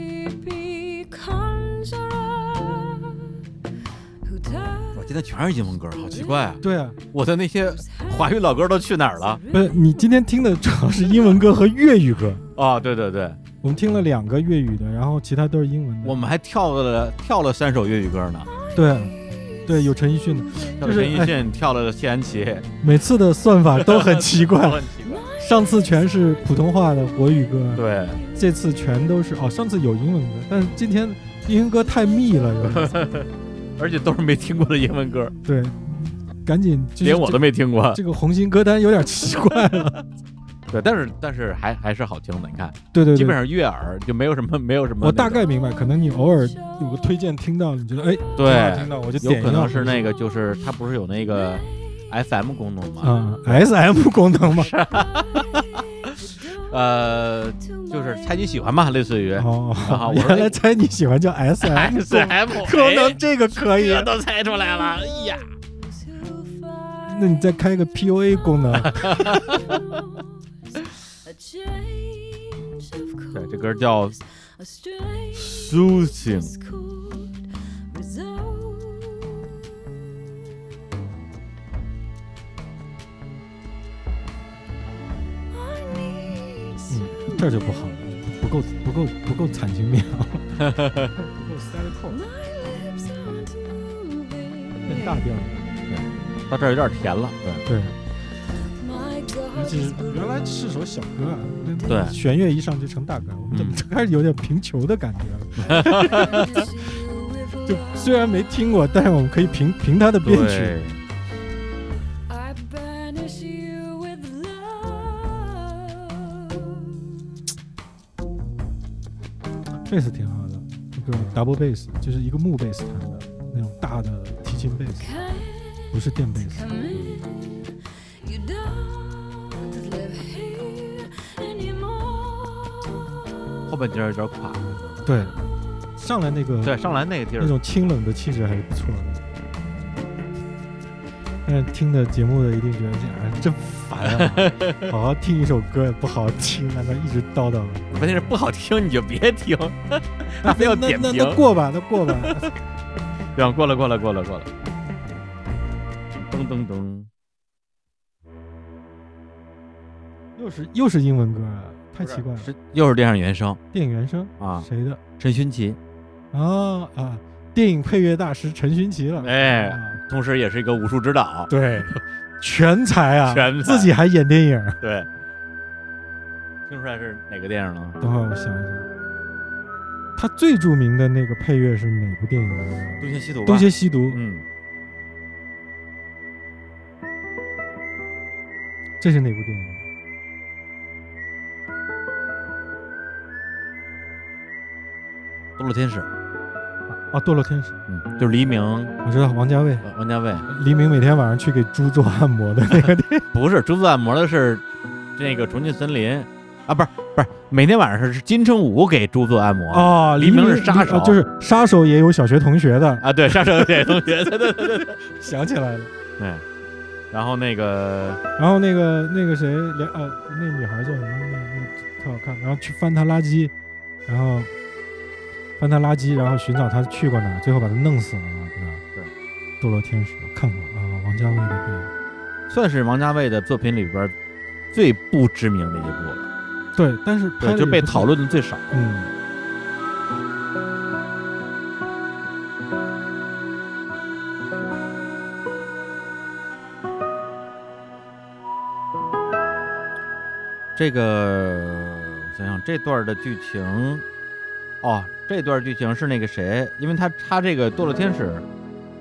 S1: 现在全是英文歌，好奇怪啊！
S2: 对啊，
S1: 我的那些华语老歌都去哪儿了？
S2: 不是你今天听的主要是英文歌和粤语歌，
S1: 啊、对对对，
S2: 我们听了两个粤语的，然后其他都是英文的。
S1: 我们还跳了跳了三首粤语歌呢，
S2: 对，啊对，有陈奕迅的，
S1: 跳
S2: 就
S1: 了
S2: 是哎
S1: 陈奕迅，跳了谢安琪，
S2: 每次的算法都很奇
S1: 都
S2: 怪
S1: 很。奇怪
S2: 上次全是普通话的国语歌，
S1: 对，
S2: 这次全都是哦，上次有英文歌，但是今天英文歌太密了，有点
S1: 而且都是没听过的英文歌，
S2: 对，赶紧、就是、
S1: 连我都没听过
S2: 这。个红心歌单有点奇怪 了，
S1: 对，但是但是还还是好听的，你看，
S2: 对对对，
S1: 基本上悦耳，就没有什么没有什么那种。
S2: 我大概明白，可能你偶尔有个推荐听到，你觉得哎，挺好听
S1: 对，
S2: 到我就点
S1: 有
S2: 一
S1: 可
S2: 下
S1: 能是那个，就是它不是有那个 FM 功能吗？
S2: 啊、s M 功能嘛，
S1: 呃，就是猜你喜欢吧，类似于。
S2: 哦
S1: 啊，我说
S2: 原来猜你喜欢叫 S M，
S1: S M 哎
S2: 功能这个可以，
S1: 都猜出来了，哎呀，
S2: 那你再开个 P O A 功能，
S1: 对，这歌叫
S11: Soothing.
S2: 嗯这儿就不好了，不够不够不够惨情 妙， 不够 sad 变大调了。
S1: 到这儿有点甜了，对
S2: 对，而且原来是首小歌啊，那
S1: 对嗯
S2: 弦乐一上就成大歌，我们怎么开始有点贫穷的感觉了？就虽然没听过，但是我们可以评评它的编曲。
S1: 对，
S11: I banish you with love.
S2: 贝斯挺好的，一个 double bass，就是一个木贝斯弹的那种大的提琴贝斯，不是电贝斯。
S11: Come in, you don't live here anymore.
S1: 后半截有点垮，
S2: 对，上来那个
S1: 对，上来那个地
S2: 嗯那
S1: 儿，
S2: 种清冷的气质还是不错的。但是听的节目的一定觉得这哎真烦啊！ 好好听一首歌也不好好听，让他一直叨叨。
S1: 关键是不好听你就别听，他非要
S2: 那
S1: 点
S2: 那
S1: 评，
S2: 那过吧，那过吧。
S1: 行，过了过了过了过了，噔噔噔，
S2: 又是又是英文歌啊，太奇怪了。
S1: 是又是电影原声
S2: 电影原声
S1: 啊，
S2: 谁的？
S1: 陈勋奇，
S2: 啊啊！电影配乐大师陈勋奇了。
S1: 哎，
S2: 啊
S1: 同时也是一个武术指导，
S2: 对，全才啊，
S1: 全才
S2: 自己还演电影。
S1: 对，听出来是哪个电影了吗？
S2: 等会儿我想一想，他最著名的那个配乐是哪部电影来着？
S1: 东邪西毒吧，
S2: 《东邪西毒》
S1: 嗯，
S2: 这是哪部电影？
S1: 堕落天使，
S2: 啊，《堕落天使》。
S1: 嗯，就是黎明、
S2: 我知道王家卫，
S1: 呃王家卫，
S2: 黎明每天晚上去给猪做按摩的那个电影。
S1: 不是《竹子按摩》的是那个《重庆森林》啊，不是不是，每天晚上是金城武给猪做按摩
S2: 哦，
S1: 黎明是杀手
S2: 哦就是杀手也有小学同学的。
S1: 啊，对，杀手对同学，对对对对对，
S2: 想起来了。
S1: 对然后那个
S2: 然后那个那个谁，连呃，那女孩叫什么？那那特好看。然后去翻她垃圾，然后翻她垃圾，然后寻找她去过哪儿，最后把她弄死了嘛，对吧？对，《堕落天使》我看过啊、王家卫的电影。
S1: 算是王家卫的作品里边最不知名的一部了，
S2: 对，但是拍
S1: 对，
S2: 得
S1: 就
S2: 也
S1: 被
S2: 不错
S1: 讨。论的最少。
S2: 嗯。
S1: 这个我想想，这段的剧情，哦，这段剧情是那个谁，因为他他这个《堕落天使》，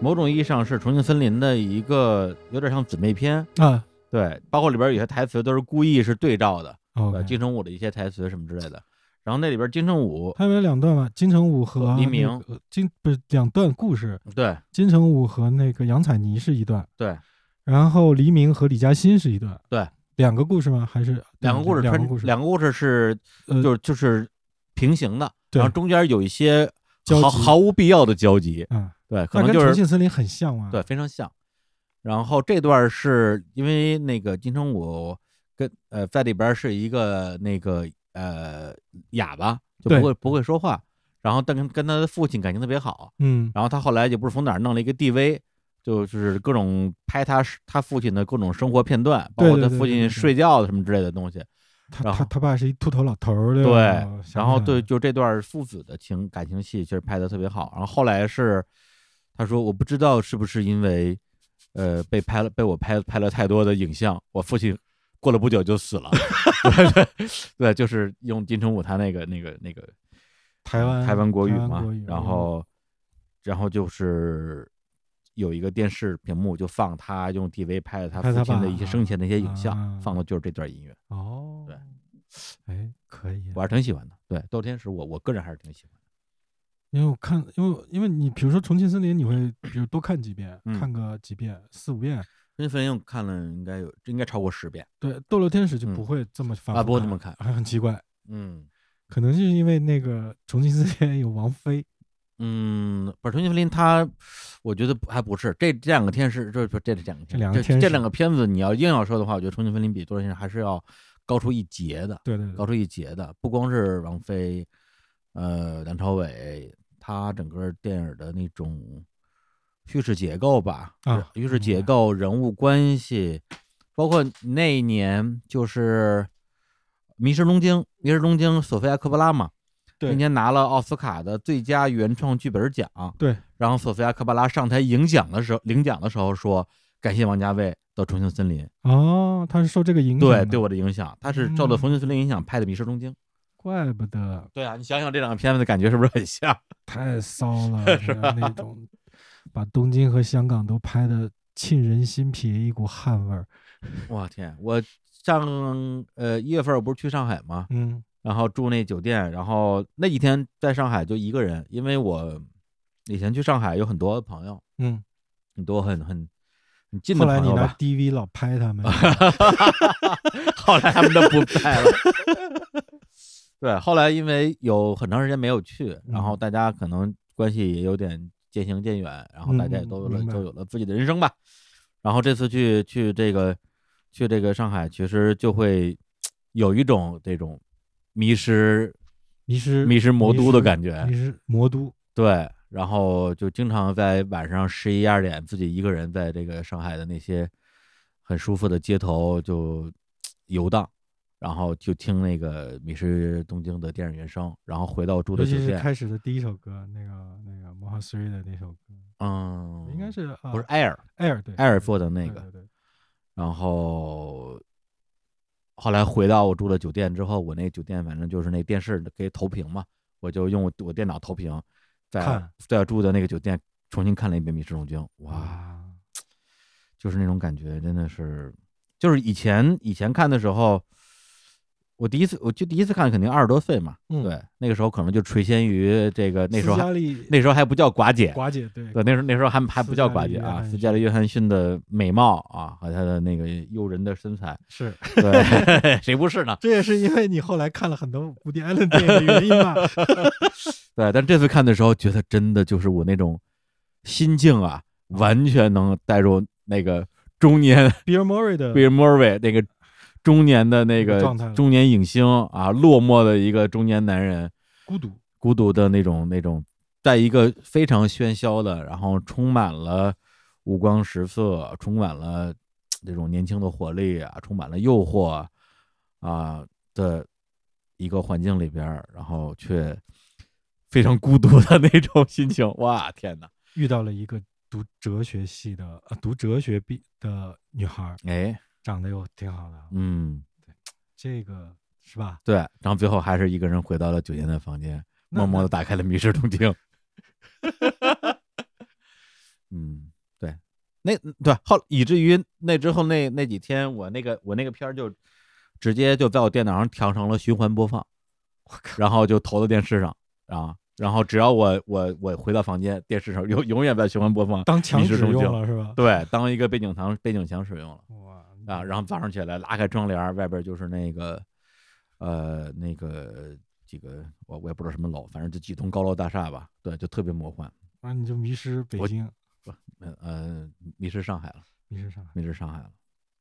S1: 某种意义上是《重庆森林》的一个有点像姊妹篇，
S2: 啊
S1: 对，包括里边有些台词都是故意是对照的，
S2: 哦
S1: 呃，，金城武的一些台词什么之类的。然后那里边金城武，
S2: 他们有两段嘛，金城武和
S1: 哦黎
S2: 那
S1: 明
S2: 个呃金不是两段故事，
S1: 对
S2: 金城武和那个杨采妮是一段，
S1: 对，
S2: 然后黎明和李嘉欣是一段，
S1: 对，
S2: 两个故事吗？还是
S1: 两个故事
S2: 嗯两
S1: 穿
S2: 个故事，
S1: 两个故事是
S2: 呃
S1: 就是就是平行的，
S2: 对
S1: 然后中间有一些
S2: 交
S1: 毫
S2: 集
S1: 毫无必要的交集，
S2: 啊，
S1: 对，可
S2: 那
S1: 能
S2: 跟
S1: 就
S2: 重
S1: 是
S2: 庆森林很像啊，
S1: 对，非常像。然后这段儿是因为那个金城武跟呃在里边儿是一个那个呃哑巴，就
S2: 对
S1: 不会不会说话，然后但跟跟他的父亲感情特别好，
S2: 嗯，
S1: 然后他后来也不是从哪儿弄了一个 DV，就是各种拍他他父亲的各种生活片段，包
S2: 对
S1: 括
S2: 对
S1: 他
S2: 对
S1: 父
S2: 对对
S1: 亲睡觉什么之类的东西。
S2: 他他
S1: 然后
S2: 他爸是一秃头老头儿，吧
S1: 对
S2: 啊想起
S1: 然后
S2: 来了
S1: 对，就这段父子的情感情戏其实拍的特别好。然后后来是他说，我不知道是不是因为呃被拍了被我拍拍了太多的影像，我父亲过了不久就死了。 对对对，就是用金城武他那个那个那个
S2: 台湾
S1: 台湾国语
S2: 台湾
S1: 嘛
S2: 国语，
S1: 然
S2: 嗯
S1: 后然后就是。有一个电视屏幕就放他用 DV 拍的他
S2: 拍他
S1: 父亲
S2: 爸啊
S1: 的一些生前的一些影像，放的就是这段音乐。
S2: 哦，
S1: 对，
S2: 哎，可以，
S1: 我还是挺喜欢的。对，窦天使我我个人还是挺喜欢的。
S2: 因为我看，因为因为你比如说《重庆森林》，你会比如多看几遍，
S1: 嗯
S2: 看个几遍四五遍。
S1: 任飞又看了应该有应该超过十遍。
S2: 对，《斗罗天使》就
S1: 嗯
S2: 不会这么反
S1: 啊
S2: 复
S1: 不会这么看
S2: 很很奇怪。
S1: 嗯
S2: 可能就是因为那个《重庆森林》有王菲，
S1: 嗯，不是《重庆森林》，它我觉得不还不是这这两个天使，这不这这两个
S2: 这两个
S1: 个
S2: 天
S1: 这
S2: 使
S1: 两个片子，你要硬要说的话，我觉得《重庆森林》比《多人先生》还是要高出一截的，
S2: 对对对
S1: 高出一截的。不光是王菲，呃，梁朝伟，他整个电影的那种叙事结构吧，
S2: 啊
S1: 叙事结构、人物关系，包括那一年就是《迷失东京》，《迷失东京》索菲亚·科波拉嘛，
S2: 对
S1: 那年拿了奥斯卡的最佳原创剧本奖。
S2: 对，
S1: 然后索菲亚·科波拉上台领奖的时候，领奖的时候说：“感谢王家卫的《重庆森林》
S2: 哦，她是受这个影响
S1: 对
S2: 的，
S1: 对我的影响，他是
S2: 嗯
S1: 受了《重庆森林》影响拍的《迷失东京》。
S2: 怪不得
S1: 对啊，你想想这两个片子的感觉是不是很 像？
S2: 太骚了，
S1: 是
S2: 那那种 把东京和香港都拍的沁人心脾，一股汗味儿。
S1: 我天，我上呃一月份我不是去上海吗？
S2: 嗯，
S1: 然后住那酒店，然后那几天在上海就一个人，因为我以前去上海有很多朋友，
S2: 嗯，
S1: 很多很很很近
S2: 后
S1: 的
S2: 来
S1: 朋
S2: 你
S1: 友
S2: 拿
S1: 吧。
S2: DV 老拍他 们，
S1: 后来他们都不在了。对，后来因为有很长时间没有去，然
S2: 嗯
S1: 后大家可能关系也有点渐行渐远，然后大家也都有了、
S2: 嗯明白
S1: 都有了自己的人生吧。然后这次去去这个去这个上海，其实就会有一种这种迷失
S2: 迷失
S1: 迷失魔都的感
S2: 迷
S1: 觉
S2: 失，迷失魔都。
S1: 对，然后就经常在晚上十一二点自己一个人在这个上海的那些很舒服的街头就游荡，然后就听那个《迷失东京》的电影原声，然后回到住
S2: 尤
S1: 的酒
S2: 其是
S1: 店，
S2: 开始的第一首歌，那个那个《魔幻 three》的那首歌，
S1: 嗯，
S2: 应该是啊
S1: 不是艾尔
S2: 艾尔对
S1: 艾尔做的那
S2: 对
S1: 个
S2: 对对，
S1: 然后后来回到我住的酒店之后，我那酒店反正就是那电视可以投屏嘛，我就用我我电脑投屏，在
S2: 看
S1: 在住的那个酒店重新看了一遍《迷失东京》，哇，就是那种感觉，真的是，就是以前以前看的时候。我第一次，我就第一次看，肯定二十多岁嘛，
S2: 嗯
S1: 对，那个时候可能就垂涎于这个，那时候
S2: 斯
S1: 还
S2: 嘉丽
S1: 那时候还不叫寡姐，
S2: 寡姐对
S1: 对，那时候那时候还还不
S2: 斯
S1: 叫
S2: 嘉
S1: 寡
S2: 丽
S1: 姐
S2: 约
S1: 啊，
S2: 翰
S1: 斯嘉丽·约翰逊的美貌啊和她的那个诱人的身材
S2: 是
S1: 对， 谁不是呢？
S2: 这也是因为你后来看了很多伍迪·艾伦电影的原因 吧？
S1: 对，但这次看的时候，觉得真的就是我那种心境啊，完全能带入那个中年
S2: Bill Murray 的
S1: Bill Murray 那个中年的那
S2: 个
S1: 个
S2: 状态了
S1: 中年影星啊，落寞的一个中年男人，
S2: 孤独
S1: 孤独的那种那种，在一个非常喧嚣的，然后充满了五光十色，充满了这种年轻的活力啊，充满了诱惑啊、的一个环境里边儿，然后却非常孤独的那种心情。哇，天哪！
S2: 遇到了一个读哲学系的、呃、读哲学毕的女孩儿，
S1: 哎，
S2: 长得又挺好的，
S1: 嗯，
S2: 这个是吧？
S1: 对，然后最后还是一个人回到了酒店的房间，
S2: 那
S1: 默默的打开了《迷失东京》。 嗯，对，那对后以至于那之后那那几天，我那个我那个片儿就直接就在我电脑上调成了循环播放，然后就投到电视上啊，然后只要我我我回到房间，电视上永永远在循环播放《
S2: 当墙
S1: 迷失
S2: 纸
S1: 东
S2: 用
S1: 京
S2: 了是吧
S1: 对，当一个背景墙背景墙使用了。
S2: 哇
S1: 啊，然后早上起来拉开窗帘儿，外边就是那个呃那个几个我我也不知道什么楼，反正就几栋高楼大厦吧，对，就特别魔幻。
S2: 那你就迷失北
S1: 我
S2: 京，
S1: 不，呃呃，迷失上海了，
S2: 迷失上海，
S1: 迷失上海了。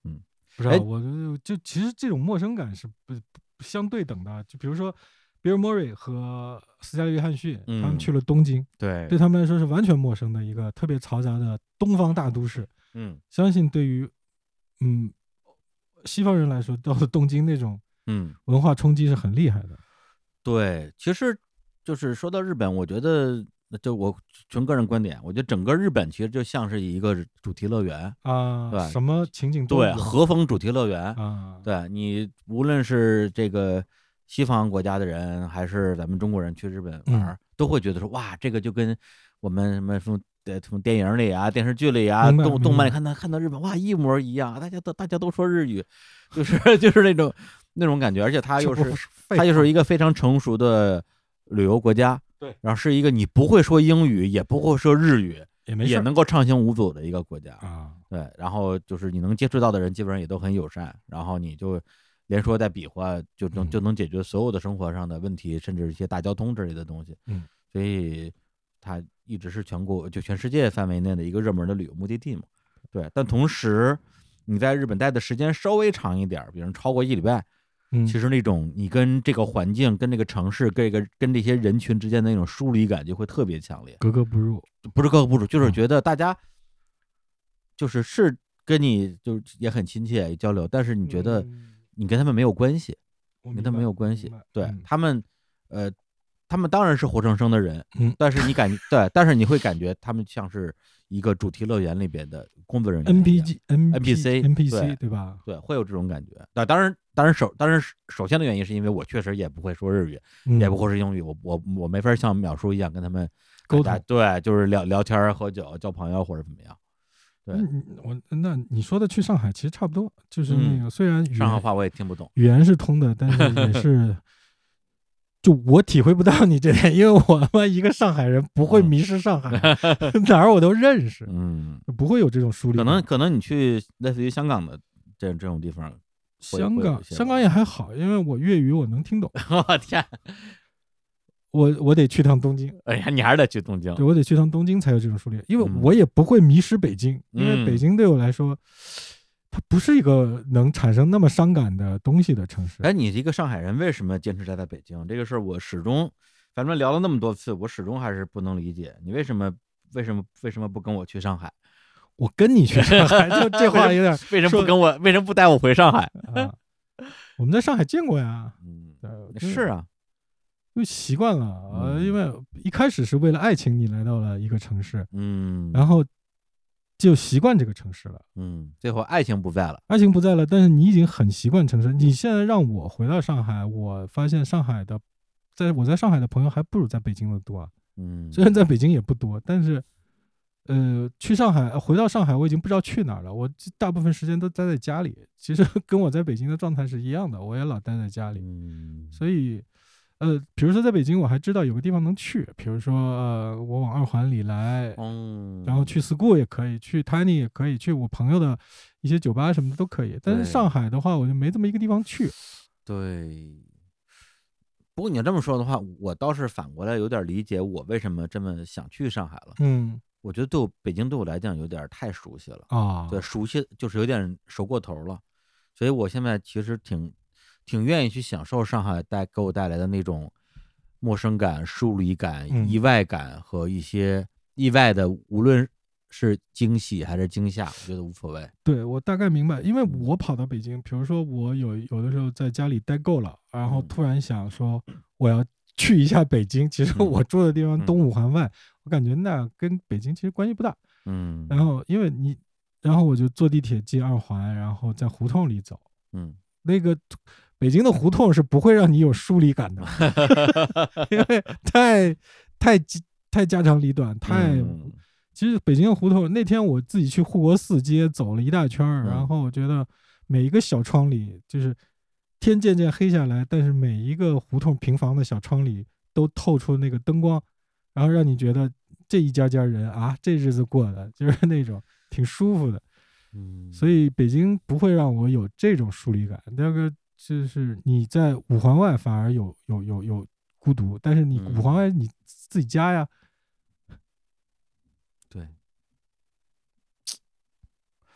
S1: 嗯，
S2: 不是、
S1: 哎
S2: 啊，我就就其实这种陌生感是不不相对等的。就比如说，比尔·莫瑞和斯嘉丽·约翰逊他
S1: 嗯
S2: 们去了东京，
S1: 对
S2: 对他们来说是完全陌生的一个特别嘈杂的东方大都市。
S1: 嗯
S2: 相信对于嗯西方人来说，到了东京那种
S1: 嗯，
S2: 文化冲击是很厉害的。
S1: 对，其实就是说到日本，我觉得就我纯个人观点，我觉得整个日本其实就像是一个主题乐园
S2: 啊
S1: 对吧
S2: 什么情景都
S1: 对啊
S2: 有
S1: 和风主题乐园
S2: 啊，
S1: 对你无论是这个西方国家的人，还是咱们中国人去日本
S2: 嗯
S1: 玩儿，都会觉得说哇，这个就跟我们什么什么。对，什么电影里啊、电视剧里啊、
S2: 明白
S1: 动动
S2: 明
S1: 漫
S2: 白
S1: 里看到看到日本，哇，一模一样，大家都大家都说日语，就是 就是那种那种感觉，而且它
S2: 这
S1: 又
S2: 不
S1: 是
S2: 是废
S1: 它又
S2: 话
S1: 是一个非常成熟的旅游国家，
S2: 对，
S1: 然后是一个你不会说英语，也不会说日语，
S2: 也没事
S1: 也
S2: 儿
S1: 能够畅行无阻的一个国家
S2: 啊。
S1: 对，然后就是你能接触到的人基本上也都很友善，然后你就连说带比划就能
S2: 嗯
S1: 就能解决所有的生活上的问题，甚至一些大交通之类的东西。
S2: 嗯，
S1: 所以它一直是全国就全世界范围内的一个热门的旅游目的地嘛。对，但同时你在日本待的时间稍微长一点儿，比如超过一礼拜，
S2: 嗯
S1: 其实那种你跟这个环境、跟这个城市、跟这个跟这些人群之间的那种疏离感就会特别强烈。
S2: 格格不入。
S1: 不是各个部主，
S2: 嗯
S1: 就是觉得大家就是是跟你就是也很亲切交流，但是你觉
S2: 嗯
S1: 得你跟他们没有关系，
S2: 我
S1: 你跟他们没有关系，对
S2: 嗯
S1: 他们呃，他们当然是活生生的人，
S2: 嗯
S1: 但是 你感对，但是你会感觉他们像是一个主题乐园里边的工作人员一样
S2: NPG、NPC
S1: NPC、
S2: NPC
S1: 对
S2: 对吧？
S1: 对，会有这种感觉。那当然，当然首当然是首先的原因是因为我确实也不会说日语，
S2: 嗯
S1: 也不会说英语，我我我没法像淼叔一样跟他们
S2: 沟
S1: 大家
S2: 通
S1: 对，就是聊聊天儿、喝酒、交朋友或者怎么样。对，
S2: 嗯，我那你说的去上海其实差不多，就是那
S1: 嗯
S2: 个、虽然语
S1: 上海
S2: 言
S1: 话我也听不懂。
S2: 语言是通的，但 是也是就我体会不到你这点，因为我他妈一个上海人不会迷失上 海，哪儿我都认识，
S1: 嗯，
S2: 不会有这种疏离
S1: 可
S2: 感。
S1: 能可能你去类似于香港的这这种地方会，
S2: 香
S1: 会有
S2: 港
S1: 一些
S2: 香港也还好，因为我粤语我能听 懂，
S1: 吧， 我天，
S2: 我我得去趟东京。
S1: 哎呀，你还是得去东京。
S2: 对，我得去趟东京才有这种梳理，因为
S1: 嗯
S2: 我也不会迷失北京，因为北
S1: 嗯
S2: 京对我来说，它不是一个能产生那么伤感的东西的城市。
S1: 哎，你一个上海人，为什么坚持待在北京？这个事儿我始终，咱们聊了那么多次，我始终还是不能理解，你为什么为什么为什么不跟我去上海？
S2: 我跟你去上海，就这话有点儿
S1: 为什么
S2: 说
S1: 不跟我？为什么不带我回上海？
S2: 啊。我们在上海见过呀，
S1: 嗯，
S2: 呃
S1: 是，啊，
S2: 就习惯了啊，
S1: 嗯
S2: 因为一开始是为了爱情，你来到了一个城市，
S1: 嗯，
S2: 然后就习惯这个城市了。
S1: 嗯，最后爱情不在了，
S2: 爱情不在了，但是你已经很习惯城市。你现在让我回到上海，我发现上海的，在我在上海的朋友还不如在北京的多啊。
S1: 嗯，
S2: 虽然在北京也不多，但是，呃，去上海回到上海，我已经不知道去哪儿了。我这大部分时间都待在家里，其实跟我在北京的状态是一样的，我也老待在家里。
S1: 嗯
S2: 所以，呃，比如说在北京，我还知道有个地方能去，比如说呃，我往二环里来，
S1: 嗯，
S2: 然后去 school 也可以，去 tiny 也可以，去我朋友的一些酒吧什么的都可以。但是
S1: 对
S2: 上海的话，我就没这么一个地方去。
S1: 对。不过你要这么说的话，我倒是反过来有点理解我为什么这么想去上海了。
S2: 嗯
S1: 我觉得对我北京对我来讲有点太熟悉了，
S2: 啊，
S1: 对，熟悉就是有点熟过头了，所以我现在其实挺挺愿意去享受上海带给我带来的那种陌生感、疏离感、
S2: 嗯
S1: 意外感和一些意外的，无论是惊喜还是惊吓，我觉得无所谓。
S2: 对我大概明白，因为
S1: 嗯
S2: 我跑到北京，比如说我有有的时候在家里待够了，然后
S1: 嗯
S2: 突然想说我要去一下北京。其实
S1: 嗯
S2: 我住的地方
S1: 嗯
S2: 东五环外，我感觉那跟北京其实关系不大。
S1: 嗯
S2: 然后因为你，然后我就坐地铁进二环，然后在胡同里走，
S1: 嗯，
S2: 那个北京的胡同是不会让你有疏离感的，因 为太太家太家长里短，太、
S1: 嗯
S2: 其实北京的胡同那天我自己去护国寺街走了一大圈儿，然
S1: 嗯
S2: 后我觉得每一个小窗里就是天渐渐黑下来，但是每一个胡同平房的小窗里都透出那个灯光，然后让你觉得这一家家人啊，这日子过的就是那种挺舒服的。
S1: 嗯
S2: 所以北京不会让我有这种疏离感。那个就是你在五环外反而有有有有孤独，但是你
S1: 嗯
S2: 五环外你自己家呀，
S1: 对，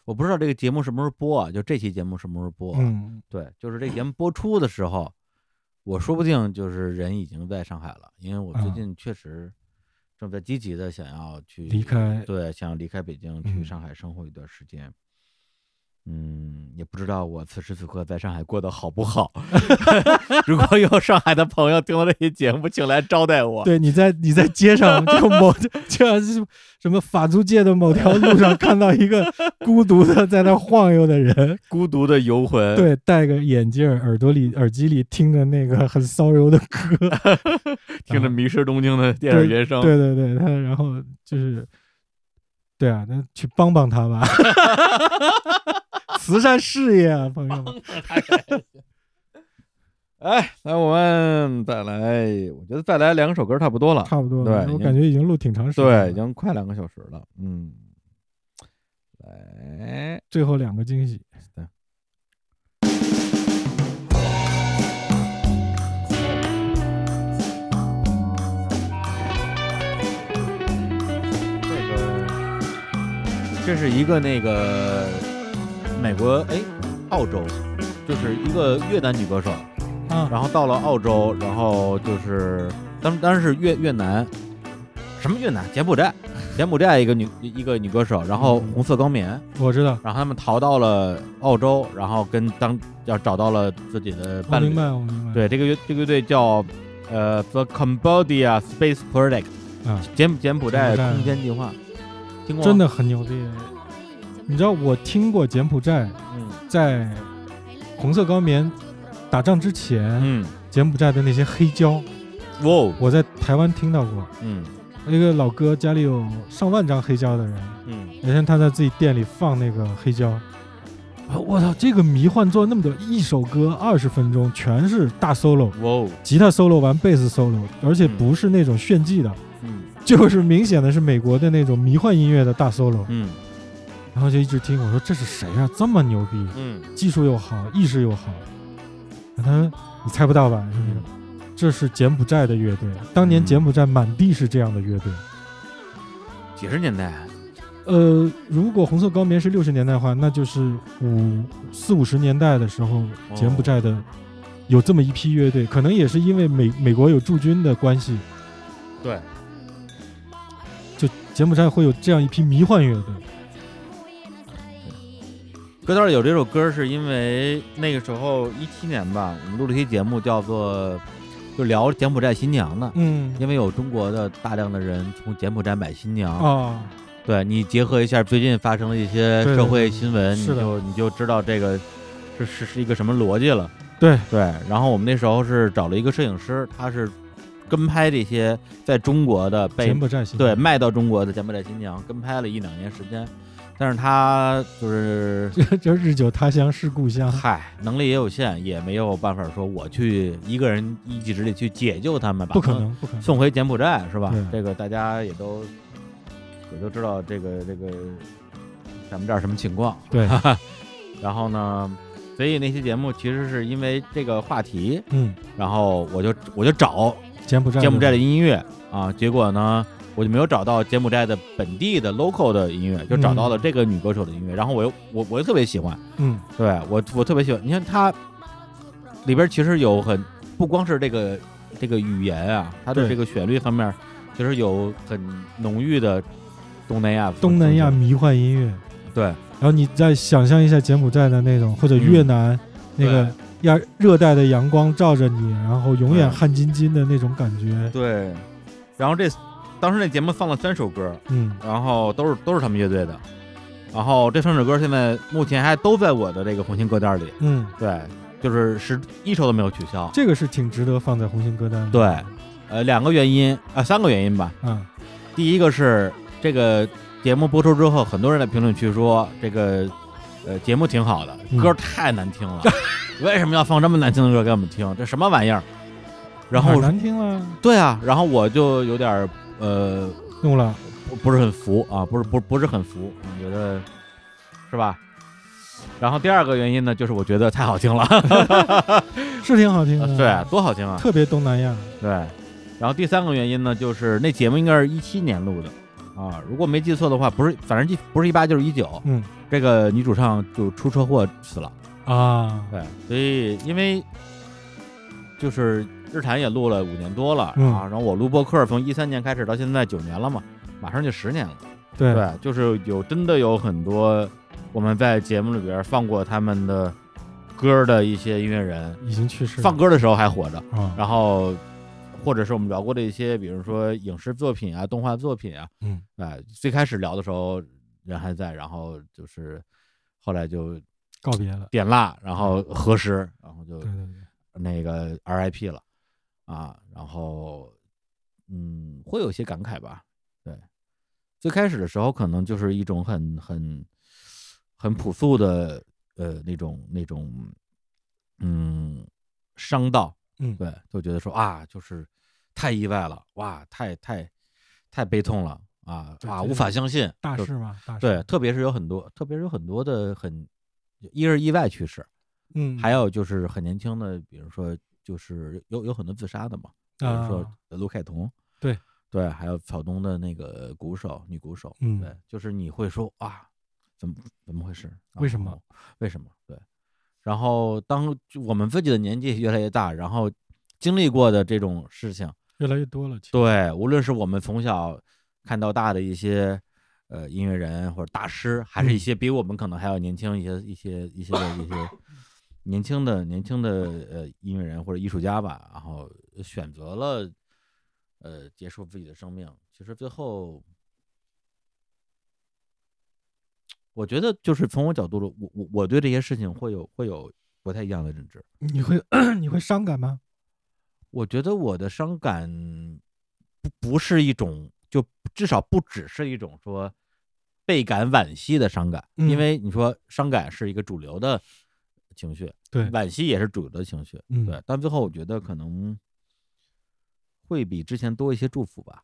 S1: 我不知道这个节目什么时候播啊，就这期节目什么时候播啊、
S2: 嗯，
S1: 对，就是这节目播出的时候，我说不定就是人已经在上海了，因为我
S2: 啊
S1: 最近确实正在积极的想要去
S2: 离开嗯
S1: 对，想要离开北京去上海生活一段时间。嗯，也不知道我此时此刻在上海过得好不 好。如果有上海的朋友听到这期节目，请来招待我。
S2: 对，你在你在街上就某 就像是什么法租界的某条路上看到一个孤独的在那晃悠的人，
S1: 孤独的游魂，
S2: 对，戴个眼镜儿，耳朵里耳机里听着那个很骚柔的歌，
S1: 听着《迷失东京》的电影原声，
S2: 啊对对对，他然后就是，对啊，那去帮帮他 吧，慈善事业啊，朋友们，
S1: 哎，那我们再来，我觉得再来两首歌差不多了，
S2: 差不多了
S1: 对，
S2: 我
S1: 已经
S2: 感觉已经录挺长时间了
S1: 对，已经快两个小时了。嗯，来，
S2: 最后两个惊喜，
S1: 这是一个那个美国哎澳洲，就是一个越南女歌手，
S2: 啊
S1: 然后到了澳洲，然后就是当当然是越越南，什么越南？柬埔寨，柬埔寨一个女一个女歌手，然后红色高棉，
S2: 我知道，
S1: 然后他们逃到了澳洲，然后跟当要找到了自己的
S2: 我
S1: 伴侣
S2: 明。白，我明白，
S1: 对，这个乐这个乐队叫呃 The Cambodia Space Project，
S2: 啊
S1: 柬柬埔
S2: 柬
S1: 寨
S2: 埔寨
S1: 空间计划，听过吗
S2: 真的很牛逼。你知道我听过柬埔寨
S1: 嗯
S2: 在红色高棉打仗之前，
S1: 嗯，
S2: 柬埔寨的那些黑胶，
S1: 哇哦，
S2: 我在台湾听到过。
S1: 嗯
S2: 一个老哥家里有上万张黑胶的人，
S1: 嗯，
S2: 有一天他在自己店里放那个黑胶，啊我操，这个迷幻做那么多，一首歌二十分钟全是大 solo，
S1: 哇哦，
S2: 吉他 solo 完贝斯 solo，而且不是那种炫技的，
S1: 嗯
S2: 就是明显的是美国的那种迷幻音乐的大 solo，
S1: 嗯
S2: 然后就一直听，我说这是谁啊，这么牛逼，
S1: 嗯
S2: 技术又好，意识又好。他说你猜不到吧？
S1: 嗯
S2: 这是柬埔寨的乐队，当年柬埔寨满地是这样的乐队。
S1: 几十年代啊，
S2: 呃，如果红色高棉是六十年代的话，那就是五四五十年代的时候，柬埔寨的有这么一批乐队，可能也是因为美美国有驻军的关系，
S1: 对，
S2: 就柬埔寨会有这样一批迷幻乐队。
S1: 歌单里有这首歌，是因为那个时候一七年吧，我们录了一期节目，叫做就聊柬埔寨新娘的，
S2: 嗯
S1: 因为有中国的大量的人从柬埔寨买新娘
S2: 啊，
S1: 对你结合一下最近发生的一些
S2: 对
S1: 社会新闻，
S2: 是
S1: 你
S2: 的
S1: 就你就知道这个是是是一个什么逻辑了。
S2: 对
S1: 对，然后我们那时候是找了一个摄影师，他是跟拍这些在中国的被
S2: 柬埔寨新
S1: 对卖到中国的柬埔寨新娘，跟拍了一两年时间，但是他就是
S2: 对， 就日久他乡是故乡。
S1: 嗨，能力也有限，也没有办法说我去一个人一己之力去解救他们，把
S2: 不可
S1: 他们
S2: 能不可能
S1: 送回柬埔寨是吧
S2: 对？
S1: 这个大家也都也都知道这个这个咱们这儿什么情况。
S2: 对，
S1: 然后呢，所以那期节目其实是因为这个话题，
S2: 嗯，
S1: 然后我就我就找
S2: 柬埔寨
S1: 柬埔寨的音乐啊，结果呢。我就没有找到柬埔寨的本地的 local 的音乐，就找到了这个女歌手的音乐，然后我又我我又特别喜欢，
S2: 嗯
S1: 对我我特别喜欢，你看它里边其实有很不光是这个这个语言啊，它的
S2: 对
S1: 这个旋律方面其实有很浓郁的东南亚风
S2: 东南亚
S1: 风
S2: 迷幻音乐。
S1: 情对
S2: 然后你再想象一下柬埔寨的那种，或者
S1: 嗯
S2: 越南、那个
S1: 对
S2: 亚热带的阳光照着你，然后永远
S1: 对
S2: 汗津津的那种感觉。
S1: 对，然后这当时那节目放了三首歌，
S2: 嗯，
S1: 然后都是都是他们乐队的，然后这三首歌现在目前还都在我的这个红心歌单里，
S2: 嗯，
S1: 对，就是十一首都没有取消，
S2: 这个是挺值得放在红心歌单里。
S1: 对，呃，两个原因啊、三个原因吧，
S2: 啊，
S1: 第一个是这个节目播出之后，很多人在评论区说这个呃节目挺好的，
S2: 嗯
S1: 歌太难听 了，为什么要放这么难听的歌给我们听？这什么玩意儿？然后
S2: 哪
S1: 我
S2: 儿
S1: 说
S2: 难听了，
S1: 对啊，然后我就有点儿呃
S2: 怒了。
S1: 不不是很服啊，不是不不是很服，我觉得是吧？然后第二个原因呢，就是我觉得太好听了，
S2: 是挺好听的，
S1: 对，，多好听啊！
S2: 特别东南亚。
S1: 对，然后第三个原因呢，就是那节目应该是一七年录的啊，如果没记错的话，不是，反正不是一八就是一九。
S2: 嗯
S1: 这个女主唱就出车祸死了。
S2: 啊，
S1: 对，所以因为就是日坛也录了五年多了、
S2: 嗯
S1: 啊，然后我录播客从一三年开始到现在九年了嘛，马上就十年了。
S2: 对
S1: 对，就是有真的有很多我们在节目里边放过他们的歌的一些音乐人，
S2: 已经去世了
S1: 放歌的时候还活着，
S2: 啊
S1: 然后或者是我们聊过的一些，比如说影视作品啊、动画作品啊，
S2: 嗯，
S1: 哎，最开始聊的时候人还在，然后就是后来就
S2: 告别了
S1: 点蜡，然后核实，然后就
S2: 嗯对对
S1: 那个 RIP 了啊，然后嗯，会有些感慨吧，对。最开始的时候，可能就是一种很很很朴素的呃那种那种嗯伤到，
S2: 嗯
S1: 对，就觉得说啊，就是太意外了，哇，太太太悲痛了啊
S2: 对这
S1: 啊，无法相信，
S2: 大
S1: 就
S2: 事嘛大事
S1: 对，特别是有很多，特别是有很多的很，一是意外去世，
S2: 嗯
S1: 还有就是很年轻的，比如说就是有有很多自杀的嘛，比如说
S2: 啊
S1: 卢凯彤，
S2: 对
S1: 对，还有草东的那个鼓手女鼓手，
S2: 嗯
S1: 对，就是你会说啊，怎么怎么回事？啊
S2: 为什
S1: 然
S2: 么
S1: 后？为什么？对。然后当就我们自己的年纪越来越大，然后经历过的这种事情
S2: 越来越多了。
S1: 对，无论是我们从小看到大的一些呃音乐人或者大师，还是一
S2: 嗯
S1: 些比我们可能还要年轻一些一些一些的一些年轻的年轻的呃音乐人或者艺术家吧，然后选择了呃结束自己的生命。其实最后，我觉得就是从我角度，我我我对这些事情会有会有不太一样的认知。
S2: 你会 你会伤感吗？
S1: 我觉得我的伤感不不是一种，就至少不只是一种说倍感惋惜的伤感，
S2: 嗯
S1: 因为你说伤感是一个主流的情绪，
S2: 对
S1: 惋惜也是主流的情绪，
S2: 嗯
S1: 对。但最后我觉得可能会比之前多一些祝福吧，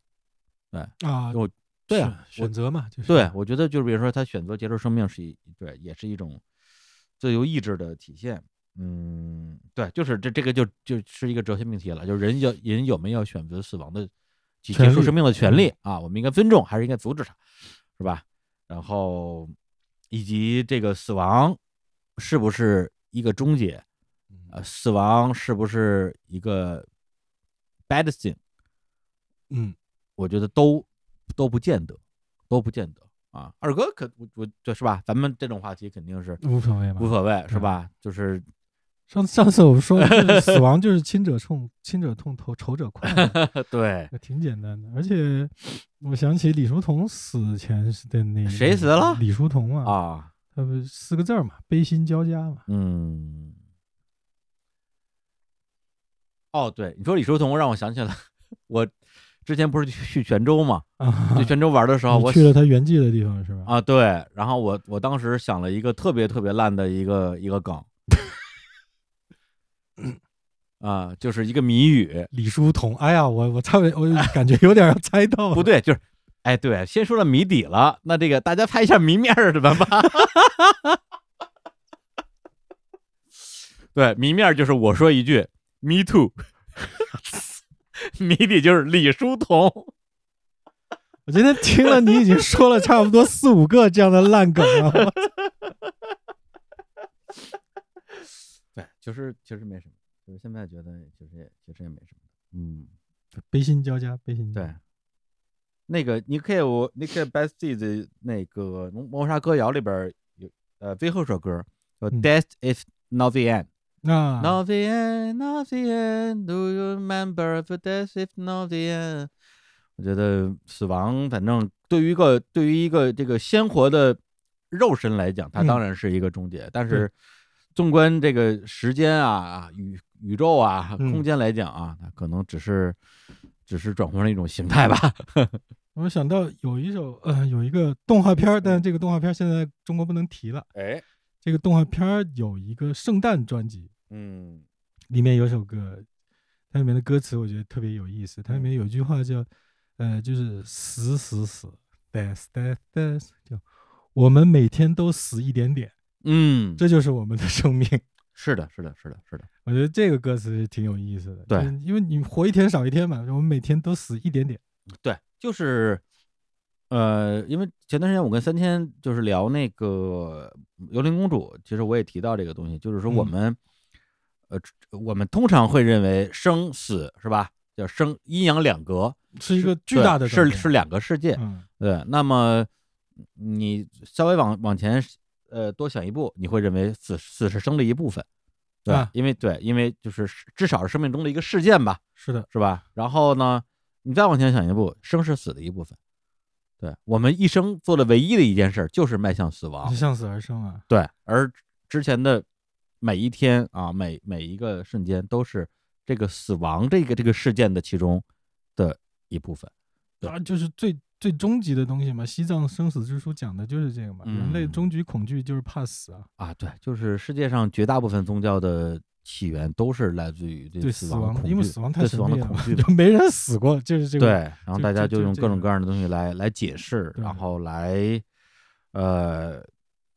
S1: 对
S2: 啊
S1: 我对啊，
S2: 选选择嘛，就是
S1: 对，我觉得就是比如说他选择结束生命是一对，也是一种自由意志的体现。嗯，对，就是这这个就就是一个哲学命题了，就是人有人有没有选择死亡的及
S2: 权
S1: 结束
S2: 利嗯
S1: 生命的权利啊？我们应该尊重还是应该阻止他，是吧？然后以及这个死亡是不是一个终结？
S2: 嗯
S1: 呃，死亡是不是一个 bad thing？
S2: 嗯，
S1: 我觉得都都不见得，都不见得啊。二哥可我我就是吧，咱们这种话题肯定是
S2: 无嗯所谓嘛
S1: 无所谓是
S2: 对
S1: 吧？就是，
S2: 上上次我们说，就是死亡就是亲者痛，亲者痛，仇仇者快嘛
S1: 对，
S2: 挺简单的。而且我想起李叔同死前是的那
S1: 谁死了
S2: 李叔同嘛，
S1: 啊，
S2: 他不是四个字儿嘛，悲心交加嘛。
S1: 嗯，哦，对，你说李叔同让我想起来，我之前不是去去泉 州嘛，
S2: 啊
S1: 去泉州玩的时候，
S2: 你
S1: 我
S2: 去了他原籍的地方是吧？
S1: 啊，对，然后我我当时想了一个特别特别烂的一个一个 梗，啊，就是一个谜语，
S2: 李叔同，哎呀，我我差点，我感觉有点要猜到了。
S1: 不对，就是，哎，对，先说了谜底了，那这个大家猜一下谜面儿怎么办？ 对，谜面儿就是我说一句 “me too”，谜底就是李叔同。
S2: 我今天听了你已经说了差不多四五个这样的烂梗了， 我
S1: 对，就是其实没什么，就是现在觉得其实也其实也没什么。嗯，
S2: 悲心交加，悲心交
S1: 对
S2: 加。。
S1: 嗯那个 n i k 我 n i k b e s t i 的那个《谋杀歌谣》里边儿有呃最后一首歌叫《
S2: 嗯
S1: Death is not the end》。
S2: 那
S1: Not the end, not the end. Do you remember the death is not the end？我觉得死亡，反正对于一个对于一个这个鲜活的肉身来讲，它
S2: 嗯
S1: 当然是一个终结。但
S2: 对
S1: 是纵观这个时间啊、啊宇宇宙啊、
S2: 嗯
S1: 空间来讲啊，它可能只是只是转换了一种形态吧。
S2: 我想到有一首呃有一个动画片儿，但这个动画片儿现在中国不能提了。
S1: 嗯哎，
S2: 这个动画片儿有一个圣诞专辑，
S1: 嗯
S2: 里面有首歌，它里面的歌词我觉得特别有意思。
S1: 嗯
S2: 它里面有一句话叫，呃，就是死死死，death death death，就我们每天都死一点点，
S1: 嗯，
S2: 这就是我们的生命。
S1: 是的，是的，是的，是的，
S2: 我觉得这个歌词是挺有意思的，
S1: 对
S2: 就是因为你活一天少一天嘛，我们每天都死一点点。
S1: 对，就是，呃，因为前段时间我跟三千就是聊那个《幽灵公主》，其实我也提到这个东西，就是说我
S2: 嗯
S1: 们，呃，我们通常会认为生死是吧？叫生阴阳两隔，
S2: 是一个巨大的
S1: 对是
S2: 转变
S1: 是两个世界。
S2: 嗯
S1: 对，那么你稍微往往前呃多想一步，你会认为死死是生的一部分，对，
S2: 啊
S1: 因为对，因为就是是至少是生命中的一个事件吧，
S2: 是的，
S1: 是吧？然后呢，你再往前想一步，生是死的一部分。对我们一生做的唯一的一件事儿，就是迈向死亡
S2: 就，向死而生啊。
S1: 对，而之前的每一天啊，每每一个瞬间都是这个死亡这个这个事件的其中的一部分。对
S2: 啊，就是最最终极的东西嘛，《西藏生死之书》讲的就是这个嘛，人类
S1: 嗯
S2: 终极恐惧就是怕死啊，
S1: 啊，对，就是世界上绝大部分宗教的起源都是来自于对
S2: 对
S1: 死
S2: 死
S1: 亡的
S2: 亡
S1: 恐惧，
S2: 因为死亡太
S1: 对
S2: 神
S1: 死亡
S2: 秘
S1: 的
S2: 了
S1: 恐
S2: 嘛
S1: 惧
S2: 就
S1: 吧
S2: 没人死过就是这个
S1: 对，然后
S2: 就
S1: 大家
S2: 就
S1: 就
S2: 就
S1: 用
S2: 这
S1: 各种
S2: 个
S1: 各样的东西来来解释，
S2: 对
S1: 然后来呃，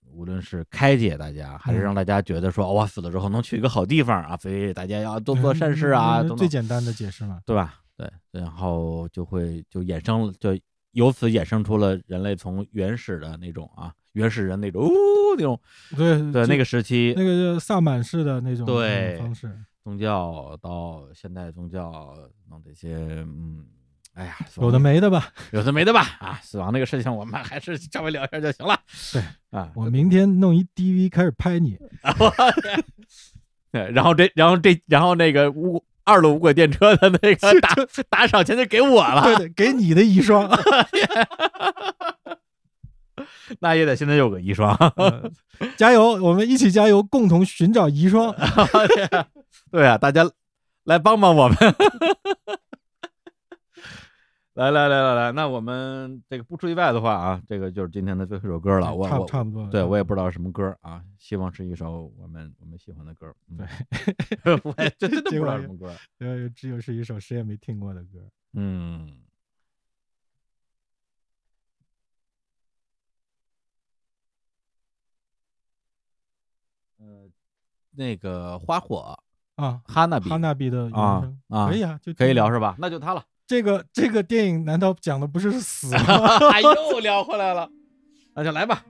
S1: 无论是开解大家，还是
S2: 嗯
S1: 让大家觉得说，哇，死了之后能去一个好地方啊，所以大家要多做
S2: 嗯
S1: 善事
S2: 嗯
S1: 啊，
S2: 嗯
S1: 等
S2: 最
S1: 等。
S2: 简单的解释嘛。
S1: 对吧？对，然后就会就衍生了，就由此衍生出了人类从原始的那种啊，原始人那种呜那种
S2: 对
S1: 对
S2: 就
S1: 那个时期
S2: 那个叫萨满式的那种
S1: 对
S2: 方式，
S1: 宗教到现代宗教弄这些，嗯，哎呀，死亡
S2: 有的
S1: 那个，
S2: 没的吧。
S1: 有的没的吧？啊，死亡这个事情我们还是稍微聊一下就行了。
S2: 对
S1: 啊，
S2: 我明天弄一 DV 开始拍 你，
S1: 对，然后这，然后这，然后那个无二路无轨电车的那个打打赏钱就给我
S2: 对
S1: 了，
S2: 对，给你的遗孀，
S1: 那也得现在有个遗孀。
S2: 加油，我们一起加油，共同寻找遗孀。
S1: 啊对啊，大家来帮帮我们。 来来来来来，那我们这个不出意外的话啊，这个就是今天的最后一首歌了。我
S2: 哎差不
S1: 我
S2: 差不多了
S1: 对
S2: 差不
S1: 我也不知道什么歌啊，希望是一首我们我们喜欢的歌。嗯， 我也真的不
S2: 结
S1: 知
S2: 果
S1: 道
S2: 也
S1: 什么歌。
S2: 然后这又是一首谁也没听过的歌，
S1: 嗯。呃，那个花火
S2: 啊
S1: 哈娜比
S2: 哈娜比的原
S1: 啊
S2: 声
S1: 啊
S2: 可以啊，就
S1: 可以
S2: 听
S1: 聊是吧？那就它了。
S2: 这个这个电影难道讲的不是死吗？
S1: 啊，又聊回来了，那就来吧。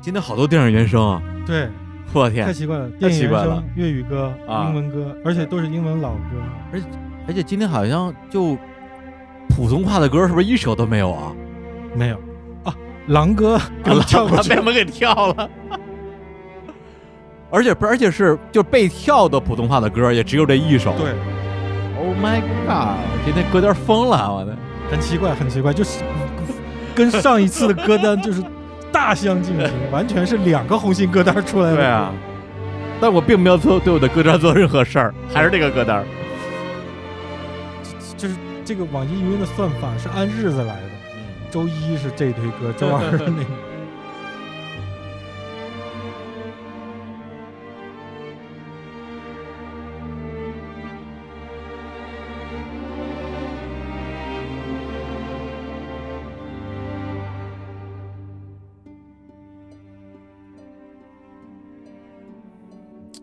S1: 今天好多电影原声啊！
S2: 对，
S1: 我
S2: 太
S1: 天，
S2: 奇怪了，
S1: 太
S2: 电
S1: 奇
S2: 影
S1: 怪
S2: 原
S1: 了
S2: 声、粤语歌、
S1: 啊
S2: 英文歌，而且都是英文老歌。
S1: 而且今天好像就普通话的歌是不是一首都没有啊？
S2: 没有啊，狼 哥给我跳过
S1: 把
S2: 去
S1: 被我，们给跳了。 而且不是，而且是就被跳的普通话的歌也只有这一首。
S2: 对，
S1: ，Oh my god！我今天歌单疯了，啊我的。
S2: 很奇怪，很奇怪，就是跟上一次的歌单就是大相径庭，完全是两个红心歌单出来的。
S1: 对啊，但我并没有做对我的歌单做任何事儿， 还是这个歌单儿。
S2: 就，就是这个网易云的算法是按日子来的，
S1: 嗯
S2: 周一是这堆歌，周二是那 个。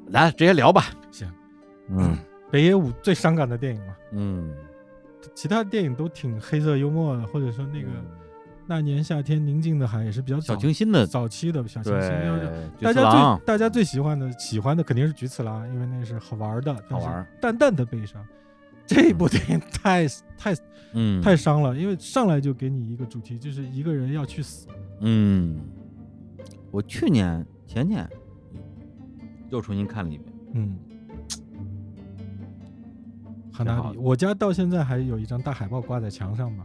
S1: 来，直接聊吧。
S2: 行，
S1: 嗯
S2: 北野武最伤感的电影嘛，
S1: 嗯，
S2: 其他电影都挺黑色幽默的，或者说那个那年夏天宁静的海也是比较
S1: 嗯小
S2: 早
S1: 清新的
S2: 早期的小清
S1: 对
S2: 新。要是，
S1: 菊
S2: 大
S1: 次
S2: 家
S1: 郎
S2: 最大家最喜欢的喜欢的肯定是菊次郎，因为那是好玩的，
S1: 好玩儿，
S2: 淡淡的悲伤。这部电影太太
S1: 嗯
S2: 太伤了，因为上来就给你一个主题，就是一个人要去死。
S1: 嗯，我去年前年又重新看了一遍。
S2: 嗯，很
S1: 挺
S2: 难
S1: 好
S2: 比。
S1: 的
S2: 我家到现在还有一张大海报挂在墙上嘛，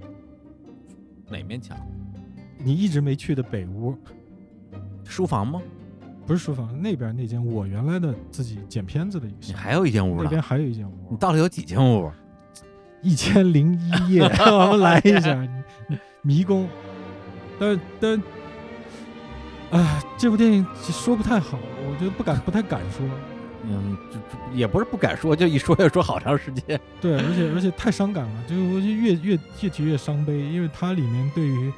S1: 哪面墙？
S2: 你一直没去的北屋，
S1: 书房吗？
S2: 不是书房那边那间，我原来的自己剪片子的一个
S1: 你
S2: 小，
S1: 还有一间屋
S2: 那
S1: 呢
S2: 边？还有一间
S1: 你
S2: 屋，
S1: 到底有几间屋？
S2: 一千零一 夜， 我们来一下你迷宫。但但，啊，这部电影说不太好，我觉得不敢不太敢说。
S1: 嗯，就就也不是不敢说，就一说要说好长时间。
S2: 对，而且而且太伤感了，就是我就越越越提越伤悲，因为它里面对于，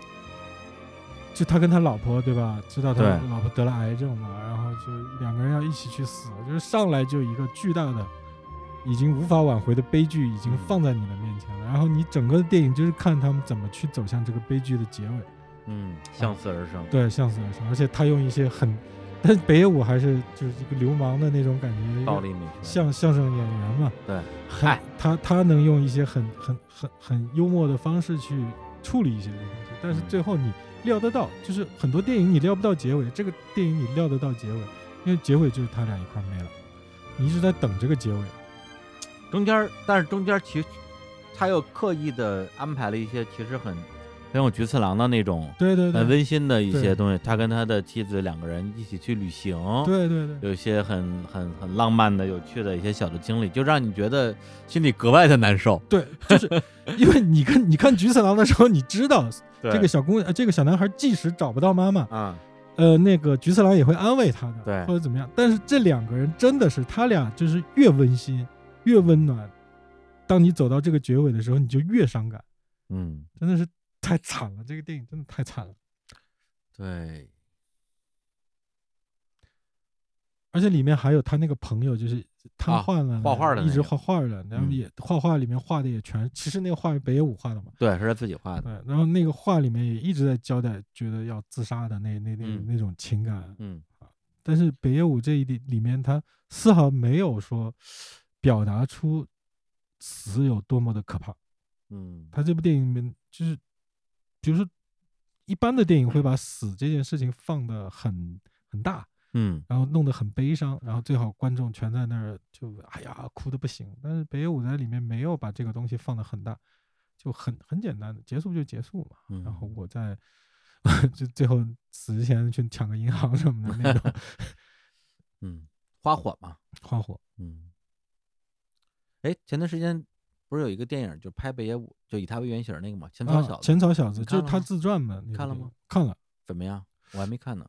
S2: 就他跟他老婆对吧，知道他
S1: 对
S2: 老婆得了癌症嘛，然后就两个人要一起去死，就是上来就一个巨大的已经无法挽回的悲剧已
S1: 嗯
S2: 经放在你的面前了，然后你整个电影就是看他们怎么去走向这个悲剧的结尾。
S1: 嗯，向死而生。
S2: 对，向死而生，而且他用一些很，但北野武还是就是一个流氓的那种感觉，
S1: 暴力美学
S2: 相相声演员嘛，
S1: 对
S2: 很，他他能用一些很很很很幽默的方式去处理一些这个东西，但是
S1: 嗯
S2: 最后你料得到，就是很多电影你料不到结尾，这个电影你料得到结尾，因为结尾就是他俩一块儿没了，你一直在等这个结尾，
S1: 中间儿，但是中间儿其实他又刻意的安排了一些其实很很有菊次郎的那种
S2: 对对
S1: 很
S2: 对，
S1: 温馨的一些
S2: 对
S1: 东西。他跟他的妻子两个人一起去旅行，
S2: 对对对，
S1: 有一些很很很浪漫的、有趣的一些小的经历，就让你觉得心里格外的难受。
S2: 对，就是因为你看你看菊次郎的时候，你知 道这个小姑娘、呃这个小男孩即使找不到妈妈，
S1: 啊，
S2: 呃，那个菊次郎也会安慰他的，
S1: 对
S2: 或者怎么样。但是这两个人真的是，他俩就是越温馨越温暖。当你走到这个结尾的时候，你就越伤感，
S1: 嗯，
S2: 真的是太惨了。这个电影真的太惨了，
S1: 对，
S2: 而且里面还有他那个朋友，就是瘫
S1: 啊
S2: 痪了、
S1: 画画的
S2: 一
S1: 那
S2: 直
S1: 个
S2: 画画的，然后
S1: 嗯
S2: 也、画画里面画的也全，其实那个画是北野武画的嘛，
S1: 对，是他自己画的。
S2: 对，然后那个画里面也一直在交代觉得要自杀的那那那、
S1: 嗯
S2: 那种情感，
S1: 嗯
S2: 但是北野武这一里里面，他丝毫没有说表达出死有多么的可怕。
S1: 嗯，
S2: 他这部电影里面就是，比如说一般的电影会把死这件事情放得很很大，
S1: 嗯
S2: 然后弄得很悲伤，然后最好观众全在那儿就哎呀哭的不行。但是北野武在里面没有把这个东西放得很大，就很很简单的结束就结束嘛。
S1: 嗯，
S2: 然后我在 就最后死之前去抢个银行什么的那种
S1: 嗯，花火嘛，
S2: 花火。
S1: 嗯，哎，前段时间不是有一个电影就拍北野武，就以他为原型儿那个嘛，《前
S2: 啊
S1: 草小子》
S2: 浅草小子
S1: 你
S2: 就是
S1: 看了
S2: 他
S1: 吗
S2: 自传嘛？那部
S1: 你看了
S2: 电影
S1: 吗？
S2: 看了。
S1: 怎么样？我还没看呢。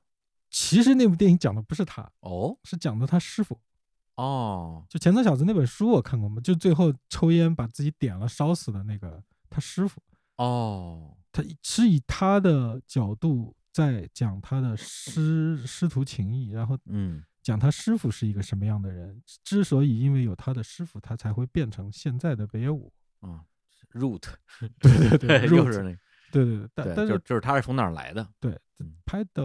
S2: 其实那部电影讲的不是他，
S1: 哦
S2: 是讲的他师傅。
S1: 哦，
S2: 就浅草小子那本书我看过嘛，就最后抽烟把自己点了烧死的那个他师傅，
S1: 哦，
S2: 他以是以他的角度在讲他的师师徒情谊，然后
S1: 嗯
S2: 讲他师傅是一个什么样的人。之所以因为有他的师傅，他才会变成现在的北野 武。
S1: 啊，Root，
S2: 对对对，
S1: 又
S2: 入
S1: 是
S2: 子
S1: 那
S2: 对对对，
S1: 个，
S2: 但
S1: 对，
S2: 但
S1: 就是就是他是从哪儿来的？
S2: 对
S1: 嗯
S2: 拍的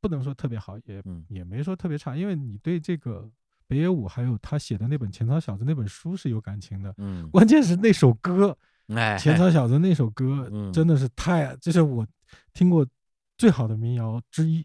S2: 不能说特别好，也
S1: 嗯
S2: 也没说特别差，因为你对这个北野武还有他写的那本《浅草小子》那本书是有感情的，
S1: 嗯，
S2: 关键是那首歌
S1: 哎，
S2: 《浅草小子》那首歌
S1: 嗯
S2: 真的是太，这是我听过最好的民谣之一。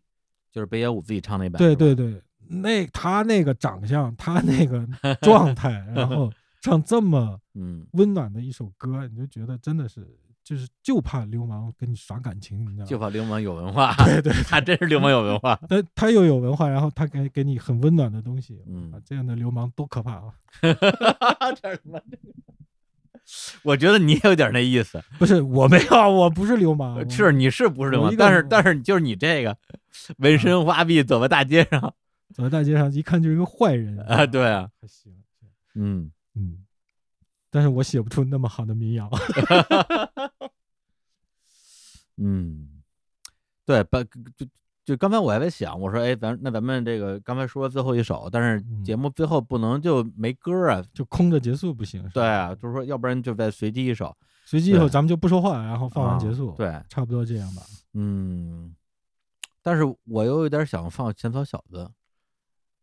S1: 就是北野武自己唱那版，
S2: 对
S1: 是吧
S2: 对，对，那他那个长相，他那 个状态，然后唱这么
S1: 嗯，
S2: 温暖的一首歌，你就觉得真的是。就是就怕流氓跟你耍感情，你知道吗？
S1: 就怕流氓有文化，对对，他真是流氓有文 化，
S2: 但他又有文化，然后他给给你很温暖的东西，
S1: 嗯
S2: 啊，这样的流氓多可怕啊！
S1: 这儿他妈这个我觉得你也有点那意思，
S2: 不是我没有，啊我不是流氓，我
S1: 呃是你是不是流
S2: 我
S1: 氓
S2: 哦一？个啊
S1: 但是但是就是你这个纹身花臂走在大街上
S2: 走在大街上一看就是个坏人
S1: 啊，对，啊，
S2: 还行，
S1: 嗯，
S2: 嗯，但是我写不出那么好的民谣，
S1: 嗯，对，把就就刚才我还在想，我说，哎，咱那咱们这个刚才说最后一首，但是
S2: 嗯
S1: 节目最后不能就没歌儿啊，
S2: 就空着结束不行，是吧
S1: 对，啊，就是说，要不然就再随机一首，
S2: 随机以后
S1: 对
S2: 咱们就不说话，然后放完
S1: 啊
S2: 结束，，
S1: 对，
S2: 差不多这样吧。
S1: 嗯，但是我又有点想放《浅草小子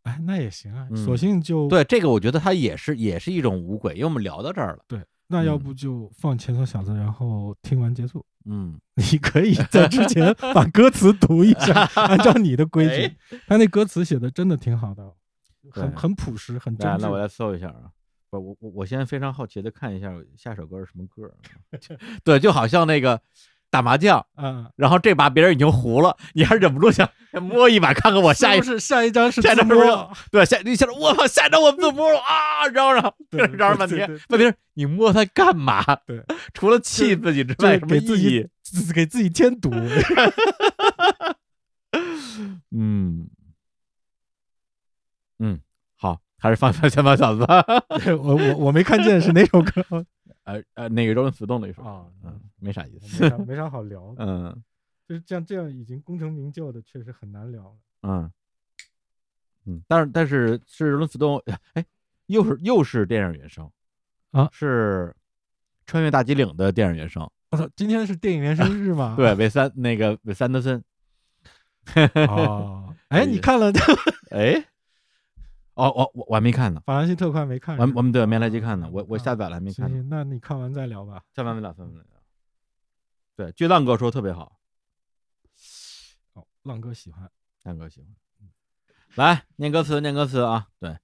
S2: 哎，那也行啊，
S1: 嗯
S2: 索性就》，
S1: 对，这个我觉得它也是也是一种无轨，因为我们聊到这儿了，
S2: 对，那要
S1: 嗯
S2: 不就放《前奏小子》，然后听完结束。
S1: 嗯，
S2: 你可以在之前把歌词读一 下，按照你的规矩。他那歌词写的真的挺好的，很
S1: 哎对
S2: 很朴实，很真
S1: 那那我
S2: 挚。
S1: 来搜一下啊。不，我我我现在非常好奇的看一下下首歌是什么歌儿啊， 就对，就好像那个打麻将，
S2: 嗯，
S1: 然后这把别人已经糊了，你还忍不住想摸一把看看我下一
S2: 是不是下一张是
S1: 下一
S2: 自
S1: 张是不是
S2: 摸？
S1: 对下你想着我操下一张我自摸了啊，嚷嚷
S2: 对对
S1: 嚷嚷半
S2: 对
S1: 天
S2: 对，
S1: 问别人你摸它干嘛？
S2: 对，
S1: 除了气自己之
S2: 这
S1: 外，什么
S2: 给自
S1: 意
S2: 己
S1: 义？
S2: 自给自己添堵。
S1: 嗯嗯，好，还是放放先放 小子吧。
S2: 我我我没看见是哪首 歌
S1: 呃呃，那个周润死动的一首，
S2: 啊？
S1: 嗯，没啥意
S2: 没啥
S1: 思。，
S2: 没啥好聊的，
S1: 嗯。
S2: 就是这样这样已经功成名就的，确实很难聊了。
S1: 嗯嗯，嗯，但是但是是伦斯顿，哎，又是又是电影原声
S2: 啊，
S1: 是《穿越大吉岭》的电影原声。
S2: 我操，今天是电影原声日吗？
S1: 对，韦三那个韦三德森。
S2: 哦，哎，你看了《
S1: 哎，哦，我我我还没看呢，
S2: 法兰西特快》没看？
S1: 我还我们对没来及看呢，我我下载了还没
S2: 嗯啊行
S1: 看呢，
S2: 行，那你看完再聊吧。
S1: 下完没打分没打。对，据浪哥说特别好，
S2: 哦，浪哥喜欢。
S1: 浪哥喜欢。来念歌词，念歌词啊，对，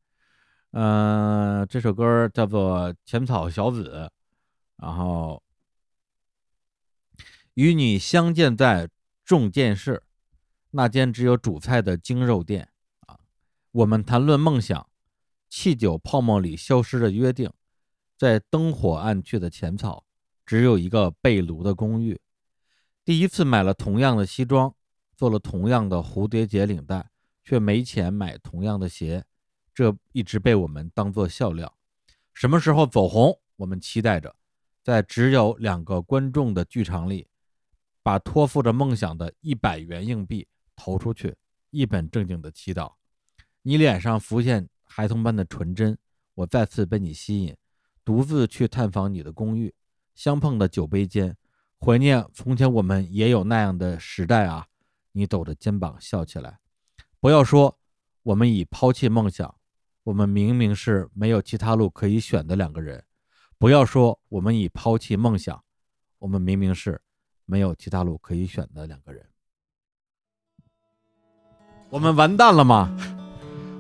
S1: 嗯、这首歌叫做《浅草小子》，然后与你相见在众见市，那间只有主菜的精肉店啊。我们谈论梦想，汽酒泡沫里消失的约定，在灯火暗去的浅草，只有一个被炉的公寓。第一次买了同样的西装，做了同样的蝴蝶结领带，却没钱买同样的鞋，这一直被我们当作笑料。什么时候走红？我们期待着，在只有两个观众的剧场里，把托付着梦想的一百元硬币投出去，一本正经的祈祷。你脸上浮现孩童般的纯真，我再次被你吸引，独自去探访你的公寓，相碰的酒杯间，怀念从前我们也有那样的时代啊！你抖着肩膀笑起来，不要说我们已抛弃梦想，我们明明是没有其他路可以选的两个人。不要说我们已抛弃梦想，我们明明是没有其他路可以选的两个人。我们完蛋了吗？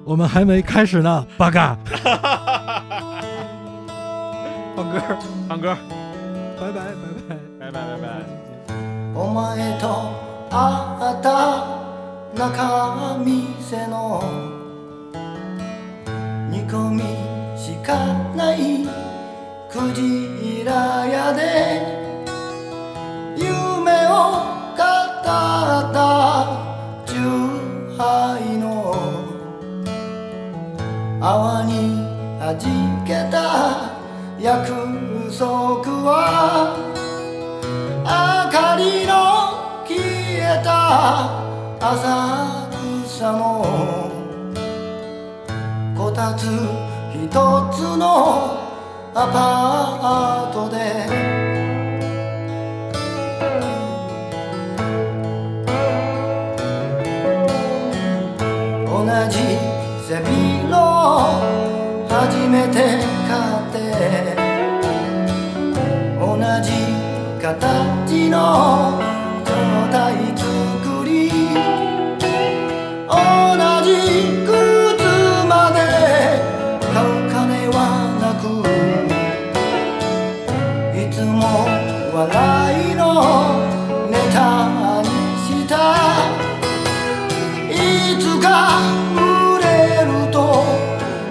S2: 我们还没开始呢，八嘎， 放歌，
S1: 唱歌，
S2: 拜拜，拜拜。
S1: 拜拜拜拜。
S5: お前と会った中店の煮込みしかないクジラ屋で夢を語った十杯の泡に弾けた約束は明かりの消えた浅草のこたつ一つのアパートで同じ背広を初めて買って同じ形の状態作り同じ靴まで買う金はなくいつも笑いのネタにしたいつか売れると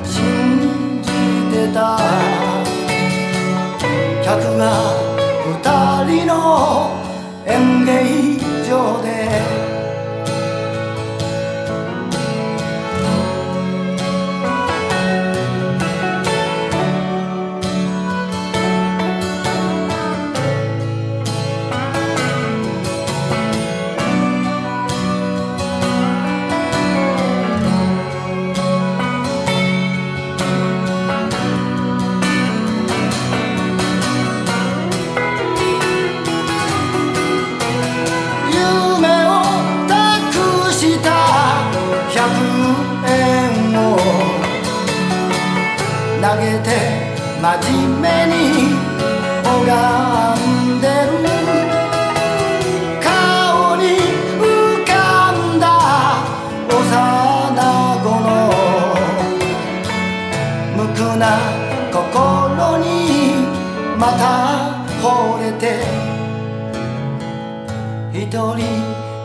S5: 信じてた客が二人の演芸場で夢を託した百円を投げて真面目に拝んでる顔に浮かんだ幼子の無垢な心にまた惚れて一人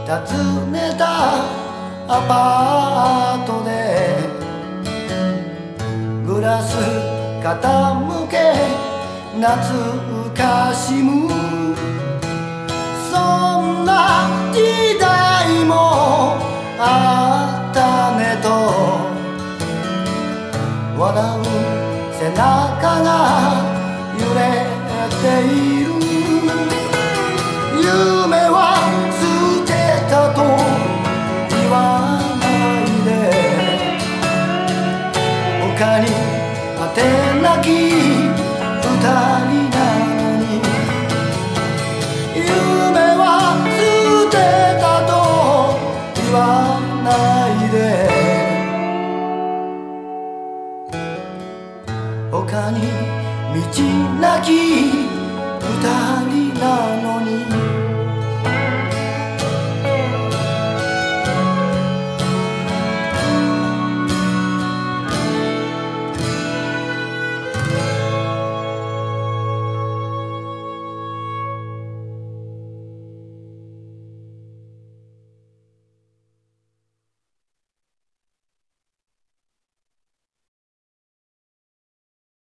S5: 訪ねたアパートでグラス傾け懐かしむそんな時代もあったねと笑う背中が揺れている夢は捨てたと言わないで他にき二人